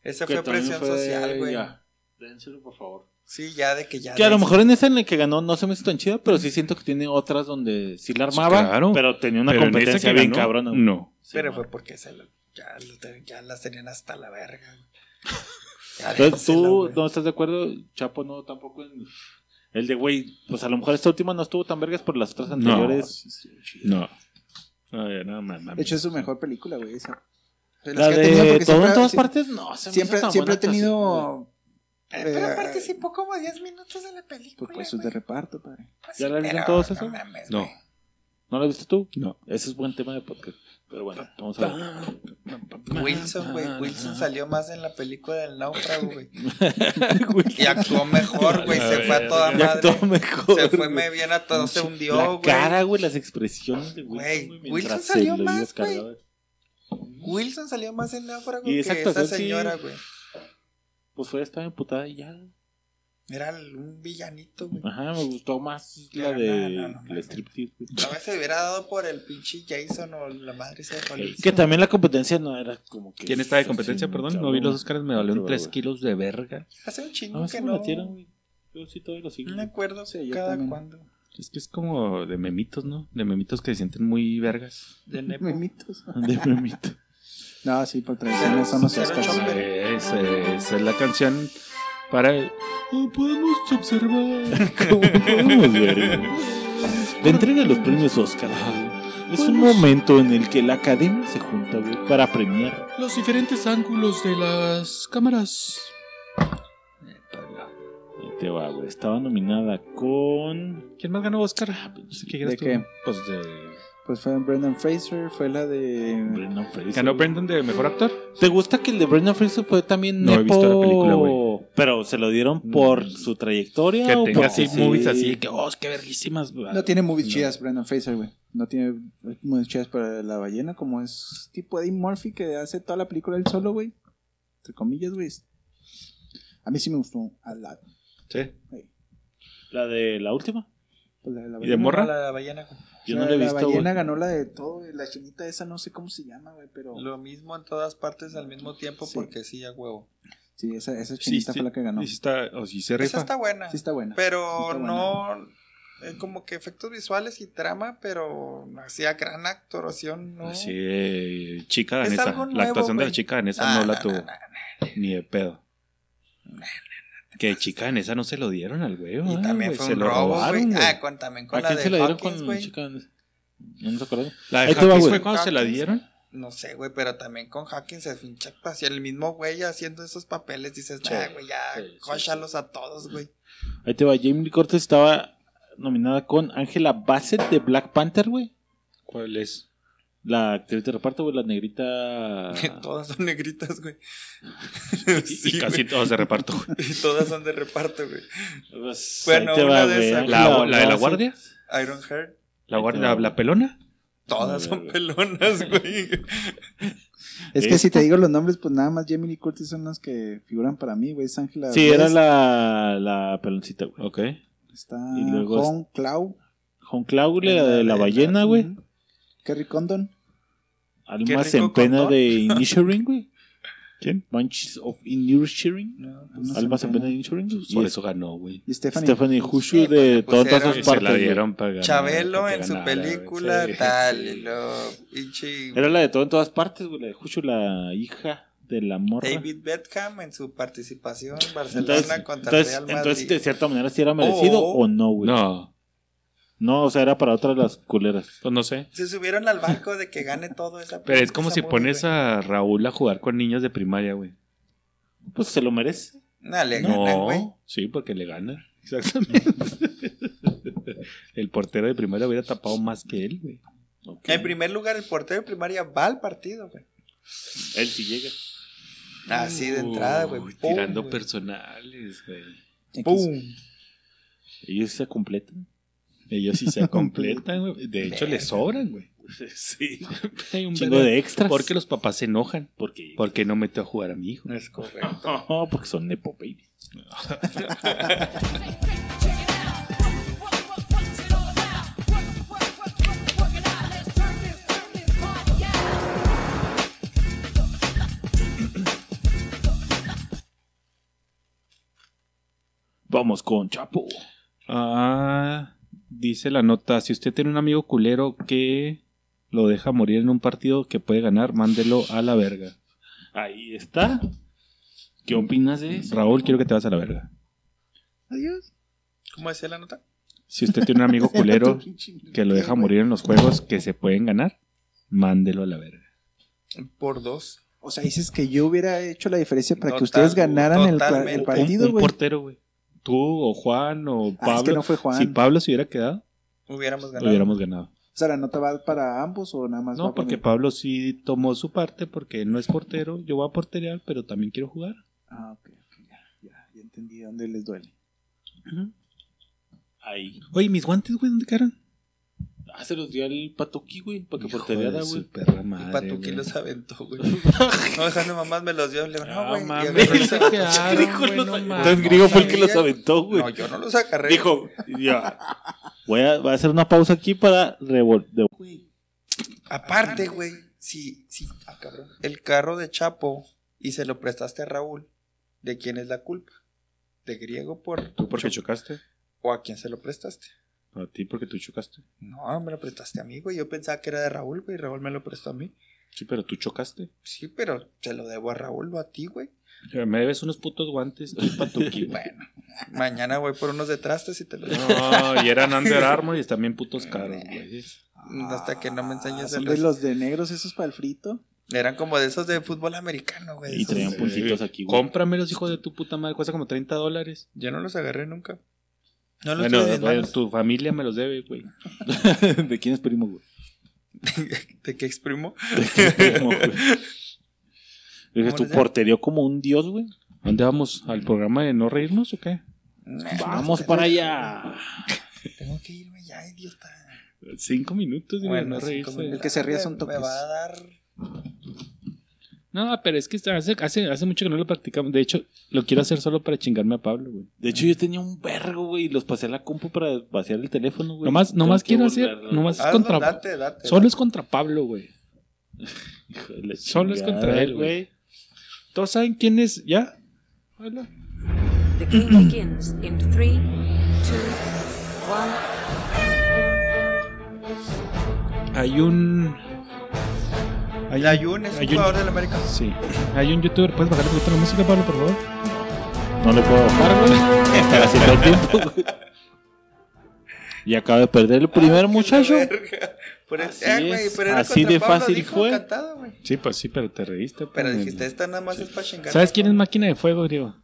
[SPEAKER 4] Esa
[SPEAKER 3] que
[SPEAKER 4] fue
[SPEAKER 3] también
[SPEAKER 4] presión
[SPEAKER 3] fue-
[SPEAKER 4] social, güey.
[SPEAKER 3] ya. Dénselo, por favor.
[SPEAKER 4] Sí, ya de que ya.
[SPEAKER 3] Que a lo
[SPEAKER 4] de-
[SPEAKER 3] mejor en esa en la que ganó no se me hizo tan chida, pero sí siento que tiene otras donde sí la armaba,
[SPEAKER 5] Claro.
[SPEAKER 3] pero tenía una
[SPEAKER 5] Pero en esa
[SPEAKER 3] competencia
[SPEAKER 5] que
[SPEAKER 3] bien
[SPEAKER 5] ganó, mm.
[SPEAKER 3] cabrona. güey.
[SPEAKER 5] no.
[SPEAKER 4] Pero fue porque se lo- ya, lo te- ya las tenían hasta la verga, güey. Ya
[SPEAKER 3] Entonces
[SPEAKER 4] déjensela,
[SPEAKER 3] tú
[SPEAKER 4] güey.
[SPEAKER 3] no estás de acuerdo, Chapo no tampoco en el de güey, pues a lo mejor esta última no estuvo tan vergas, pero las otras anteriores
[SPEAKER 5] No. Ay, no, mamá.
[SPEAKER 2] De hecho, es su mejor película, güey. Esa. De
[SPEAKER 3] La
[SPEAKER 2] las que ha
[SPEAKER 3] de
[SPEAKER 2] tenido, porque
[SPEAKER 3] todo en
[SPEAKER 2] siempre-
[SPEAKER 3] todas
[SPEAKER 2] sie-
[SPEAKER 3] partes, no, se me
[SPEAKER 2] Siempre,
[SPEAKER 3] hizo tan
[SPEAKER 2] siempre ha
[SPEAKER 3] buena
[SPEAKER 2] tenido.
[SPEAKER 4] Eh, Pero
[SPEAKER 2] eh,
[SPEAKER 4] participó como 10 minutos de la película.
[SPEAKER 2] Pues eso es de reparto, padre.
[SPEAKER 4] pues,
[SPEAKER 3] ¿Ya la vieron
[SPEAKER 4] pero
[SPEAKER 3] todos
[SPEAKER 4] no
[SPEAKER 3] eso?
[SPEAKER 4] mames,
[SPEAKER 5] No.
[SPEAKER 3] ¿No la viste tú?
[SPEAKER 5] No.
[SPEAKER 3] Ese es buen tema de podcast. Pero bueno, vamos a
[SPEAKER 4] Ah,
[SPEAKER 3] ver.
[SPEAKER 4] Wilson, güey. Wilson salió más en la película del náufrago, güey. y actuó mejor, güey.
[SPEAKER 3] A
[SPEAKER 4] Se fue a
[SPEAKER 3] ver,
[SPEAKER 4] toda
[SPEAKER 3] ya
[SPEAKER 4] madre.
[SPEAKER 3] actuó mejor,
[SPEAKER 4] se fue
[SPEAKER 3] güey.
[SPEAKER 4] muy bien a todo, se hundió,
[SPEAKER 3] La
[SPEAKER 4] güey.
[SPEAKER 3] cara, güey, las expresiones de
[SPEAKER 4] Güey,
[SPEAKER 3] Wilson. güey,
[SPEAKER 4] Wilson
[SPEAKER 3] mientras
[SPEAKER 4] salió
[SPEAKER 3] se lo
[SPEAKER 4] más,
[SPEAKER 3] ibas
[SPEAKER 4] güey.
[SPEAKER 3] cargando.
[SPEAKER 4] Wilson salió más en náufrago
[SPEAKER 3] Y
[SPEAKER 4] que
[SPEAKER 3] esa
[SPEAKER 4] esa
[SPEAKER 3] actuación sí-
[SPEAKER 4] señora, güey.
[SPEAKER 3] Pues fue, estaba emputada y ya.
[SPEAKER 4] Era un villanito, güey.
[SPEAKER 3] Ajá, me gustó más la
[SPEAKER 4] No,
[SPEAKER 3] de
[SPEAKER 4] no, no,
[SPEAKER 3] la striptease. güey.
[SPEAKER 4] A veces se hubiera dado por el pinche Jason o la madre se de
[SPEAKER 3] Que también la competencia no era como que.
[SPEAKER 5] ¿Quién está de competencia?
[SPEAKER 3] Sí,
[SPEAKER 5] Perdón, no
[SPEAKER 3] cabrón.
[SPEAKER 5] vi los Oscars, me valieron
[SPEAKER 3] Pero,
[SPEAKER 5] 3
[SPEAKER 3] güey.
[SPEAKER 5] kilos de verga.
[SPEAKER 4] Hace un
[SPEAKER 3] A
[SPEAKER 4] chingo
[SPEAKER 3] ver
[SPEAKER 4] que
[SPEAKER 3] cómo
[SPEAKER 4] no.
[SPEAKER 3] la tiran, güey. Yo sí todavía lo sigo.
[SPEAKER 4] No me acuerdo
[SPEAKER 2] yo
[SPEAKER 4] cada
[SPEAKER 2] también.
[SPEAKER 4] cuándo.
[SPEAKER 5] Es que es como de memitos, ¿no? De memitos que se sienten muy vergas.
[SPEAKER 4] De Nepo.
[SPEAKER 2] Memitos.
[SPEAKER 5] De memitos.
[SPEAKER 2] No, sí, por tradiciones son los
[SPEAKER 4] Cero
[SPEAKER 2] Oscars.
[SPEAKER 4] chompe.
[SPEAKER 5] Esa, esa es la canción para el-
[SPEAKER 3] Ah,
[SPEAKER 1] Oh, podemos observar.
[SPEAKER 5] Como podemos ver, güey.
[SPEAKER 3] La entrega de los premios Oscar güey, es un momento en el que la academia se junta güey, para premiar.
[SPEAKER 1] Los diferentes ángulos de las cámaras.
[SPEAKER 3] Ahí te va, güey. Estaba nominada con.
[SPEAKER 5] ¿Quién más ganó Oscar? Ah, pues, ¿Qué
[SPEAKER 2] ¿De
[SPEAKER 5] quieres tú?
[SPEAKER 2] qué?
[SPEAKER 5] Pues de...
[SPEAKER 2] Pues fue Brendan Fraser, fue la de.
[SPEAKER 3] Brendan Fraser.
[SPEAKER 5] ¿Ganó Brendan de mejor actor?
[SPEAKER 3] ¿Te gusta que el de Brendan Fraser fue también
[SPEAKER 5] No
[SPEAKER 3] nepo?
[SPEAKER 5] he visto la película, güey.
[SPEAKER 3] Pero se lo dieron por su trayectoria.
[SPEAKER 5] Mm. Que
[SPEAKER 3] o
[SPEAKER 5] tenga
[SPEAKER 3] porque
[SPEAKER 5] así
[SPEAKER 3] sí?
[SPEAKER 5] movies así, que oh, qué verguísimas.
[SPEAKER 2] No tiene movies chidas, Brendan Fraser, güey. No tiene movies chidas para la ballena, como es tipo Eddie Murphy que hace toda la película él solo, güey. Entre comillas, güey. A mí sí me gustó. A la,
[SPEAKER 5] Sí.
[SPEAKER 3] La de la última.
[SPEAKER 2] pues la la
[SPEAKER 5] ¿Y
[SPEAKER 2] ballena.
[SPEAKER 5] de morra?
[SPEAKER 4] La, la ballena, güey.
[SPEAKER 3] Yo
[SPEAKER 2] La
[SPEAKER 3] no la
[SPEAKER 2] de
[SPEAKER 3] he
[SPEAKER 2] la
[SPEAKER 3] visto. güey.
[SPEAKER 2] ballena ganó la de todo, güey. La chinita esa, no sé cómo se llama, güey, pero.
[SPEAKER 4] Lo mismo en todas partes al mismo tiempo porque sí, a huevo.
[SPEAKER 2] Sí, esa, esa
[SPEAKER 5] Sí,
[SPEAKER 2] chinita
[SPEAKER 5] sí.
[SPEAKER 2] fue la que ganó.
[SPEAKER 5] Y si está, o si se
[SPEAKER 4] Esa
[SPEAKER 5] rifa.
[SPEAKER 4] está buena.
[SPEAKER 2] Sí, está buena.
[SPEAKER 4] Pero
[SPEAKER 2] Está buena.
[SPEAKER 4] no. eh, como que efectos visuales y trama, pero no hacía gran actuación, ¿no?
[SPEAKER 5] Ah, Sí, eh, chica
[SPEAKER 4] Es
[SPEAKER 5] danesa.
[SPEAKER 4] algo
[SPEAKER 5] la
[SPEAKER 4] nuevo,
[SPEAKER 5] actuación de la
[SPEAKER 4] güey.
[SPEAKER 5] chica danesa
[SPEAKER 4] Ah,
[SPEAKER 5] no la
[SPEAKER 4] no,
[SPEAKER 5] tuvo.
[SPEAKER 4] no, no,
[SPEAKER 5] Ni de pedo. Que chica danesa no se lo dieron al güey.
[SPEAKER 4] Y
[SPEAKER 5] ah,
[SPEAKER 4] también
[SPEAKER 5] güey,
[SPEAKER 4] fue
[SPEAKER 5] se
[SPEAKER 4] un
[SPEAKER 5] lo
[SPEAKER 4] robo,
[SPEAKER 5] robaron,
[SPEAKER 4] güey.
[SPEAKER 5] güey.
[SPEAKER 4] Ah, con, también con
[SPEAKER 3] ¿A
[SPEAKER 4] la
[SPEAKER 3] quién
[SPEAKER 4] de
[SPEAKER 3] se la dieron
[SPEAKER 4] Hawkins,
[SPEAKER 3] con
[SPEAKER 4] güey.
[SPEAKER 3] chica? No me acuerdo.
[SPEAKER 5] La de
[SPEAKER 3] Ahí te va,
[SPEAKER 5] Hawkins
[SPEAKER 3] güey.
[SPEAKER 5] fue cuando se la
[SPEAKER 4] Hawkins.
[SPEAKER 5] dieron.
[SPEAKER 4] No sé, güey, pero también con Hawkins se pinche actuación. El mismo güey haciendo esos papeles, dices,
[SPEAKER 3] Sí,
[SPEAKER 4] nah, güey, ya,
[SPEAKER 3] sí, sí,
[SPEAKER 4] cóchalos a todos, güey.
[SPEAKER 3] Ahí te va. Jamie Lee Curtis estaba nominada con Angela Bassett de Black Panther, güey.
[SPEAKER 5] ¿Cuál es?
[SPEAKER 3] La actriz de reparto, güey, la negrita.
[SPEAKER 4] Todas son negritas, güey.
[SPEAKER 5] y
[SPEAKER 4] Sí,
[SPEAKER 5] casi
[SPEAKER 4] güey.
[SPEAKER 5] todos de reparto. güey.
[SPEAKER 4] Y todas son de reparto, güey.
[SPEAKER 3] Pues,
[SPEAKER 4] Bueno,
[SPEAKER 3] ahí te
[SPEAKER 4] una
[SPEAKER 3] va,
[SPEAKER 4] de
[SPEAKER 3] güey.
[SPEAKER 4] esas.
[SPEAKER 3] Angela
[SPEAKER 5] La- la de la
[SPEAKER 3] Bassett.
[SPEAKER 5] guardia.
[SPEAKER 4] Iron Heart,
[SPEAKER 5] La guardia, la pelona.
[SPEAKER 4] todas
[SPEAKER 3] Muy
[SPEAKER 4] son
[SPEAKER 3] bien,
[SPEAKER 4] pelonas, güey.
[SPEAKER 2] Es
[SPEAKER 3] Eh.
[SPEAKER 2] que si te digo los nombres, pues nada más Jamie Lee Curtis son las que figuran para mí, güey. Es Ángela.
[SPEAKER 3] Sí, era
[SPEAKER 2] West,
[SPEAKER 4] Pues-
[SPEAKER 3] la, la peloncita, güey.
[SPEAKER 5] Ok.
[SPEAKER 2] Está
[SPEAKER 3] y luego
[SPEAKER 2] Hong Clau,
[SPEAKER 3] Con Claudia, la de la ballena, güey.
[SPEAKER 2] Kerry Condon.
[SPEAKER 3] Almas
[SPEAKER 4] rico
[SPEAKER 3] en pena
[SPEAKER 4] condón.
[SPEAKER 3] de Inisherin, güey.
[SPEAKER 5] ¿Quién?
[SPEAKER 3] Bunches of Inisherin.
[SPEAKER 2] No,
[SPEAKER 5] pues
[SPEAKER 3] Almas en pena de Inisherin.
[SPEAKER 5] Por eso ganó, güey.
[SPEAKER 2] Y Stephanie.
[SPEAKER 3] Stephanie Hushu
[SPEAKER 4] Sí, porque
[SPEAKER 3] de todas
[SPEAKER 4] pusieron-
[SPEAKER 3] esas
[SPEAKER 5] Se
[SPEAKER 3] partes.
[SPEAKER 5] la
[SPEAKER 3] güey.
[SPEAKER 5] dieron para ganar.
[SPEAKER 4] Chabelo
[SPEAKER 5] para que
[SPEAKER 4] en su
[SPEAKER 5] ganara, güey.
[SPEAKER 4] película,
[SPEAKER 5] Sí.
[SPEAKER 4] tal, y lo pinche
[SPEAKER 3] Era la de todo en todas partes, güey. La de Hushu, la hija de la morra.
[SPEAKER 4] David Beckham en su participación en Barcelona
[SPEAKER 3] entonces,
[SPEAKER 4] contra
[SPEAKER 3] entonces-
[SPEAKER 4] Real Madrid.
[SPEAKER 3] entonces, de cierta manera, si era merecido
[SPEAKER 4] Oh.
[SPEAKER 3] o no, güey.
[SPEAKER 5] No,
[SPEAKER 3] No, o sea, era para otras las culeras.
[SPEAKER 5] pues no sé.
[SPEAKER 4] Se subieron al barco de que gane todo esa
[SPEAKER 5] Pero es como
[SPEAKER 4] esa
[SPEAKER 5] si
[SPEAKER 4] movie,
[SPEAKER 5] pones
[SPEAKER 4] güey.
[SPEAKER 5] a Raúl a jugar con niños de primaria, güey.
[SPEAKER 3] Pues se lo merece.
[SPEAKER 4] Nah, le ganan, güey.
[SPEAKER 5] No, sí, porque le gana. Exactamente. El portero de primera hubiera tapado más que él, güey.
[SPEAKER 4] En primer lugar, el portero de primaria va al partido, güey.
[SPEAKER 3] Él sí llega.
[SPEAKER 4] Así de entrada, güey.
[SPEAKER 5] Uy,
[SPEAKER 4] Pum,
[SPEAKER 5] Tirando
[SPEAKER 4] güey.
[SPEAKER 5] personales, güey.
[SPEAKER 2] X.
[SPEAKER 4] Pum.
[SPEAKER 3] Ellos se completan.
[SPEAKER 5] Ellos sí se completan, güey. De hecho, les sobran, güey.
[SPEAKER 3] Sí.
[SPEAKER 5] Hay un
[SPEAKER 3] Chingo
[SPEAKER 5] verbo.
[SPEAKER 3] de extras.
[SPEAKER 5] ¿Por qué los papás se enojan?
[SPEAKER 3] Porque
[SPEAKER 5] Porque no metió a jugar a mi hijo.
[SPEAKER 3] es correcto. No, porque son Nepo Baby. Vamos con Chapo.
[SPEAKER 5] Ah, dice la nota, si usted tiene un amigo culero que lo deja morir en un partido que puede ganar, mándelo a la verga.
[SPEAKER 3] Ahí está. ¿Qué opinas de eso?
[SPEAKER 5] Raúl, quiero que te vas a la verga.
[SPEAKER 4] Adiós. ¿Cómo decía la nota?
[SPEAKER 5] Si usted tiene un amigo culero que lo deja morir en los juegos que se pueden ganar, mándelo a la verga.
[SPEAKER 4] Por dos.
[SPEAKER 2] O sea, dices que yo hubiera hecho la diferencia para que
[SPEAKER 4] Total,
[SPEAKER 2] ustedes ganaran el, par- el
[SPEAKER 4] totalmente.
[SPEAKER 2] partido,
[SPEAKER 5] un
[SPEAKER 2] güey.
[SPEAKER 5] portero, güey. Tú o Juan o Pablo.
[SPEAKER 2] Ah, es que no fue Juan.
[SPEAKER 5] Si Pablo se hubiera quedado,
[SPEAKER 4] Hubiéramos ganado.
[SPEAKER 5] hubiéramos ganado.
[SPEAKER 2] O sea, la nota va para ambos o nada más
[SPEAKER 5] No,
[SPEAKER 2] va para
[SPEAKER 5] porque
[SPEAKER 2] mí?
[SPEAKER 5] Pablo sí tomó su parte porque él no es portero. Yo voy a porterear, pero también quiero jugar.
[SPEAKER 2] Ah, ok, ok, ya, ya, ya entendí dónde les duele.
[SPEAKER 3] Ahí.
[SPEAKER 5] Oye, mis guantes, güey, ¿dónde quedaron?
[SPEAKER 3] Ah, se los dio al Patuqui, güey, para que
[SPEAKER 5] Hijo
[SPEAKER 3] portereara,
[SPEAKER 5] de su
[SPEAKER 3] güey.
[SPEAKER 5] perra madre,
[SPEAKER 4] Patuqui
[SPEAKER 5] güey.
[SPEAKER 4] los aventó, güey. No, dejando mamás me los dio. Le digo, no,
[SPEAKER 5] Ah,
[SPEAKER 4] güey. y
[SPEAKER 5] mames,
[SPEAKER 4] agarré
[SPEAKER 5] se
[SPEAKER 4] los-
[SPEAKER 5] quedaron,
[SPEAKER 4] Griego
[SPEAKER 5] güey,
[SPEAKER 4] los
[SPEAKER 5] no
[SPEAKER 4] aventó.
[SPEAKER 5] mames.
[SPEAKER 3] Entonces Griego fue el que los
[SPEAKER 4] sabía.
[SPEAKER 3] aventó, güey.
[SPEAKER 4] No, yo no los agarré.
[SPEAKER 3] Dijo, ya. Voy a, voy a hacer una pausa aquí para revolver.
[SPEAKER 4] Aparte, güey, si, si, ah, cabrón, el carro de Chapo y se lo prestaste a Raúl, ¿de quién es la culpa? ¿De griego por
[SPEAKER 5] ¿Tú porque chocaste?
[SPEAKER 4] o a quién se lo prestaste?
[SPEAKER 5] ¿A ti porque tú chocaste?
[SPEAKER 4] No, me lo prestaste a mí, güey. Yo pensaba que era de Raúl, güey. Raúl me lo prestó a mí.
[SPEAKER 5] Sí, pero tú chocaste.
[SPEAKER 4] Sí, pero se lo debo a Raúl, no a ti, güey.
[SPEAKER 5] Me debes unos putos guantes, tú, Patuqui.
[SPEAKER 4] Bueno, mañana voy por unos de trastes y te los
[SPEAKER 5] No, y eran Under Armour y también putos caros, güey.
[SPEAKER 4] Hasta que no me enseñes
[SPEAKER 2] Ah, ¿Son
[SPEAKER 4] el
[SPEAKER 2] de
[SPEAKER 4] resto.
[SPEAKER 2] los de negros esos para el frito?
[SPEAKER 4] Eran como de esos de fútbol americano, güey.
[SPEAKER 3] Y
[SPEAKER 4] esos-
[SPEAKER 3] traían puntitos aquí, güey.
[SPEAKER 5] Cómpramelos, hijo de tu puta madre, cuesta como 30 dólares.
[SPEAKER 4] Yo no los agarré nunca. No los
[SPEAKER 5] Bueno,
[SPEAKER 4] tuve en mis
[SPEAKER 5] bueno,
[SPEAKER 4] manos.
[SPEAKER 5] tu familia me los debe, güey.
[SPEAKER 3] ¿De quién es primo, güey?
[SPEAKER 4] ¿De qué exprimo?
[SPEAKER 3] ¿De quién es primo, güey? Dije,
[SPEAKER 4] ¿Cómo
[SPEAKER 3] tu
[SPEAKER 4] les llaman?
[SPEAKER 3] portereó como un dios, güey.
[SPEAKER 5] ¿Dónde vamos? ¿Al programa de no reírnos o qué?
[SPEAKER 4] Ah,
[SPEAKER 3] Vamos para allá.
[SPEAKER 4] Tengo que irme ya, idiota.
[SPEAKER 5] Cinco minutos y
[SPEAKER 4] Bueno,
[SPEAKER 5] no
[SPEAKER 4] cinco
[SPEAKER 5] reírse.
[SPEAKER 4] minutos.
[SPEAKER 2] El que se ría son
[SPEAKER 4] Me-
[SPEAKER 2] toques.
[SPEAKER 4] Me va a dar.
[SPEAKER 5] No, pero es que hace, hace, hace mucho que no lo practicamos. De hecho, lo quiero hacer solo para chingarme a Pablo, güey.
[SPEAKER 3] De hecho, yo tenía un vergo, güey, y los pasé a la compu para vaciar el teléfono, güey.
[SPEAKER 5] Nomás, nomás
[SPEAKER 3] Tengo
[SPEAKER 5] quiero
[SPEAKER 3] que
[SPEAKER 5] hacer.
[SPEAKER 3] volverlo. Ah,
[SPEAKER 5] Nomás es
[SPEAKER 4] Hazlo,
[SPEAKER 5] contra.
[SPEAKER 4] Ah, date, date.
[SPEAKER 5] solo
[SPEAKER 4] date.
[SPEAKER 5] es contra Pablo, güey.
[SPEAKER 3] Hijo de la
[SPEAKER 5] Solo es
[SPEAKER 3] chingada,
[SPEAKER 5] contra él, güey. ¿Todos saben quién es? ¿Ya? Hola.
[SPEAKER 18] The game begins in three, two, one.
[SPEAKER 5] Hay un. Hay
[SPEAKER 4] Ayun es un jugador del América.
[SPEAKER 5] Sí. Hay un youtuber. ¿Puedes bajarle un poquito la música, Pablo, por favor?
[SPEAKER 3] No le puedo bajar, güey. Para hacer el tiempo, güey. Y acaba de perder el primer muchacho.
[SPEAKER 4] Verga. Por el-
[SPEAKER 3] Así
[SPEAKER 4] eh, güey,
[SPEAKER 3] es,
[SPEAKER 4] pero era
[SPEAKER 3] así
[SPEAKER 4] contra
[SPEAKER 3] de
[SPEAKER 4] Pablo,
[SPEAKER 3] fácil
[SPEAKER 4] dijo,
[SPEAKER 3] fue.
[SPEAKER 4] cantado, güey.
[SPEAKER 5] Sí, pues sí, pero te reíste.
[SPEAKER 4] Pero
[SPEAKER 5] pues,
[SPEAKER 4] dijiste, esta nada más es para chingar.
[SPEAKER 5] ¿Sabes quién es Máquina de Fuego, Griego?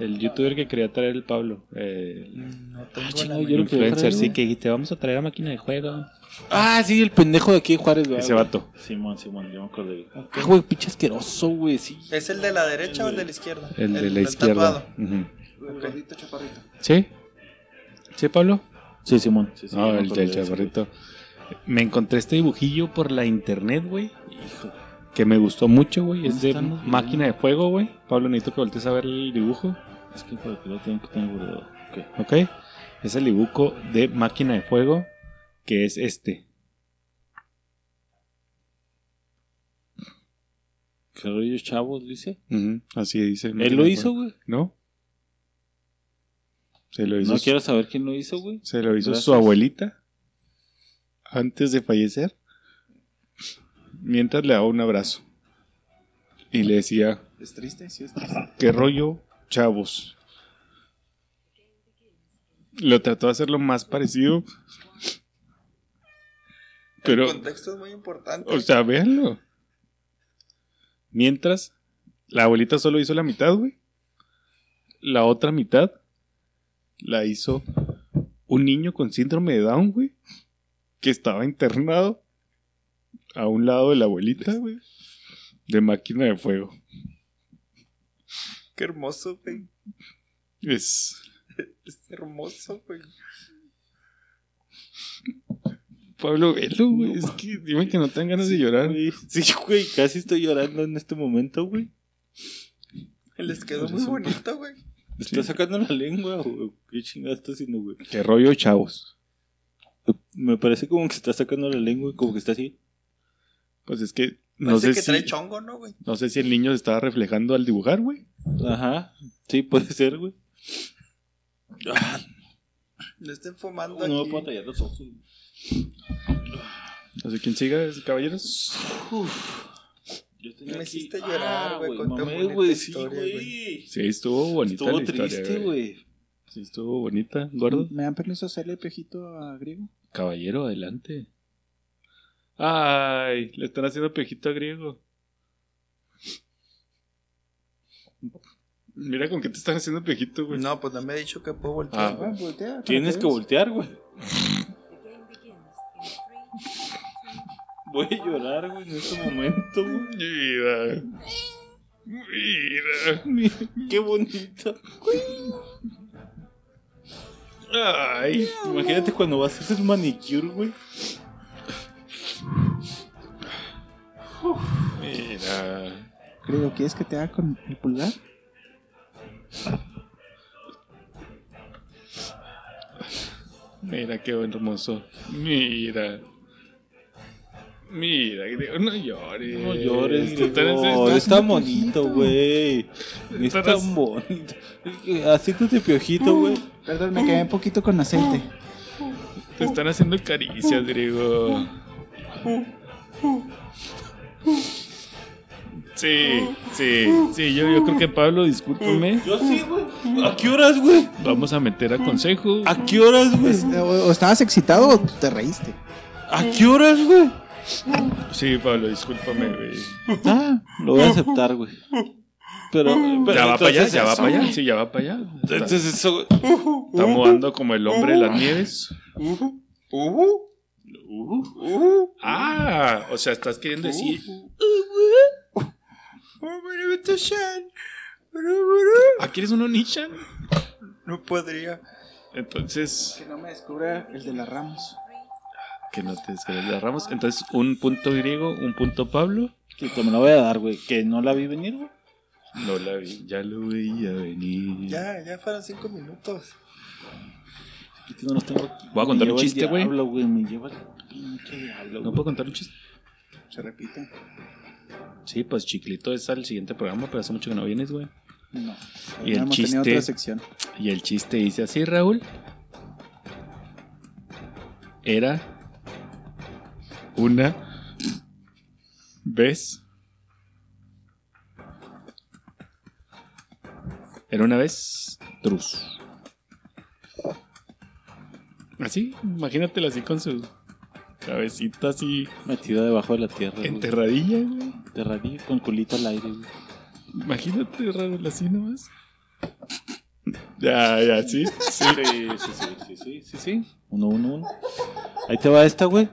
[SPEAKER 5] El youtuber que quería traer el Pablo. Eh,
[SPEAKER 4] Mm, No tengo
[SPEAKER 3] Ah, chingo, yo
[SPEAKER 4] la
[SPEAKER 3] lo quería
[SPEAKER 5] influencer,
[SPEAKER 3] traer,
[SPEAKER 5] sí,
[SPEAKER 3] güey.
[SPEAKER 5] que dijiste, vamos a traer a Máquina de Fuego.
[SPEAKER 3] Ah, sí, el pendejo de aquí de Juárez, güey.
[SPEAKER 5] Ese vato.
[SPEAKER 3] Simón, Simón, yo me acuerdo. güey.
[SPEAKER 4] Ok.
[SPEAKER 3] Ah, güey, pinche asqueroso, güey, sí.
[SPEAKER 4] ¿Es el de la derecha o el de la izquierda?
[SPEAKER 5] El de la izquierda.
[SPEAKER 4] tatuado.
[SPEAKER 5] Ujú.
[SPEAKER 4] Ok.
[SPEAKER 5] ¿Sí? ¿Sí, Pablo?
[SPEAKER 3] Sí, Simón. Sí, sí,
[SPEAKER 5] No,
[SPEAKER 3] yo me
[SPEAKER 5] el
[SPEAKER 3] acuerdo de
[SPEAKER 5] del
[SPEAKER 3] ese, güey.
[SPEAKER 5] chaparrito. Me encontré este dibujillo por la internet, güey. Que me gustó mucho, güey. Es de
[SPEAKER 3] están los
[SPEAKER 5] máquina de fuego, güey. Pablo, necesito que voltees a ver el dibujo.
[SPEAKER 3] Es que para que lo tengo que tener guardado. Ok.
[SPEAKER 5] ¿Ok? Es el dibujo de máquina de fuego. Que es este.
[SPEAKER 3] ¿Qué rollo, chavos, lo hice?
[SPEAKER 5] Ujú, Así dice.
[SPEAKER 3] Él lo hizo, güey.
[SPEAKER 5] ¿No? Se lo hizo,
[SPEAKER 3] No
[SPEAKER 5] su-
[SPEAKER 3] quiero saber quién lo hizo, güey.
[SPEAKER 5] se lo hizo su
[SPEAKER 3] Gracias.
[SPEAKER 5] abuelita. Antes de fallecer. Mientras le daba un abrazo. Y le decía.
[SPEAKER 2] ¿Es triste? Sí, es triste.
[SPEAKER 5] ¿Qué rollo, chavos? Lo trató de hacer lo más parecido. Pero,
[SPEAKER 4] El contexto es muy importante.
[SPEAKER 5] o sea, véanlo. Mientras, la abuelita solo hizo la mitad, güey. La otra mitad la hizo un niño con síndrome de Down, güey. Que estaba internado a un lado de la abuelita,
[SPEAKER 4] Pues,
[SPEAKER 5] güey. De máquina de fuego.
[SPEAKER 4] Qué hermoso, güey.
[SPEAKER 5] Es
[SPEAKER 2] Es hermoso, güey.
[SPEAKER 5] Pablo, velo, güey. es que dime que no tengan ganas de llorar.
[SPEAKER 3] Sí, güey, casi estoy llorando en este momento, güey.
[SPEAKER 4] Les quedó muy bonito, güey.
[SPEAKER 3] Está sacando la lengua, güey. ¿Qué chingada está haciendo, güey?
[SPEAKER 5] Qué rollo, chavos.
[SPEAKER 3] Me parece como que está sacando la lengua y como que está así.
[SPEAKER 5] Pues es que no
[SPEAKER 4] Parece
[SPEAKER 5] sé
[SPEAKER 4] que
[SPEAKER 5] si
[SPEAKER 4] trae chongo, ¿no, güey?
[SPEAKER 5] no sé si el niño se estaba reflejando al dibujar, güey.
[SPEAKER 3] Ajá. Sí, puede ser, güey. Ah,
[SPEAKER 4] Le estén fumando
[SPEAKER 3] No me
[SPEAKER 4] aquí.
[SPEAKER 3] puedo tallar los ojos. güey.
[SPEAKER 5] No sé quién siga, es- caballeros.
[SPEAKER 3] Yo tenía
[SPEAKER 4] Me
[SPEAKER 3] aquí-
[SPEAKER 4] hiciste
[SPEAKER 3] Ah,
[SPEAKER 4] llorar, güey,
[SPEAKER 3] güey.
[SPEAKER 4] con tu
[SPEAKER 3] Mamé,
[SPEAKER 4] bonita
[SPEAKER 3] güey, sí,
[SPEAKER 4] historia, güey.
[SPEAKER 3] güey.
[SPEAKER 5] Sí, estuvo bonita
[SPEAKER 3] Estuvo
[SPEAKER 5] la historia,
[SPEAKER 3] triste,
[SPEAKER 5] güey.
[SPEAKER 3] güey.
[SPEAKER 5] Sí, estuvo bonita, Eduardo.
[SPEAKER 2] ¿Me dan permiso hacerle piojito a Griego?
[SPEAKER 5] Caballero, adelante. Ay, le están haciendo pejito a griego. Mira con qué te están haciendo pejito, güey.
[SPEAKER 4] No, pues no me ha dicho que puedo voltear.
[SPEAKER 5] Ah,
[SPEAKER 4] güey.
[SPEAKER 2] Ah, voltea. para
[SPEAKER 3] Tienes que
[SPEAKER 2] veas.
[SPEAKER 3] voltear, güey. Voy a llorar, güey, en este momento, güey.
[SPEAKER 5] Ah, Mira. Mira.
[SPEAKER 3] Qué bonito.
[SPEAKER 5] Ay.
[SPEAKER 3] Imagínate cuando vas a hacer manicure, güey.
[SPEAKER 5] Mira.
[SPEAKER 2] Griego, ¿quieres que te haga con el pulgar?
[SPEAKER 5] Mira qué hermoso. Mira. Mira, griego, no llores.
[SPEAKER 3] No llores,
[SPEAKER 5] Te están haciendo-
[SPEAKER 3] güey. Es tan bonito, güey. Es
[SPEAKER 5] Estás-
[SPEAKER 3] tan bonito. Haciéndote piojito, güey.
[SPEAKER 2] Perdón, me quedé un poquito con aceite.
[SPEAKER 5] Te están haciendo caricias, griego. Sí, sí, sí. Yo, yo creo que Pablo, discúlpame.
[SPEAKER 3] Yo sí, güey. ¿A qué horas, güey?
[SPEAKER 5] Vamos a meter a consejo.
[SPEAKER 3] ¿A qué horas, güey?
[SPEAKER 2] Pues, eh, o, o estabas excitado o te reíste.
[SPEAKER 3] ¿A qué horas, güey?
[SPEAKER 5] Sí, Pablo, discúlpame, güey.
[SPEAKER 3] Ah, lo voy a aceptar, güey. Pero, pero
[SPEAKER 5] Ya va para allá,
[SPEAKER 3] entonces
[SPEAKER 5] ya va
[SPEAKER 3] eso,
[SPEAKER 5] para allá.
[SPEAKER 3] güey.
[SPEAKER 5] Sí, ya va para allá. Está,
[SPEAKER 3] Entonces eso,
[SPEAKER 5] está mudando como el hombre de las nieves. Ah, o sea, estás queriendo decir. ¿Ah, quieres un Onichan?
[SPEAKER 4] No podría.
[SPEAKER 5] Entonces,
[SPEAKER 2] Que no me descubra el de las Ramos.
[SPEAKER 5] que no te desgarramos. Entonces, un punto griego, un punto Pablo.
[SPEAKER 3] que te me la voy a dar, güey. Que no la vi venir, güey.
[SPEAKER 5] No la vi, ya lo veía venir.
[SPEAKER 4] Ya, ya fueron cinco minutos.
[SPEAKER 3] Es que no los tengo aquí.
[SPEAKER 5] Voy a contar
[SPEAKER 3] Me
[SPEAKER 5] un
[SPEAKER 3] lleva el
[SPEAKER 5] chiste, güey.
[SPEAKER 3] diablo, güey. Me lleva el pinche diablo,
[SPEAKER 5] ¿No
[SPEAKER 3] güey.
[SPEAKER 5] puedo contar un chiste?
[SPEAKER 2] Se repite.
[SPEAKER 5] Sí, pues Chiclito es al siguiente programa, pero hace mucho que no vienes, güey.
[SPEAKER 2] No.
[SPEAKER 5] Y el
[SPEAKER 2] hemos
[SPEAKER 5] chiste-
[SPEAKER 2] tenido otra sección.
[SPEAKER 5] Y el chiste dice así, Raúl. Era una vez. Era una vez Trus. Así, imagínatela así con su cabecita así
[SPEAKER 3] Metido debajo de la tierra, güey.
[SPEAKER 5] enterradilla, güey.
[SPEAKER 3] Enterradillo con culito al aire, güey.
[SPEAKER 5] Imagínate, Raúl, así nomás. Ya, ya, sí, sí.
[SPEAKER 3] Sí, sí, sí, sí, sí, sí, sí. Uno, uno, uno. Ahí te va esta, güey.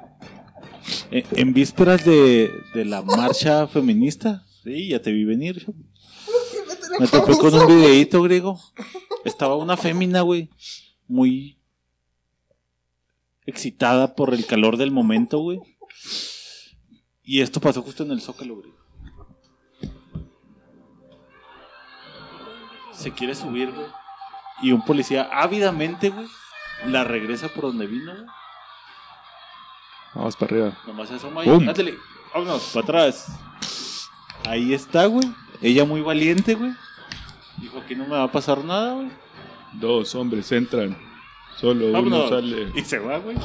[SPEAKER 3] En, en vísperas de, de la marcha feminista. Sí, ya te vi venir. yo. Me topé con un videíto griego. Estaba una fémina, güey. Muy excitada por el calor del momento, güey. Y esto pasó justo en el Zócalo, güey. Se quiere subir, güey. Y un policía ávidamente, güey, la regresa por donde vino, güey.
[SPEAKER 5] Vamos para arriba.
[SPEAKER 3] Nomás se asoma
[SPEAKER 5] ¡Pum!
[SPEAKER 3] y ándale, vámonos, para atrás. Ahí está, güey. Ella muy valiente, güey. Dijo, aquí no me va a pasar nada, güey.
[SPEAKER 5] Dos hombres entran, solo uno
[SPEAKER 3] Vámonos.
[SPEAKER 5] sale.
[SPEAKER 3] Y se va, güey.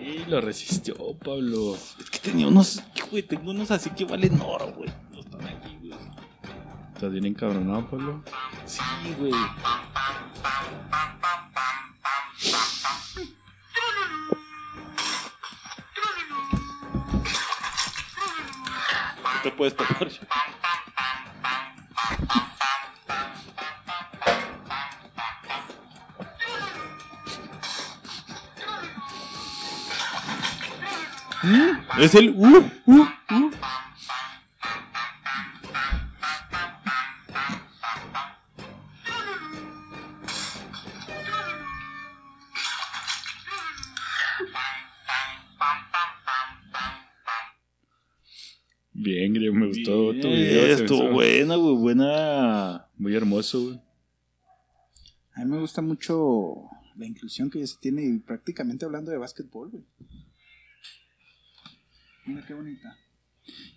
[SPEAKER 5] Y lo resistió, Pablo.
[SPEAKER 3] Es que tenía unos, güey, tengo unos así que valen oro, güey. No están aquí, güey.
[SPEAKER 5] Estás bien encabronado, Pablo.
[SPEAKER 3] Sí, güey. No te puedes tocar. ¿Mm? Es el uh, uh, uh.
[SPEAKER 5] Bien, Griego, me gustó tu video. se me
[SPEAKER 3] Estuvo
[SPEAKER 5] hizo
[SPEAKER 3] buena, güey, buena.
[SPEAKER 5] Muy hermoso, güey.
[SPEAKER 2] A mí me gusta mucho la inclusión que ya se tiene y prácticamente hablando de básquetbol, güey. Mira qué bonita.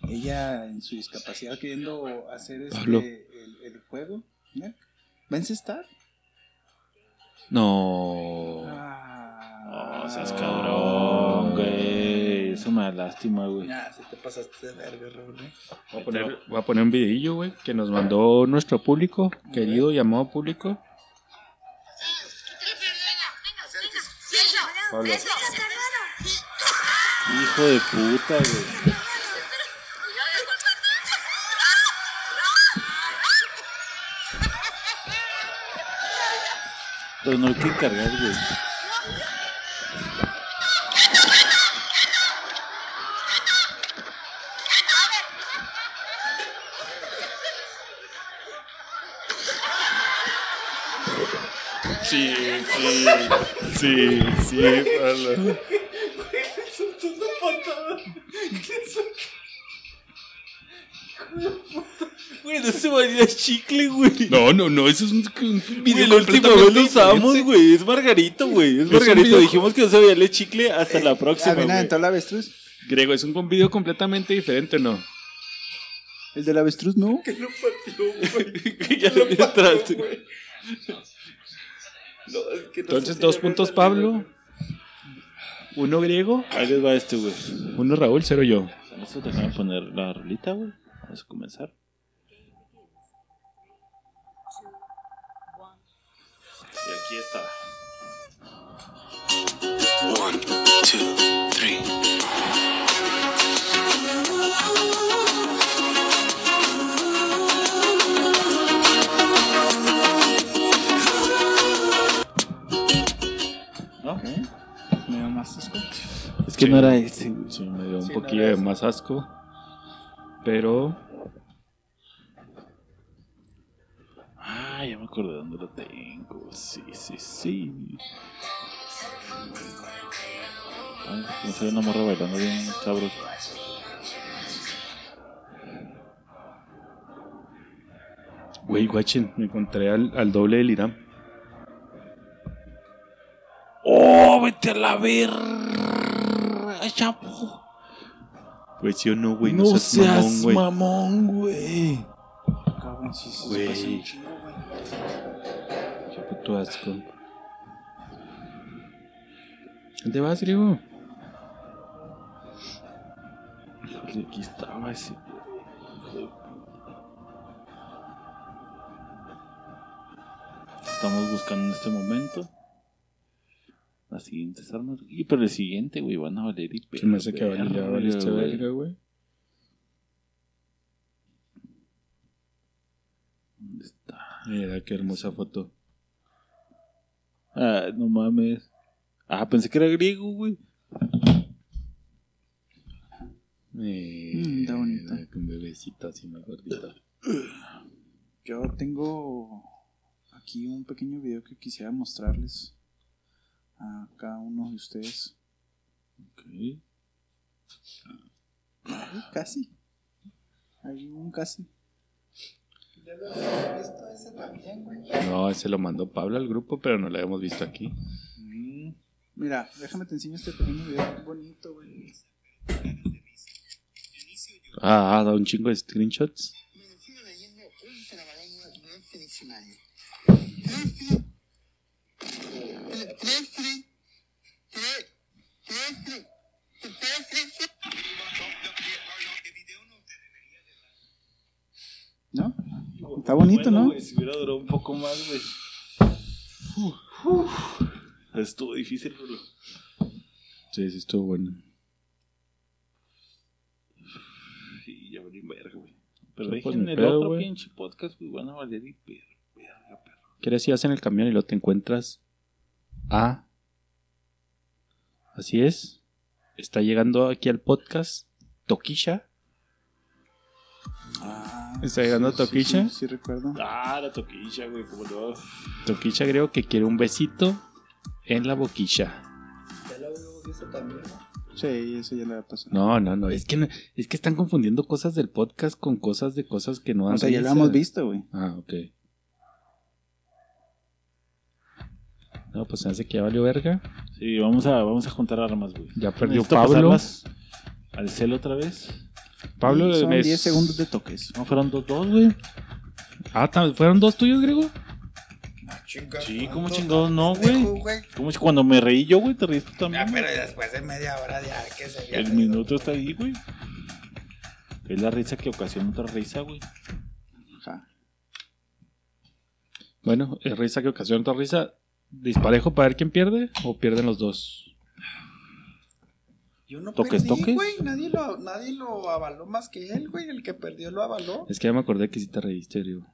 [SPEAKER 2] Ella en su discapacidad queriendo hacer este,
[SPEAKER 5] Pablo.
[SPEAKER 2] el, el juego. mira. Va a encestar.
[SPEAKER 5] Oh.
[SPEAKER 3] No.
[SPEAKER 2] Ah.
[SPEAKER 11] Oh,
[SPEAKER 3] No, seas cabrón, güey. Eso me da lástima, güey.
[SPEAKER 4] Ya, si te pasaste de verga, Raúl. ¿eh?
[SPEAKER 5] Voy a poner, voy a poner un videillo, güey, que nos mandó nuestro público, querido y amado público.
[SPEAKER 19] Pablo.
[SPEAKER 3] Hijo de puta, güey. Pero no hay que cargar, güey.
[SPEAKER 5] Sí, sí, sí, sí, Pablo.
[SPEAKER 11] Güey, no se valía chicle, güey.
[SPEAKER 5] No, no, no, eso es un, un
[SPEAKER 11] Güey,
[SPEAKER 5] video
[SPEAKER 11] la última
[SPEAKER 5] completamente
[SPEAKER 11] vez lo usamos,
[SPEAKER 5] diferente.
[SPEAKER 11] güey. Es Margarito, güey. Es
[SPEAKER 5] Es un
[SPEAKER 11] Margarito.
[SPEAKER 5] video-
[SPEAKER 11] Dijimos que no se valía chicle hasta
[SPEAKER 2] Eh,
[SPEAKER 11] la próxima.
[SPEAKER 2] avena
[SPEAKER 11] güey.
[SPEAKER 2] aventó la avestruz.
[SPEAKER 5] Griego, es un video completamente diferente, ¿no?
[SPEAKER 2] El del avestruz no.
[SPEAKER 11] Que lo partió, güey.
[SPEAKER 3] Que ya lo entraste.
[SPEAKER 5] Entonces, dos puntos Pablo, uno Griego,
[SPEAKER 3] Ahí les va este, güey.
[SPEAKER 5] uno Raúl, cero yo.
[SPEAKER 3] Con esto te voy a poner la rolita, güey. Vamos a comenzar. Y aquí está.
[SPEAKER 19] One, two, three.
[SPEAKER 3] ¿No?
[SPEAKER 2] Me da más asco.
[SPEAKER 3] Es que no era este,
[SPEAKER 5] Sí, me dio un
[SPEAKER 2] Sí, no
[SPEAKER 5] poquillo
[SPEAKER 2] era
[SPEAKER 5] de
[SPEAKER 2] ese.
[SPEAKER 5] más asco. Pero.
[SPEAKER 3] Ah, ya me acordé de dónde lo tengo. Sí, sí, sí. Ay, no se ve una morra bailando bien sabroso.
[SPEAKER 5] Güey, guachen, me encontré al, al doble del Irán.
[SPEAKER 3] ¡Oh, vete a la verga, chapo!
[SPEAKER 5] Pues sí o no, güey,
[SPEAKER 3] no seas
[SPEAKER 5] güey.
[SPEAKER 3] mamón, güey.
[SPEAKER 2] Cabrón, sí, sí, se
[SPEAKER 5] Güey.
[SPEAKER 2] pasó un chingo, güey.
[SPEAKER 5] Qué puto asco. ¿Dónde vas, Griego?
[SPEAKER 3] Híjole, Aquí estaba ese. Estamos buscando en este momento las siguientes armas. Y pero el siguiente, güey, van a valer y
[SPEAKER 5] Se me hace que
[SPEAKER 3] pero,
[SPEAKER 5] vale- ya
[SPEAKER 3] verga,
[SPEAKER 5] valiste
[SPEAKER 3] güey.
[SPEAKER 5] verga, güey.
[SPEAKER 3] ¿Dónde está?
[SPEAKER 5] Mira, qué hermosa foto.
[SPEAKER 3] Ah, no mames. Ah, pensé que era griego, güey.
[SPEAKER 5] Eh,
[SPEAKER 2] está bonito.
[SPEAKER 5] Un bebecito así, más gordito.
[SPEAKER 2] Yo tengo aquí un pequeño video que quisiera mostrarles a cada uno de ustedes.
[SPEAKER 3] Ok.
[SPEAKER 2] Ay, Casi. Hay un casi.
[SPEAKER 5] No, ese lo mandó Pablo al grupo, pero no lo habíamos visto aquí.
[SPEAKER 2] Mm. Mira, déjame te enseño este pequeño video. qué Bonito, güey.
[SPEAKER 5] Ah, ah, da un chingo de screenshots.
[SPEAKER 2] ¿No? Está bonito,
[SPEAKER 3] Bueno,
[SPEAKER 2] ¿no?
[SPEAKER 3] güey, si hubiera durado un poco más, güey. Estuvo difícil, pero.
[SPEAKER 5] Sí, sí, estuvo bueno.
[SPEAKER 3] Sí, ya valí verga, güey. Pero
[SPEAKER 5] No, pues,
[SPEAKER 3] dejen
[SPEAKER 5] ni
[SPEAKER 3] el
[SPEAKER 5] pedo,
[SPEAKER 3] otro
[SPEAKER 5] güey.
[SPEAKER 3] pinche podcast, güey. Van a valer y per- verga, perro.
[SPEAKER 5] ¿Quieres si vas en el camión y lo te encuentras a... Así es. Está llegando aquí al podcast Toquilla.
[SPEAKER 2] Ah,
[SPEAKER 5] ¿Está llegando
[SPEAKER 2] sí, sí,
[SPEAKER 5] Toquicha?
[SPEAKER 2] Sí, sí, recuerdo.
[SPEAKER 3] Ah, la toquilla, güey. Como lo
[SPEAKER 5] Toquilla creo que quiere un besito en la boquilla.
[SPEAKER 4] Ya lo habíamos visto también, ¿no?
[SPEAKER 2] Sí, eso ya le va a pasar.
[SPEAKER 5] No, no, no. Es que, no- es que están confundiendo cosas del podcast con cosas de cosas que no
[SPEAKER 2] O
[SPEAKER 5] han
[SPEAKER 2] sea, ya lo
[SPEAKER 5] realizado.
[SPEAKER 2] hemos visto, güey.
[SPEAKER 5] Ah, ok. No, pues se hace que ya valió verga.
[SPEAKER 3] Sí, vamos a, vamos a juntar armas, güey.
[SPEAKER 5] Ya perdió
[SPEAKER 3] Necesito
[SPEAKER 5] Pablo.
[SPEAKER 3] pasarlas Al celo otra vez.
[SPEAKER 5] Pablo,
[SPEAKER 3] Y son
[SPEAKER 5] me-
[SPEAKER 3] 10 segundos
[SPEAKER 2] de toques.
[SPEAKER 3] No, fueron dos, dos, güey.
[SPEAKER 5] Ah, tam- ¿fueron dos tuyos, Grego?
[SPEAKER 4] Ah,
[SPEAKER 3] Sí, ¿cómo chingados no, güey? ¿Cómo es cuando me reí yo, güey? Te reíste tú también.
[SPEAKER 4] Ah, Pero después de media hora ya, que se
[SPEAKER 3] El minuto está ahí, güey. Es la risa que ocasiona otra risa, güey.
[SPEAKER 5] Bueno, es risa que ocasiona otra risa. ¿Disparejo para ver quién pierde o pierden los dos?
[SPEAKER 4] Yo no
[SPEAKER 5] Toques,
[SPEAKER 4] perdí,
[SPEAKER 5] toques.
[SPEAKER 4] güey. Nadie lo, nadie lo avaló más que él, güey. El que perdió lo avaló.
[SPEAKER 5] Es que ya me acordé que sí te reíste, Grego.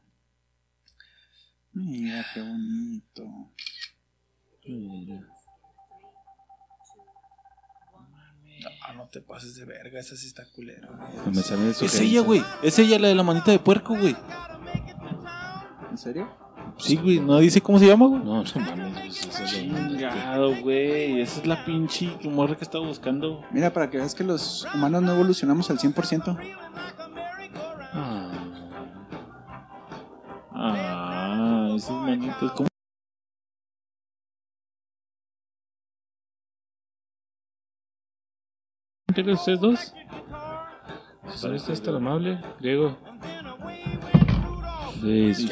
[SPEAKER 2] Mira qué bonito.
[SPEAKER 4] Ah, no te pases de verga. Esa sí está culera,
[SPEAKER 5] No me sale de
[SPEAKER 3] Es
[SPEAKER 5] sugerencia.
[SPEAKER 3] ella, güey. Es ella la de la manita de puerco, güey.
[SPEAKER 2] ¿En serio?
[SPEAKER 3] Sí, güey. ¿No dice cómo se llama, güey?
[SPEAKER 5] No, no mames. Eso es lo-
[SPEAKER 3] Chingado, güey. Esa es la pinche morra que estaba buscando.
[SPEAKER 2] Mira, para que veas que los humanos no evolucionamos al 100%.
[SPEAKER 3] Ah, esos manitos. ¿Cómo?
[SPEAKER 5] ¿Pierden ustedes dos? ¿Sabes es tan amable, Griego? Sí, sí.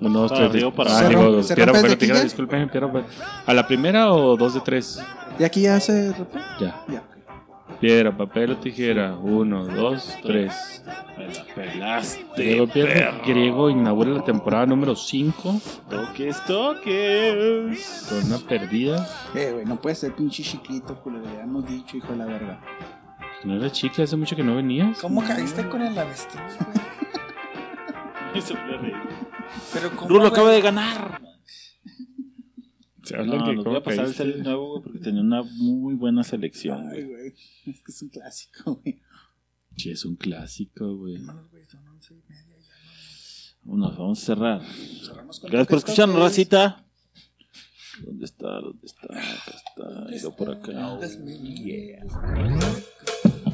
[SPEAKER 5] Uno, dos,
[SPEAKER 3] Para
[SPEAKER 5] tres.
[SPEAKER 3] arriba, para
[SPEAKER 5] Ah,
[SPEAKER 3] abajo.
[SPEAKER 5] digo,
[SPEAKER 3] ¿Se rompe- se
[SPEAKER 5] Piero
[SPEAKER 3] rompe
[SPEAKER 5] Pérez,
[SPEAKER 3] desde aquí
[SPEAKER 5] Tijera,
[SPEAKER 3] ya?
[SPEAKER 5] disculpen, Piero Pérez. ¿A la primera o dos de tres?
[SPEAKER 2] ¿Y aquí ya se rompe?
[SPEAKER 5] Ya.
[SPEAKER 2] Ya.
[SPEAKER 5] Piedra, papel o tijera. Uno, dos, tres.
[SPEAKER 3] Me la pelaste.
[SPEAKER 5] Griego pierde.
[SPEAKER 3] perro.
[SPEAKER 5] Griego inaugura la temporada número 5
[SPEAKER 3] Toques, toques.
[SPEAKER 5] con una perdida.
[SPEAKER 2] Eh, güey, no puede ser pinche chiquito, culero. Ya hemos dicho, hijo de la verga.
[SPEAKER 5] No era chicle, hace mucho que no venías.
[SPEAKER 4] ¿Cómo caíste con el avestruz, güey?
[SPEAKER 3] Eso me reí.
[SPEAKER 4] Pero ¿cómo,
[SPEAKER 3] Rulo
[SPEAKER 4] güey?
[SPEAKER 3] acaba de ganar.
[SPEAKER 5] Se
[SPEAKER 3] No,
[SPEAKER 5] hablan que
[SPEAKER 3] nos voy a
[SPEAKER 5] cómo
[SPEAKER 3] pasar el
[SPEAKER 5] caíste.
[SPEAKER 3] cel nuevo, güey, porque tenía una muy buena selección, güey.
[SPEAKER 2] Ay, güey. Es que es un clásico, güey.
[SPEAKER 5] Che, es un clásico, güey.
[SPEAKER 3] Nos vamos a cerrar.
[SPEAKER 2] Cerramos con
[SPEAKER 3] Gracias por
[SPEAKER 2] toques,
[SPEAKER 3] escucharnos,
[SPEAKER 2] toques.
[SPEAKER 3] racita. ¿Dónde está? ¿Dónde está? Acá está. Ido por acá.